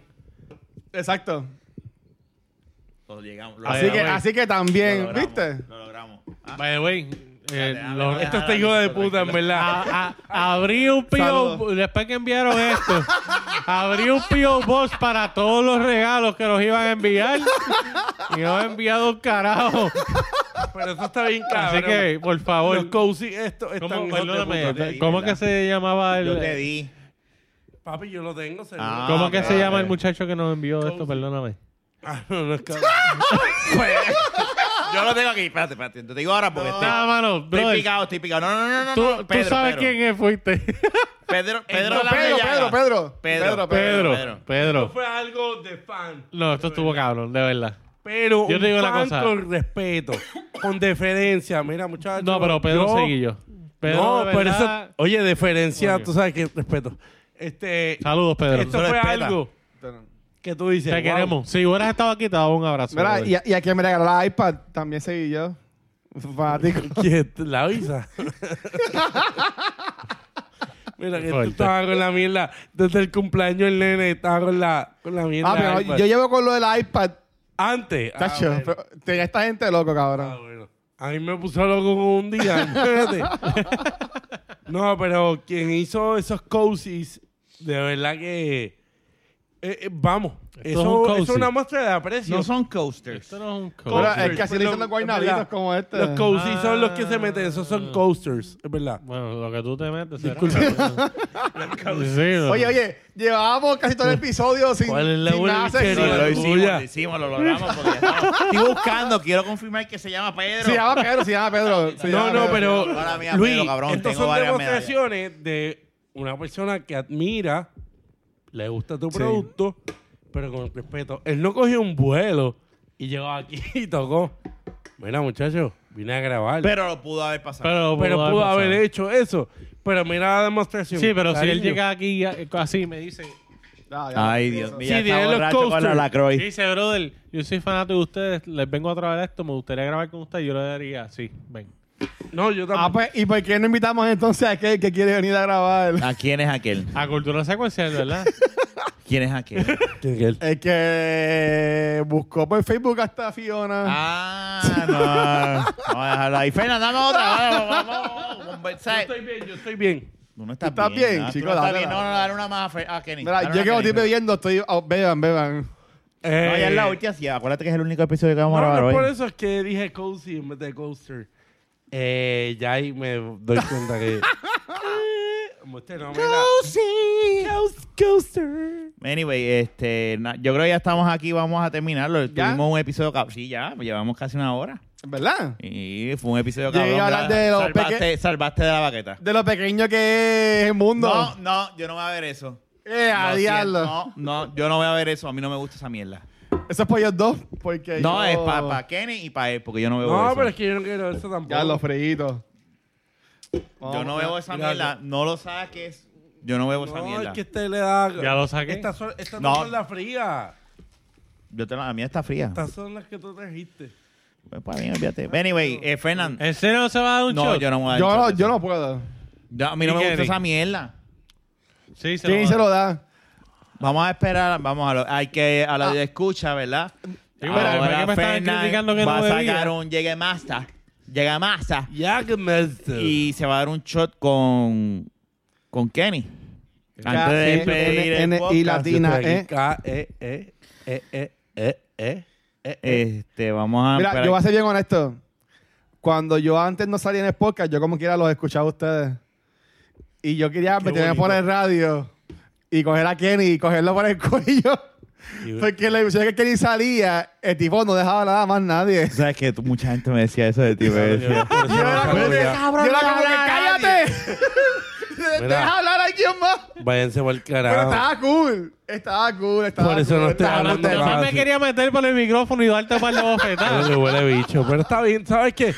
[SPEAKER 2] Exacto.
[SPEAKER 3] Todos llegamos. Lo
[SPEAKER 2] Así que,
[SPEAKER 3] logramos.
[SPEAKER 2] así que
[SPEAKER 3] Lo
[SPEAKER 2] también,
[SPEAKER 3] logramos.
[SPEAKER 2] ¿viste?
[SPEAKER 3] Lo logramos. Ah,
[SPEAKER 4] By the way, eh,
[SPEAKER 3] dale,
[SPEAKER 4] lo-
[SPEAKER 3] dale,
[SPEAKER 1] Esto
[SPEAKER 3] dale,
[SPEAKER 1] está hijo de
[SPEAKER 3] listo,
[SPEAKER 1] puta, en
[SPEAKER 3] tranquilo.
[SPEAKER 1] verdad.
[SPEAKER 4] a- a- abrí un P.O.
[SPEAKER 2] Saludos.
[SPEAKER 4] Después que enviaron esto, abrí un P.O. Box para todos los regalos que nos iban a enviar. Y no han enviado un carajo.
[SPEAKER 1] Pero eso está bien cabrón.
[SPEAKER 4] Así que, por
[SPEAKER 1] Los
[SPEAKER 4] favor,
[SPEAKER 1] cozy esto están
[SPEAKER 4] ¿cómo,
[SPEAKER 1] hijos de
[SPEAKER 4] perdóname,
[SPEAKER 1] puta.
[SPEAKER 3] te di,
[SPEAKER 4] ¿cómo
[SPEAKER 3] ¿verdad?
[SPEAKER 4] que se llamaba el,
[SPEAKER 3] Yo te di.
[SPEAKER 1] Papi, yo lo tengo, seguro.
[SPEAKER 3] Ah,
[SPEAKER 4] ¿Cómo que se
[SPEAKER 3] ok,
[SPEAKER 4] llama
[SPEAKER 3] ok.
[SPEAKER 4] el muchacho que nos envió esto? Perdóname.
[SPEAKER 1] Ah, no, no es cabrón.
[SPEAKER 3] Yo lo tengo aquí. Espérate, espérate. Te digo ahora porque estoy,
[SPEAKER 4] Nada, Ah, mano,
[SPEAKER 3] estoy
[SPEAKER 4] brother,
[SPEAKER 3] picado, estoy picado. No, no, no, no.
[SPEAKER 4] tú,
[SPEAKER 3] no.
[SPEAKER 4] tú
[SPEAKER 3] Este, Pedro,
[SPEAKER 4] sabes
[SPEAKER 3] Pedro.
[SPEAKER 4] quién es, fuiste.
[SPEAKER 3] Pedro, Pedro,
[SPEAKER 2] No, Pedro,
[SPEAKER 3] Lamellaga.
[SPEAKER 2] Pedro, Pedro.
[SPEAKER 3] Pedro,
[SPEAKER 4] Pedro,
[SPEAKER 3] Pedro.
[SPEAKER 4] Pedro.
[SPEAKER 1] Fue algo de fan.
[SPEAKER 4] No, esto estuvo cabrón, de verdad.
[SPEAKER 1] Pero
[SPEAKER 4] Yo
[SPEAKER 1] un
[SPEAKER 4] te digo una
[SPEAKER 1] fan
[SPEAKER 4] cosa.
[SPEAKER 1] con respeto, con deferencia. Mira, muchachos.
[SPEAKER 4] No, pero Pedro seguí yo. Pedro,
[SPEAKER 1] no,
[SPEAKER 4] de
[SPEAKER 1] pero
[SPEAKER 4] verdad-
[SPEAKER 1] eso. Oye, deferencia,
[SPEAKER 4] Coño.
[SPEAKER 1] tú sabes que respeto. Este.
[SPEAKER 4] Saludos, Pedro.
[SPEAKER 1] Esto
[SPEAKER 4] Te
[SPEAKER 1] fue
[SPEAKER 3] respeta.
[SPEAKER 1] algo que tú dices. "Wow".
[SPEAKER 4] queremos. Si hubieras estado aquí, te daba un abrazo.
[SPEAKER 2] Mira,
[SPEAKER 4] brother.
[SPEAKER 2] y, a- y a quien me regaló la iPad también seguí yo. Fanático.
[SPEAKER 1] Que te- la avisa. Mira, que tú
[SPEAKER 4] Fuerte.
[SPEAKER 1] estabas con la mierda. Desde el cumpleaños el nene estaba con la, con la mierda.
[SPEAKER 2] Ah, pero
[SPEAKER 1] iPad.
[SPEAKER 2] yo llevo con lo del iPad,
[SPEAKER 1] Antes. Ah,
[SPEAKER 2] tacho.
[SPEAKER 1] bueno,
[SPEAKER 2] pero tenía esta gente loco,
[SPEAKER 1] ah,
[SPEAKER 2] cabrón.
[SPEAKER 1] bueno. A mí me puso loco con un día. espérate. no, pero quien hizo esos cozies, de verdad que. eh, eh, vamos,
[SPEAKER 4] es
[SPEAKER 1] eso
[SPEAKER 4] un
[SPEAKER 1] eso es,
[SPEAKER 4] cozy.
[SPEAKER 1] una muestra de aprecio.
[SPEAKER 3] No son coasters.
[SPEAKER 4] Esto no es un coach.
[SPEAKER 2] Pero
[SPEAKER 1] coasters,
[SPEAKER 2] es que así
[SPEAKER 1] pero
[SPEAKER 2] le dicen los guaynalitos
[SPEAKER 1] ¿verdad?
[SPEAKER 2] como este.
[SPEAKER 1] Los cozies son los que se
[SPEAKER 4] Ah.
[SPEAKER 1] meten, esos son coasters, es verdad.
[SPEAKER 4] Bueno, lo que tú te metes. Disculpa.
[SPEAKER 2] Oye, oye, llevábamos casi todo el episodio sin,
[SPEAKER 4] ¿Cuál es la
[SPEAKER 2] sin
[SPEAKER 4] buena
[SPEAKER 2] nada sexual.
[SPEAKER 1] Sí,
[SPEAKER 3] No, lo
[SPEAKER 1] la
[SPEAKER 3] hicimos,
[SPEAKER 1] tuya.
[SPEAKER 3] lo hicimos, lo logramos. porque ya estamos. Estoy buscando, quiero confirmar que se llama Pedro.
[SPEAKER 2] Se llama Pedro, se llama Pedro. se
[SPEAKER 1] No,
[SPEAKER 2] llama
[SPEAKER 1] no,
[SPEAKER 2] Pedro.
[SPEAKER 1] pero
[SPEAKER 3] Ahora mía,
[SPEAKER 1] Luis,
[SPEAKER 3] Pedro, cabrón,
[SPEAKER 1] estas
[SPEAKER 3] tengo
[SPEAKER 1] son
[SPEAKER 3] varias
[SPEAKER 1] demostraciones de una persona que admira, le gusta tu
[SPEAKER 2] Sí.
[SPEAKER 1] producto, pero con respeto. Él no cogió un vuelo y llegó aquí y tocó. Mira, muchachos, vine a grabar. Pero,
[SPEAKER 3] Pero lo pudo haber pasado.
[SPEAKER 4] Pero,
[SPEAKER 1] pudo haber
[SPEAKER 4] pasado.
[SPEAKER 1] hecho eso. Pero mira la demostración.
[SPEAKER 4] Sí, pero si él
[SPEAKER 1] cariño.
[SPEAKER 4] llega aquí eh, así me dice.
[SPEAKER 2] Ya, ya.
[SPEAKER 1] Sí, tiene los coasters.
[SPEAKER 3] Lacroix.
[SPEAKER 4] Dice, brother, yo soy fanático de ustedes, les vengo a traer esto, me gustaría grabar con ustedes, yo le daría, sí, ven.
[SPEAKER 1] No, yo
[SPEAKER 2] Ah,
[SPEAKER 1] tampoco.
[SPEAKER 2] pues, ¿y por qué no invitamos entonces a aquel que quiere venir a grabar?
[SPEAKER 3] ¿A Ah, quién es aquel?
[SPEAKER 4] A cultura secuencial, ¿verdad?
[SPEAKER 3] Ah, ¿Quién es aquel?
[SPEAKER 2] El que buscó por Facebook hasta Fiona.
[SPEAKER 3] ah, no. Vamos a dejarlo ahí. Fernanda, dame otra. Vamos, vamos, vamos a conversar.
[SPEAKER 1] Estoy bien, yo estoy bien.
[SPEAKER 3] Tú no estás,
[SPEAKER 2] ¿Tú estás bien,
[SPEAKER 3] ¿no? Tú
[SPEAKER 2] chico?
[SPEAKER 3] No, estás
[SPEAKER 2] Dale,
[SPEAKER 3] bien. no,
[SPEAKER 2] dale.
[SPEAKER 3] no, dale una más a, Fer- a Kenny.
[SPEAKER 2] Mira,
[SPEAKER 3] Dale
[SPEAKER 2] yo
[SPEAKER 3] una
[SPEAKER 2] que lo
[SPEAKER 3] Kenny.
[SPEAKER 2] estoy bebiendo, estoy. oh, beban, beban.
[SPEAKER 3] No, ya es la
[SPEAKER 1] Eh,
[SPEAKER 3] última. sí, Acuérdate que es el único episodio que vamos a
[SPEAKER 1] No,
[SPEAKER 3] grabar
[SPEAKER 1] no,
[SPEAKER 3] hoy.
[SPEAKER 1] por eso es que dije cozy en vez de coaster. Eh, ya ahí me doy cuenta que... Eh, Como este usted no, mira. coaster.
[SPEAKER 3] Anyway, este, na- yo creo que ya estamos aquí, vamos a terminarlo.
[SPEAKER 2] ¿Ya?
[SPEAKER 3] Tuvimos un episodio cabrón. Sí, ya, pues llevamos casi una hora.
[SPEAKER 2] ¿Verdad?
[SPEAKER 3] Y fue un episodio
[SPEAKER 2] Llegué
[SPEAKER 3] cabrón.
[SPEAKER 2] a hablar
[SPEAKER 3] ¿verdad?
[SPEAKER 2] de los
[SPEAKER 3] salvaste, salvaste de la baqueta.
[SPEAKER 2] De lo pequeño que es el mundo.
[SPEAKER 3] No, no, yo no voy a ver eso.
[SPEAKER 2] Eh, a
[SPEAKER 3] No,
[SPEAKER 2] diablo.
[SPEAKER 3] sí, No, no, yo no voy a ver eso. A mí no me gusta esa mierda.
[SPEAKER 2] Eso es por ellos dos. Porque
[SPEAKER 3] No,
[SPEAKER 2] Eh, yo-
[SPEAKER 3] es para Kenny y para él, porque yo no veo
[SPEAKER 1] No,
[SPEAKER 3] eso.
[SPEAKER 1] pero es que yo no quiero eso tampoco.
[SPEAKER 2] Ya, los freitos.
[SPEAKER 3] Yo no veo esa
[SPEAKER 1] gracias.
[SPEAKER 3] mierda. No lo saques. Yo no veo esa
[SPEAKER 1] No, es
[SPEAKER 3] mierda.
[SPEAKER 1] que este le da...
[SPEAKER 4] Ya lo saqué.
[SPEAKER 1] Estas son, estas
[SPEAKER 3] No.
[SPEAKER 1] no. son las frías.
[SPEAKER 3] Yo te la, la mía está fría.
[SPEAKER 1] Estas son las que tú trajiste.
[SPEAKER 3] Pues para mí, olvídate. Anyway, eh, Fernan.
[SPEAKER 4] ¿En serio no se va a dar un
[SPEAKER 3] No,
[SPEAKER 4] shot?
[SPEAKER 3] yo no me voy a dar
[SPEAKER 2] Yo
[SPEAKER 3] shot
[SPEAKER 2] no,
[SPEAKER 3] de
[SPEAKER 2] yo
[SPEAKER 3] eso.
[SPEAKER 2] no puedo.
[SPEAKER 3] Yo- A mí no me gusta
[SPEAKER 4] Kenny.
[SPEAKER 3] esa mierda.
[SPEAKER 4] Sí, se
[SPEAKER 2] ¿Quién
[SPEAKER 4] lo
[SPEAKER 2] se
[SPEAKER 4] va
[SPEAKER 2] lo
[SPEAKER 4] a dar.
[SPEAKER 2] da?
[SPEAKER 3] Vamos a esperar, vamos a lo, hay que a la escucha, ¿verdad?
[SPEAKER 4] pero ¿por qué me estaban
[SPEAKER 3] Fernan
[SPEAKER 4] criticando que
[SPEAKER 3] va
[SPEAKER 4] no
[SPEAKER 3] a
[SPEAKER 4] bebía?
[SPEAKER 3] sacar un llegue masa, llega masa
[SPEAKER 1] Ya que me...
[SPEAKER 3] y se va a dar un shot con con Kenny. Antes de
[SPEAKER 2] K,
[SPEAKER 3] pedir
[SPEAKER 2] N,
[SPEAKER 3] el Eh,
[SPEAKER 2] N, y
[SPEAKER 3] podcast,
[SPEAKER 2] latina E.
[SPEAKER 3] eh,
[SPEAKER 1] K-E-E-E-E-E-E-E.
[SPEAKER 3] Este, vamos
[SPEAKER 1] Ah,
[SPEAKER 3] a.
[SPEAKER 2] Mira,
[SPEAKER 3] para-
[SPEAKER 2] yo voy a ser bien honesto. Cuando yo antes no salía en el podcast, yo como quiera los escuchaba a ustedes. Y yo quería
[SPEAKER 1] Qué
[SPEAKER 2] meterme
[SPEAKER 1] bonito.
[SPEAKER 2] por el radio y coger a Kenny y cogerlo por el cuello. Porque la ilusión que Kenny salía, el tipo no dejaba nada más nadie.
[SPEAKER 3] Tú sabes que tú- mucha gente me decía eso de ti, me decía.
[SPEAKER 2] Yo era como que, "Ah,
[SPEAKER 3] Cabrón,
[SPEAKER 2] yo era
[SPEAKER 3] no
[SPEAKER 2] como que,
[SPEAKER 3] habla a
[SPEAKER 2] cállate.
[SPEAKER 1] Mira.
[SPEAKER 2] Deja hablar a alguien más.
[SPEAKER 1] Váyanse por el
[SPEAKER 2] Pero
[SPEAKER 1] carajo.
[SPEAKER 2] estaba cool. Estaba cool. Estaba
[SPEAKER 1] Por eso
[SPEAKER 2] cool,
[SPEAKER 1] no estoy
[SPEAKER 2] estaba
[SPEAKER 1] hablando
[SPEAKER 2] cool.
[SPEAKER 1] de
[SPEAKER 4] Yo
[SPEAKER 1] más.
[SPEAKER 4] me quería meter por el micrófono y darte un par de
[SPEAKER 1] Pero
[SPEAKER 4] bofetadas.
[SPEAKER 1] le huele bicho. Pero está bien, ¿sabes qué?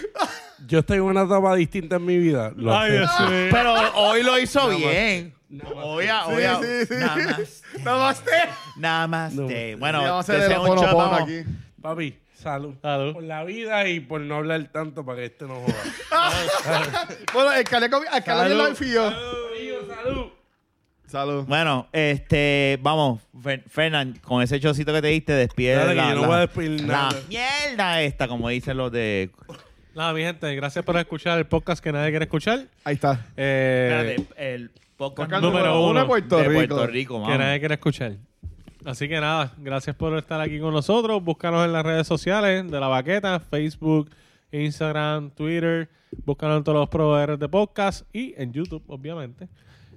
[SPEAKER 1] Yo estoy en una etapa distinta en mi vida. Lo
[SPEAKER 4] Ay, Dios
[SPEAKER 1] acepto.
[SPEAKER 4] mío.
[SPEAKER 3] Pero hoy lo hizo bien. Obvia,
[SPEAKER 2] Sí,
[SPEAKER 3] obvia.
[SPEAKER 2] sí, sí.
[SPEAKER 3] Nada más.
[SPEAKER 2] Namaste.
[SPEAKER 3] Nada más. de- Bueno,
[SPEAKER 2] Sí, vamos a
[SPEAKER 3] que
[SPEAKER 2] hacer
[SPEAKER 3] sea
[SPEAKER 2] el
[SPEAKER 3] un show,
[SPEAKER 2] Ho'oponopono
[SPEAKER 3] vamos.
[SPEAKER 2] aquí.
[SPEAKER 1] Papi, salud.
[SPEAKER 4] Salud.
[SPEAKER 1] Por la vida y por no hablar tanto para que este no joda.
[SPEAKER 2] Bueno, el caleco, el caleco
[SPEAKER 1] Salud.
[SPEAKER 2] lo enfío.
[SPEAKER 1] Corillo, salud.
[SPEAKER 2] Salud.
[SPEAKER 3] Bueno, este, vamos, Fer- Fernan, con ese chocito que te diste, despide.
[SPEAKER 1] Dale, que
[SPEAKER 3] la,
[SPEAKER 1] yo no
[SPEAKER 3] la-
[SPEAKER 1] voy a despedir nada.
[SPEAKER 3] La mierda esta, como dicen los de.
[SPEAKER 4] Nada, mi gente, gracias por escuchar el podcast que nadie quiere escuchar.
[SPEAKER 2] Ahí está.
[SPEAKER 4] Eh,
[SPEAKER 3] Espérate, el podcast
[SPEAKER 2] Podcast
[SPEAKER 4] número uno
[SPEAKER 2] de Puerto
[SPEAKER 3] de
[SPEAKER 2] Rico.
[SPEAKER 3] Puerto Rico,
[SPEAKER 4] que
[SPEAKER 3] mano.
[SPEAKER 4] nadie quiere escuchar. Así que nada, gracias por estar aquí con nosotros. Búscanos en las redes sociales de La Baqueta, Facebook, Instagram, Twitter. Búscanos en todos los proveedores de podcast y en YouTube, obviamente.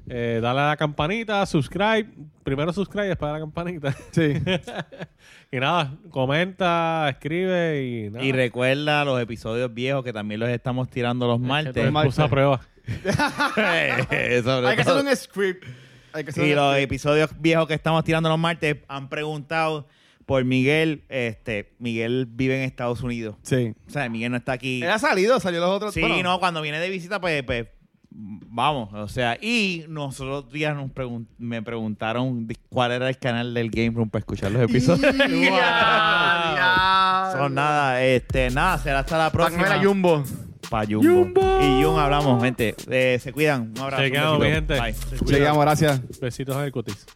[SPEAKER 4] Eh, dale a la campanita, subscribe. Primero subscribe, después a la campanita.
[SPEAKER 2] Sí.
[SPEAKER 4] y nada, comenta, escribe y nada.
[SPEAKER 3] Y recuerda los episodios viejos que también los estamos tirando los
[SPEAKER 4] Que tú
[SPEAKER 3] martes.
[SPEAKER 4] me puse a prueba.
[SPEAKER 3] Sobre
[SPEAKER 2] Hay que
[SPEAKER 3] todo.
[SPEAKER 2] hacer un script. Hay que hacer
[SPEAKER 3] Y
[SPEAKER 2] un
[SPEAKER 3] los
[SPEAKER 2] script.
[SPEAKER 3] episodios viejos que estamos tirando los martes han preguntado por Miguel. Este, Miguel vive en Estados Unidos.
[SPEAKER 2] Sí.
[SPEAKER 3] O sea, Miguel no está aquí.
[SPEAKER 2] Él ha salido, salió los otros.
[SPEAKER 3] Sí,
[SPEAKER 2] bueno,
[SPEAKER 3] no, cuando viene de visita, pues, pues, vamos. O sea, y nosotros días nos pregun- me preguntaron de- cuál era el canal del Game Room para escuchar los episodios.
[SPEAKER 2] Y- Ya,
[SPEAKER 3] Son nada, este, nada, será hasta la
[SPEAKER 2] Para comer
[SPEAKER 3] próxima.
[SPEAKER 2] a Jumbo.
[SPEAKER 3] Pa' Jumbo. Y Jun hablamos, gente. Eh, se cuidan. Un abrazo. un
[SPEAKER 4] Chequeamos, mi
[SPEAKER 3] besito.
[SPEAKER 4] gente.
[SPEAKER 3] Bye.
[SPEAKER 2] Llegamos, gracias.
[SPEAKER 4] Besitos en el cutis.